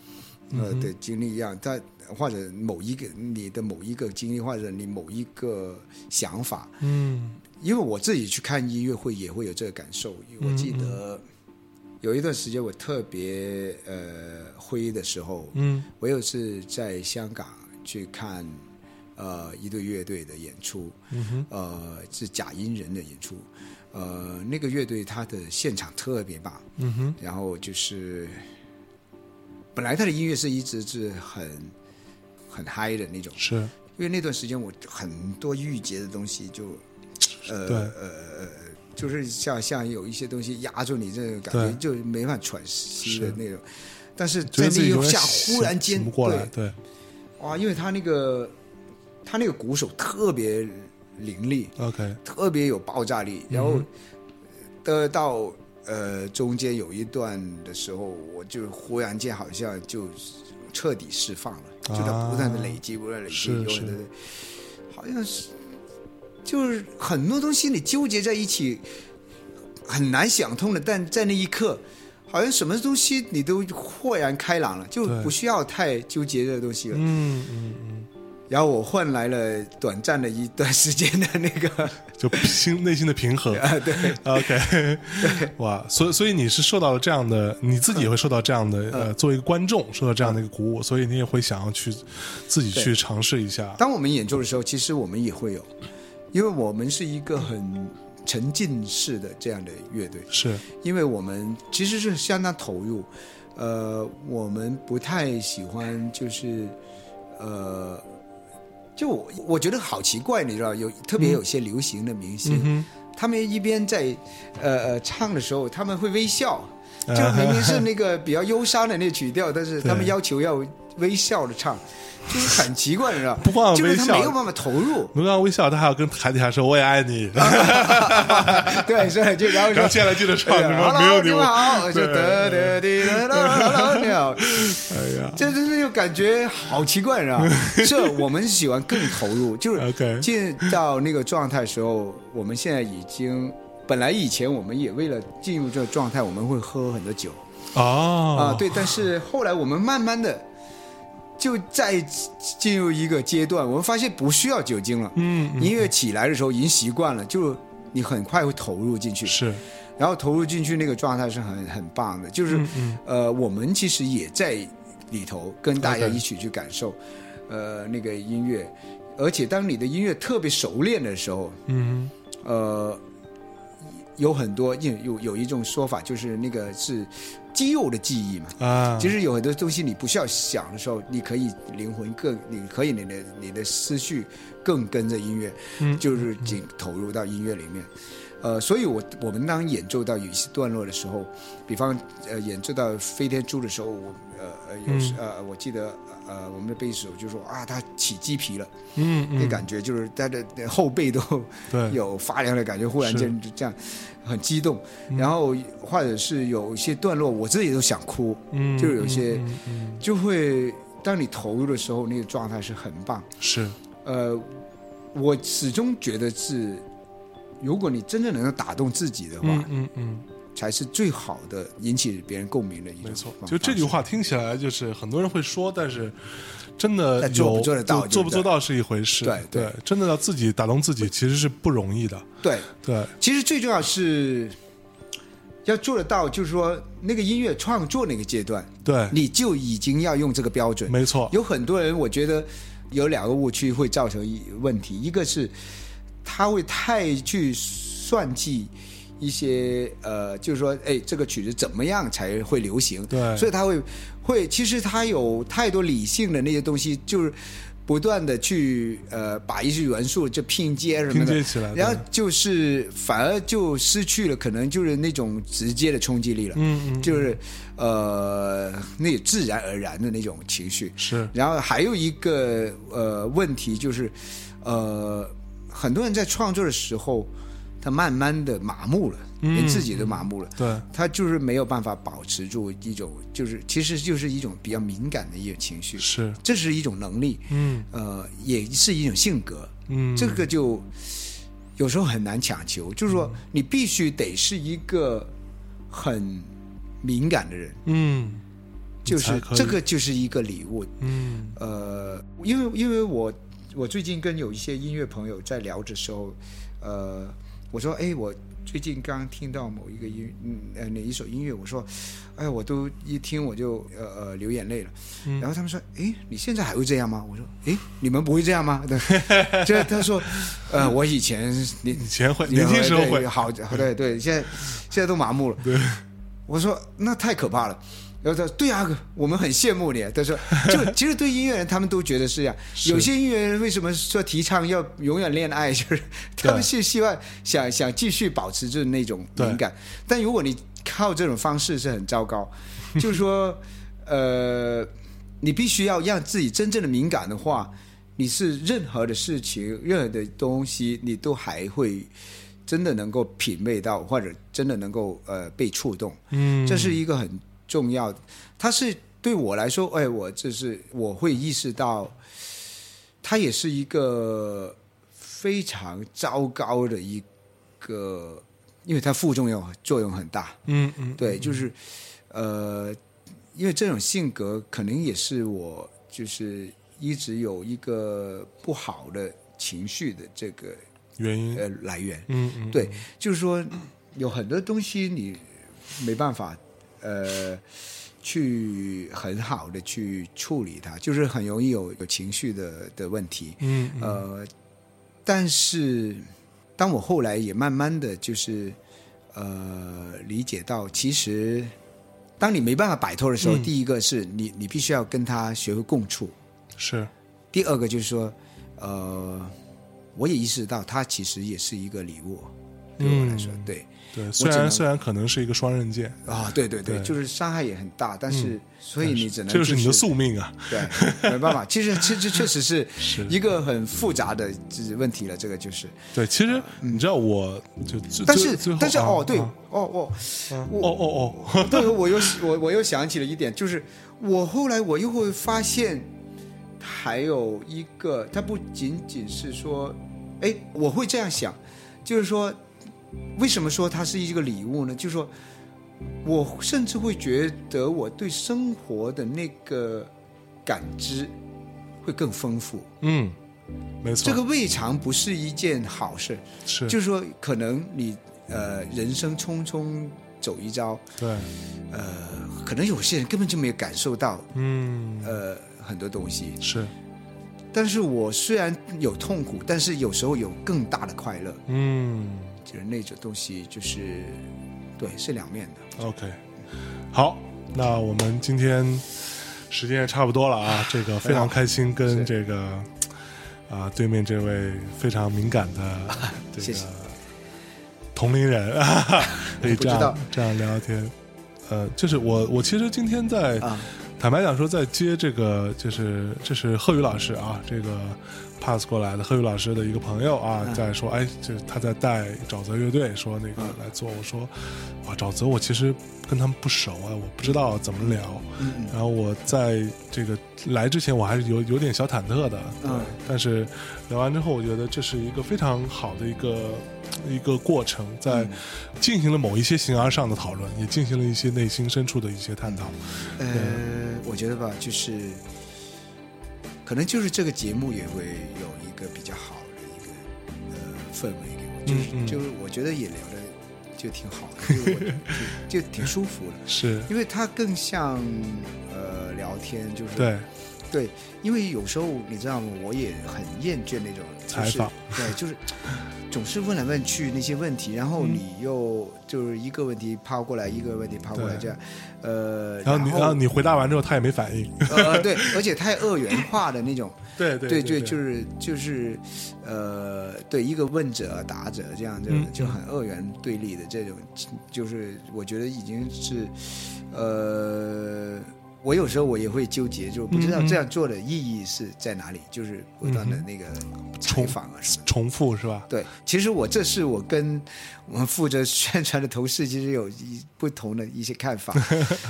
呃的经历一样，但或者某一个你的某一个经历，或者你某一个想法，
嗯
因为我自己去看音乐会也会有这个感受。
嗯
我记得有一段时间我特别呃灰的时候，
嗯
我有次在香港去看呃一队乐队的演出，
嗯哼，
呃是假音人的演出，呃那个乐队他的现场特别棒，
嗯哼，
然后就是本来他的音乐是一直是很很嗨的那种，
是
因为那段时间我很多郁结的东西就呃
对
呃呃，就是像像有一些东西压住你这种感
对
觉，就没法喘息的
是
那种。但是
觉
在
得自己
那
有
一
点
下，
醒
忽然间
醒不过来，对，
对哇，因为他那个他那个鼓手特别凌厉，
OK，
特别有爆炸力。
嗯
然后得到呃中间有一段的时候，我就忽然间好像就彻底释放了，
啊
就它不断的累积，不断地累积，
是
有
是
很多的，好像是就是很多东西你纠结在一起，很难想通的。但在那一刻。好像什么东西你都豁然开朗了，就
对
不需要太纠结这个东西了。
嗯嗯
然后我换来了短暂的一段时间的那个
嗯，就心内心的平衡
啊，对，
，OK，哇，所以所以你是受到了这样的，你
嗯
自己也会受到这样的，呃，作为一个观众受到这样的一个鼓舞，所以你也会想要去自己去尝试一下，
当我们演奏的时候，其实我们也会有，因为我们是一个很沉浸式的这样的乐队，
是，
因为我们其实是相当投入，呃，我们不太喜欢就是，呃，就我我觉得好奇怪，你知道，有特别有些流行的明星，
嗯
他们一边在呃呃唱的时候，他们会微笑，
啊
就明明是那个比较忧伤的那曲调，但是他们
对
要求要微笑着唱，就是很奇怪，你知道，
不光要
就是他
微笑，
没有办法投入
能让微笑，他还要跟台底下说我也爱你，
啊 对，所以就然后
然后
说。
接下来接着唱
哎
什么没有
Hello，
你
你们
我，
好，我就得得得得得你好，
哎呀，
这就是就感觉好奇怪，啊！是我们喜欢更投入，就是
OK
进到那个状态时候，我们现在已经本来以前我们也为了进入这个状态，我们会喝很多酒啊、
哦，
对，但是后来我们慢慢的就再进入一个阶段，我们发现不需要酒精了，
嗯，嗯
音乐起来的时候已经习惯了，就你很快会投入进去，
是，
然后投入进去那个状态是很很棒的，就是、呃，我们其实也在里头跟大家
OK
一起去感受呃那个音乐，而且当你的音乐特别熟练的时候，
嗯
呃，有很多有有有一种说法就是那个是肌肉的记忆嘛。
啊，
其实有很多东西你不需要想的时候，你可以灵魂更，你可以你的你的思绪更跟着音乐，
嗯
就是紧投入到音乐里面。呃，所以我我们当演奏到有一些段落的时候，比方呃演奏到《飞天猪》的时候，我呃呃有时
嗯
呃我记得呃我们的贝斯手就说啊他起鸡皮了，
嗯
那
嗯，
感觉就是他的呃后背都
对，
有发凉的感觉，忽然间就这样很激动，
嗯
然后或者是有一些段落我自己都想哭，
嗯，
就是有些
嗯嗯嗯
就会当你投入的时候，那个状态是很棒。
是，
呃，我始终觉得是，如果你真正能够打动自己的话，
嗯嗯嗯。
才是最好的引起别人共鸣的一种
没错
方，式
就这句，话听起来就是很多人会说，但是真的
但做不
有
做得到
就
就是
做不做到是一回事。
对
对
对
真的要自己打动自己其实是不容易的。
对，
对，
其实最重要是要做得到，就是说那个音乐创作那个阶段，
对，
你就已经要用这个标准。
没错，
有很多人，我觉得有两个误区会造成一问题，一个是他会太去算计一些呃，就是说，哎，这个曲子怎么样才会流行？
对
所以他会会，其实他有太多理性的那些东西，就是。不断的去呃把一些元素就拼接什么的，
拼接起来。
然后
对
就是反而就失去了，可能就是那种直接的冲击力了，
嗯嗯，
就是呃那自然而然的那种情绪。
是
然后还有一个呃问题就是，呃，很多人在创作的时候，他慢慢的麻木了，连自己都麻木了。
嗯对，
他就是没有办法保持住一种，就是其实就是一种比较敏感的一种情绪，
是，
这是一种能力，
嗯
呃，也是一种性格。
嗯，
这个就有时候很难强求，就是说你必须得是一个很敏感的人，
嗯，
就
才
是
可以
这个就是一个礼物。
嗯
呃，因为因为我我最近跟有一些音乐朋友在聊的时候，呃，我说哎，我最近刚听到某一个音嗯呃哪一首音乐，我说哎，我都一听我就呃呃流眼泪了。
嗯
然后他们说哎，你现在还会这样吗？我说哎，你们不会这样吗？对这他说呃，我以前年
以前会，年轻时候
对
会，
好对对，现在现在都麻木了。对，我说那太可怕了。然后他说：“对啊，我们很羡慕你。”啊他说：“ 就其实对音乐人，他们都觉得是这样。
是
有些音乐人为什么说提倡要永远恋爱，就是 他们是希望想想继续保持住那种敏感。但如果你靠这种方式是很糟糕，就是说，呃，你必须要让自己真正的敏感的话，你是任何的事情、任何的东西，你都还会真的能够品味到，或者真的能够呃被触动。
嗯，
这是一个很重要的。它是对我来说，哎，我这是我会意识到，它也是一个非常糟糕的一个，因为它副作用作用很大。
嗯嗯，
对，就是呃，因为这种性格可能也是我就是一直有一个不好的情绪的这个
原因，
呃来源。
嗯嗯，
对，就是说有很多东西你没办法呃去很好的去处理它，就是很容易有有情绪的的问题。
嗯嗯
呃，但是当我后来也慢慢的就是呃理解到，其实当你没办法摆脱的时候，
嗯
第一个是你你必须要跟他学会共处，
是，
第二个就是说，呃，我也意识到它其实也是一个礼物，对我来
嗯
说，对
对，虽
只
然
能
虽然可能是一个双刃剑，
啊，对对对，
对嗯
就是伤害也很大，但是、所以你只能、
这就是是你的宿命啊，
对，没办法，其实其实确实是
是
一个很复杂的这问题了，这个就是，
对，其实你知道，我就
嗯
最
但
最
是
最后
但是
啊
哦，对，
啊
哦哦，
哦
我
哦哦，
对，我又我我又想起了一点，就是我后来我又会发现，还有一个，它不仅仅是说，哎，我会这样想，就是说，为什么说它是一个礼物呢？就是说，我甚至会觉得我对生活的那个感知会更丰富，
嗯，没错，
这个未尝不是一件好事。
是
就是说，可能你呃，人生匆匆走一遭。
对，
呃，可能有些人根本就没有感受到
嗯，
呃很多东西。
是，
但是我虽然有痛苦，但是有时候有更大的快乐，
嗯
就是那种东西，就是对，是两面的。
，OK，好，那我们今天时间也差不多了啊，这个
哎
非常开心跟这个啊、对面这位非常敏感 的这个
谢谢
同龄 人啊，可以
不
这
知道
样这样聊天，呃，就是我我其实今天在
啊
坦白讲说，在接这个就是这是贺宇老师啊，这个 pass 过来的贺宇老师的一个朋友啊，在说，哎，就是他在带沼泽乐队说那个来做，我说，哇，沼泽我其实跟他们不熟啊，我不知道怎么聊，然后我在这个来之前我还是有有点小忐忑的，对，
嗯
但是聊完之后，我觉得这是一个非常好的一个。一个过程，在进行了某一些形而上的讨论，也进行了一些内心深处的一些探讨。啊
呃，我觉得吧，就是可能就是这个节目也会有一个比较好的一个呃氛围给我，就是、
嗯嗯
就是我觉得也聊的就挺好的，就我 就就挺舒服的，
是，
因为它更像呃聊天，就是
对，
对，因为有时候你知道吗？我也很厌倦那种
采访，
就是、对， 就是总是问来问去那些问题，然
嗯
后你又就是一个问题抛过来，一个问题抛过来
对
这样，呃，
然后你，然后
后
你回答完之后，他也没反应。
呃，对，而且太二元化的那种，
对
对
对，
就是就是，呃，对一个问者答者这样，就
嗯
就很二元对立的这种，就是我觉得已经是，呃，我有时候我也会纠结，就不知
嗯
道这样做的意义是在哪里，就是不断的那个采访啊什么的。
重复是吧？
对，其实我这是我跟我们负责宣传的同事，其实有一不同的一些看 法。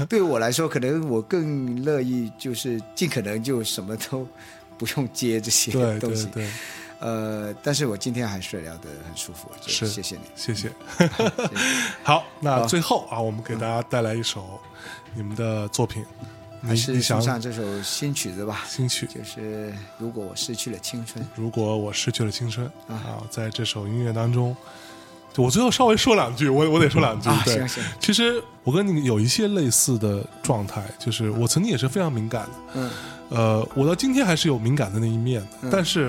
对我来说，可能我更乐意就是尽可能就什么都不用接这些
对
东
对
西。
对，
呃，但是我今天还是聊得很舒服，就是谢谢你。
谢
谢
谢。
谢 嗯
好，那最后啊，我们给大家带来一首你们的作品，你
还是
你想
送上这首新曲子吧，
新曲。
就是如果我失去了青春，
如果我失去了青春啊，在这首音乐当中，就我最后稍微说两句，我我得说两句
啊。
对
行行，
其实我跟你有一些类似的状态，就是我曾经也是非常敏感的，
嗯
呃，我到今天还是有敏感的那一面的，但是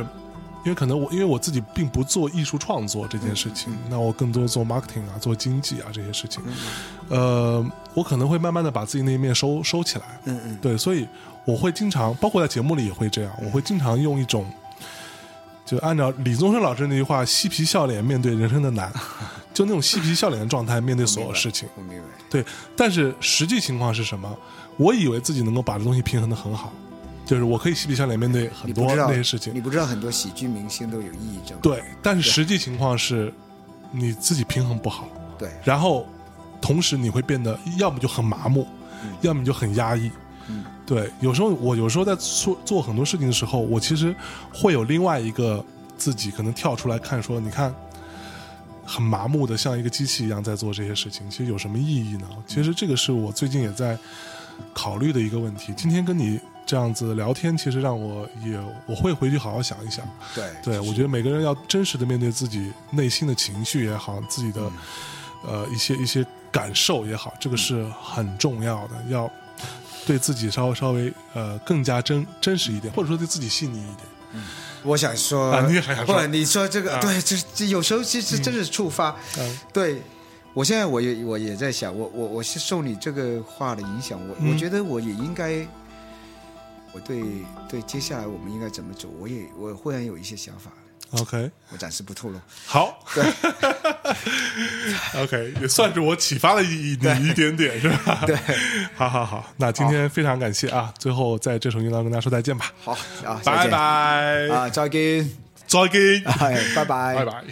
因为可能我因为我自己并不做艺术创作这件事
嗯
情，那我更多做 marketing 啊，做经济啊这些事情，呃，我可能会慢慢的把自己那一面收收起来，
嗯嗯，
对，所以我会经常，包括在节目里也会这样，我会经常用一种，就按照李宗盛老师那句话，嬉皮笑脸面对人生的难， 就那种嬉皮笑脸的状态面对所有事情。
我明白。
对，但是实际情况是什么？我以为自己能够把这东西平衡的很好，就是我可以嬉皮笑脸面对很
你
多
不知道
那些事情
你。不知道很多喜剧明星都有抑郁症。
对，但是实际情况是，你自己平衡不好，
对，
然后同时你会变得要么就很麻木，要么你就很压抑。
嗯
对，有时候我有时候在做做很多事情的时候，我其实会有另外一个自己可能跳出来看说，你看。很麻木的，像一个机器一样在做这些事情，其实有什么意义呢？其实这个是我最近也在考虑的一个问题。今天跟你这样子聊天，其实让我也我会回去好好想一想，
对
对，我觉得每个人要真实的面对自己内心的情绪也好，自己的、呃一些一些感受也好，这个是很重要的，要对自己稍稍微呃更加真真实一点，或者说对自己细腻一点。
我想说，
啊你也还想说
不，你说这个，
啊
对，这这有时候其实真是触发。
嗯
对，我现在我也我也在想，我我我是受你这个话的影响，我、
嗯
我觉得我也应该，我对对，接下来我们应该怎么走，我也我忽然有一些想法，
，OK，
我暂时不透露。
好 ，OK，也算是我启发了一你一点点，是吧？对， 好好好，那今天非常感谢啊！最后在这首音当中跟大家说再见吧，
好啊，再
拜
见
拜，
啊，再见，
再见，
哎，拜拜，
拜。拜。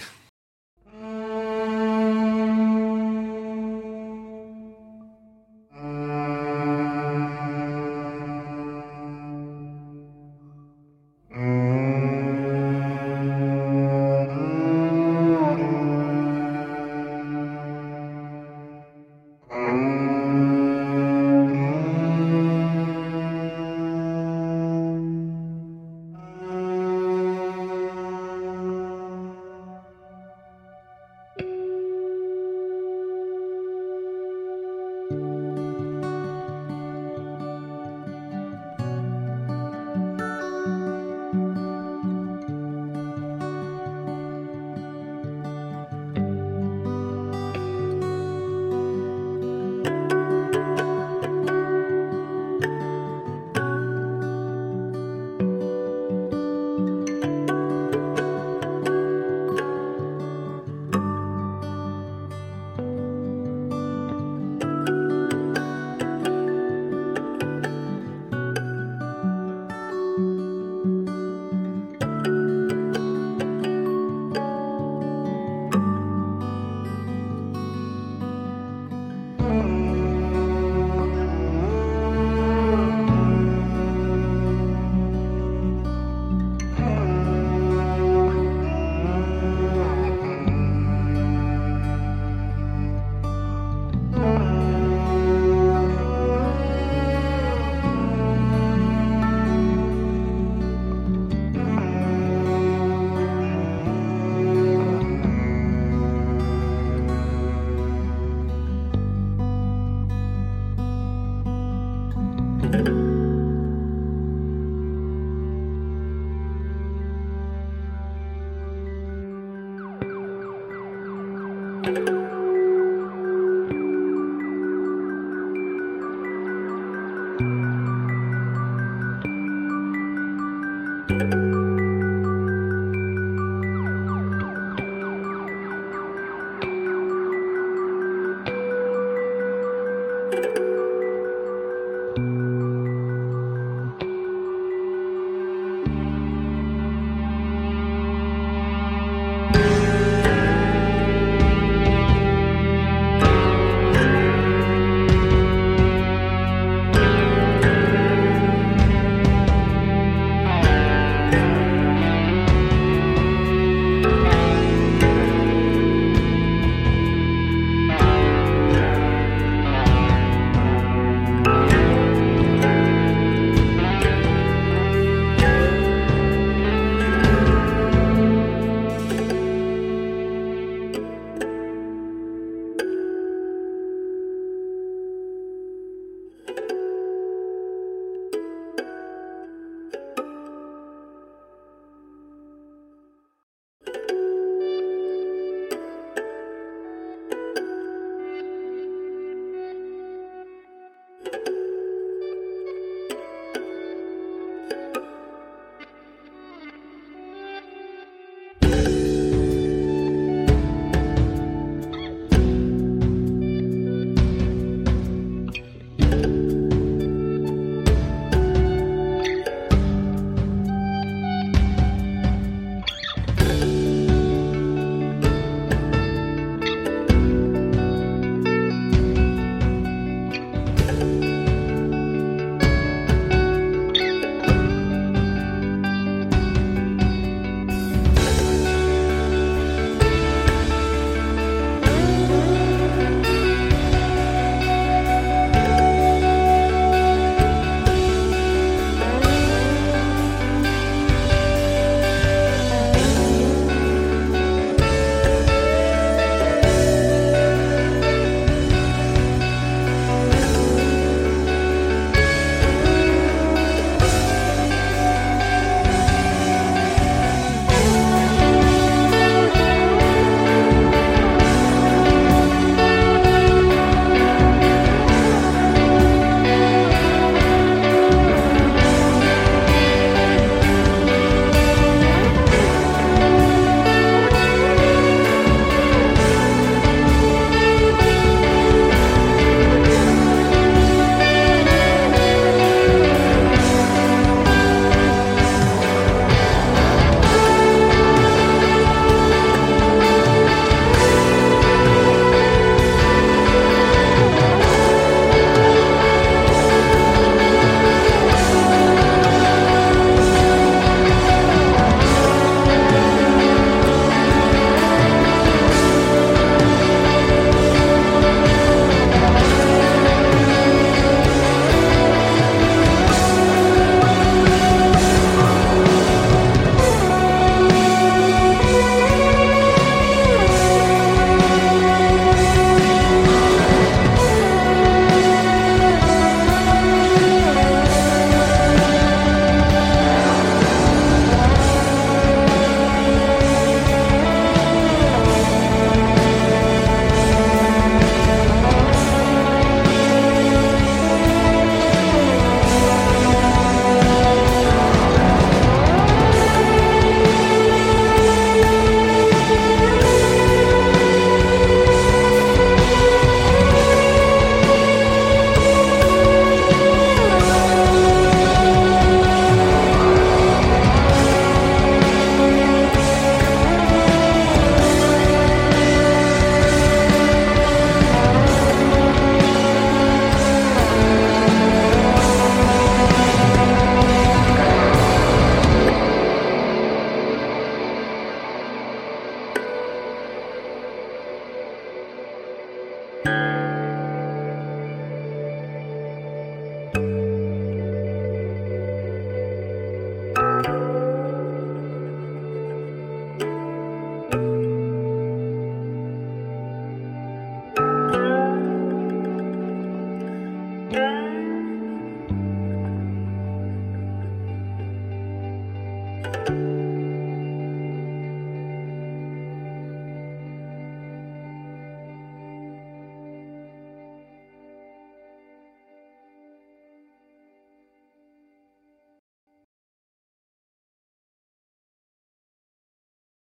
thank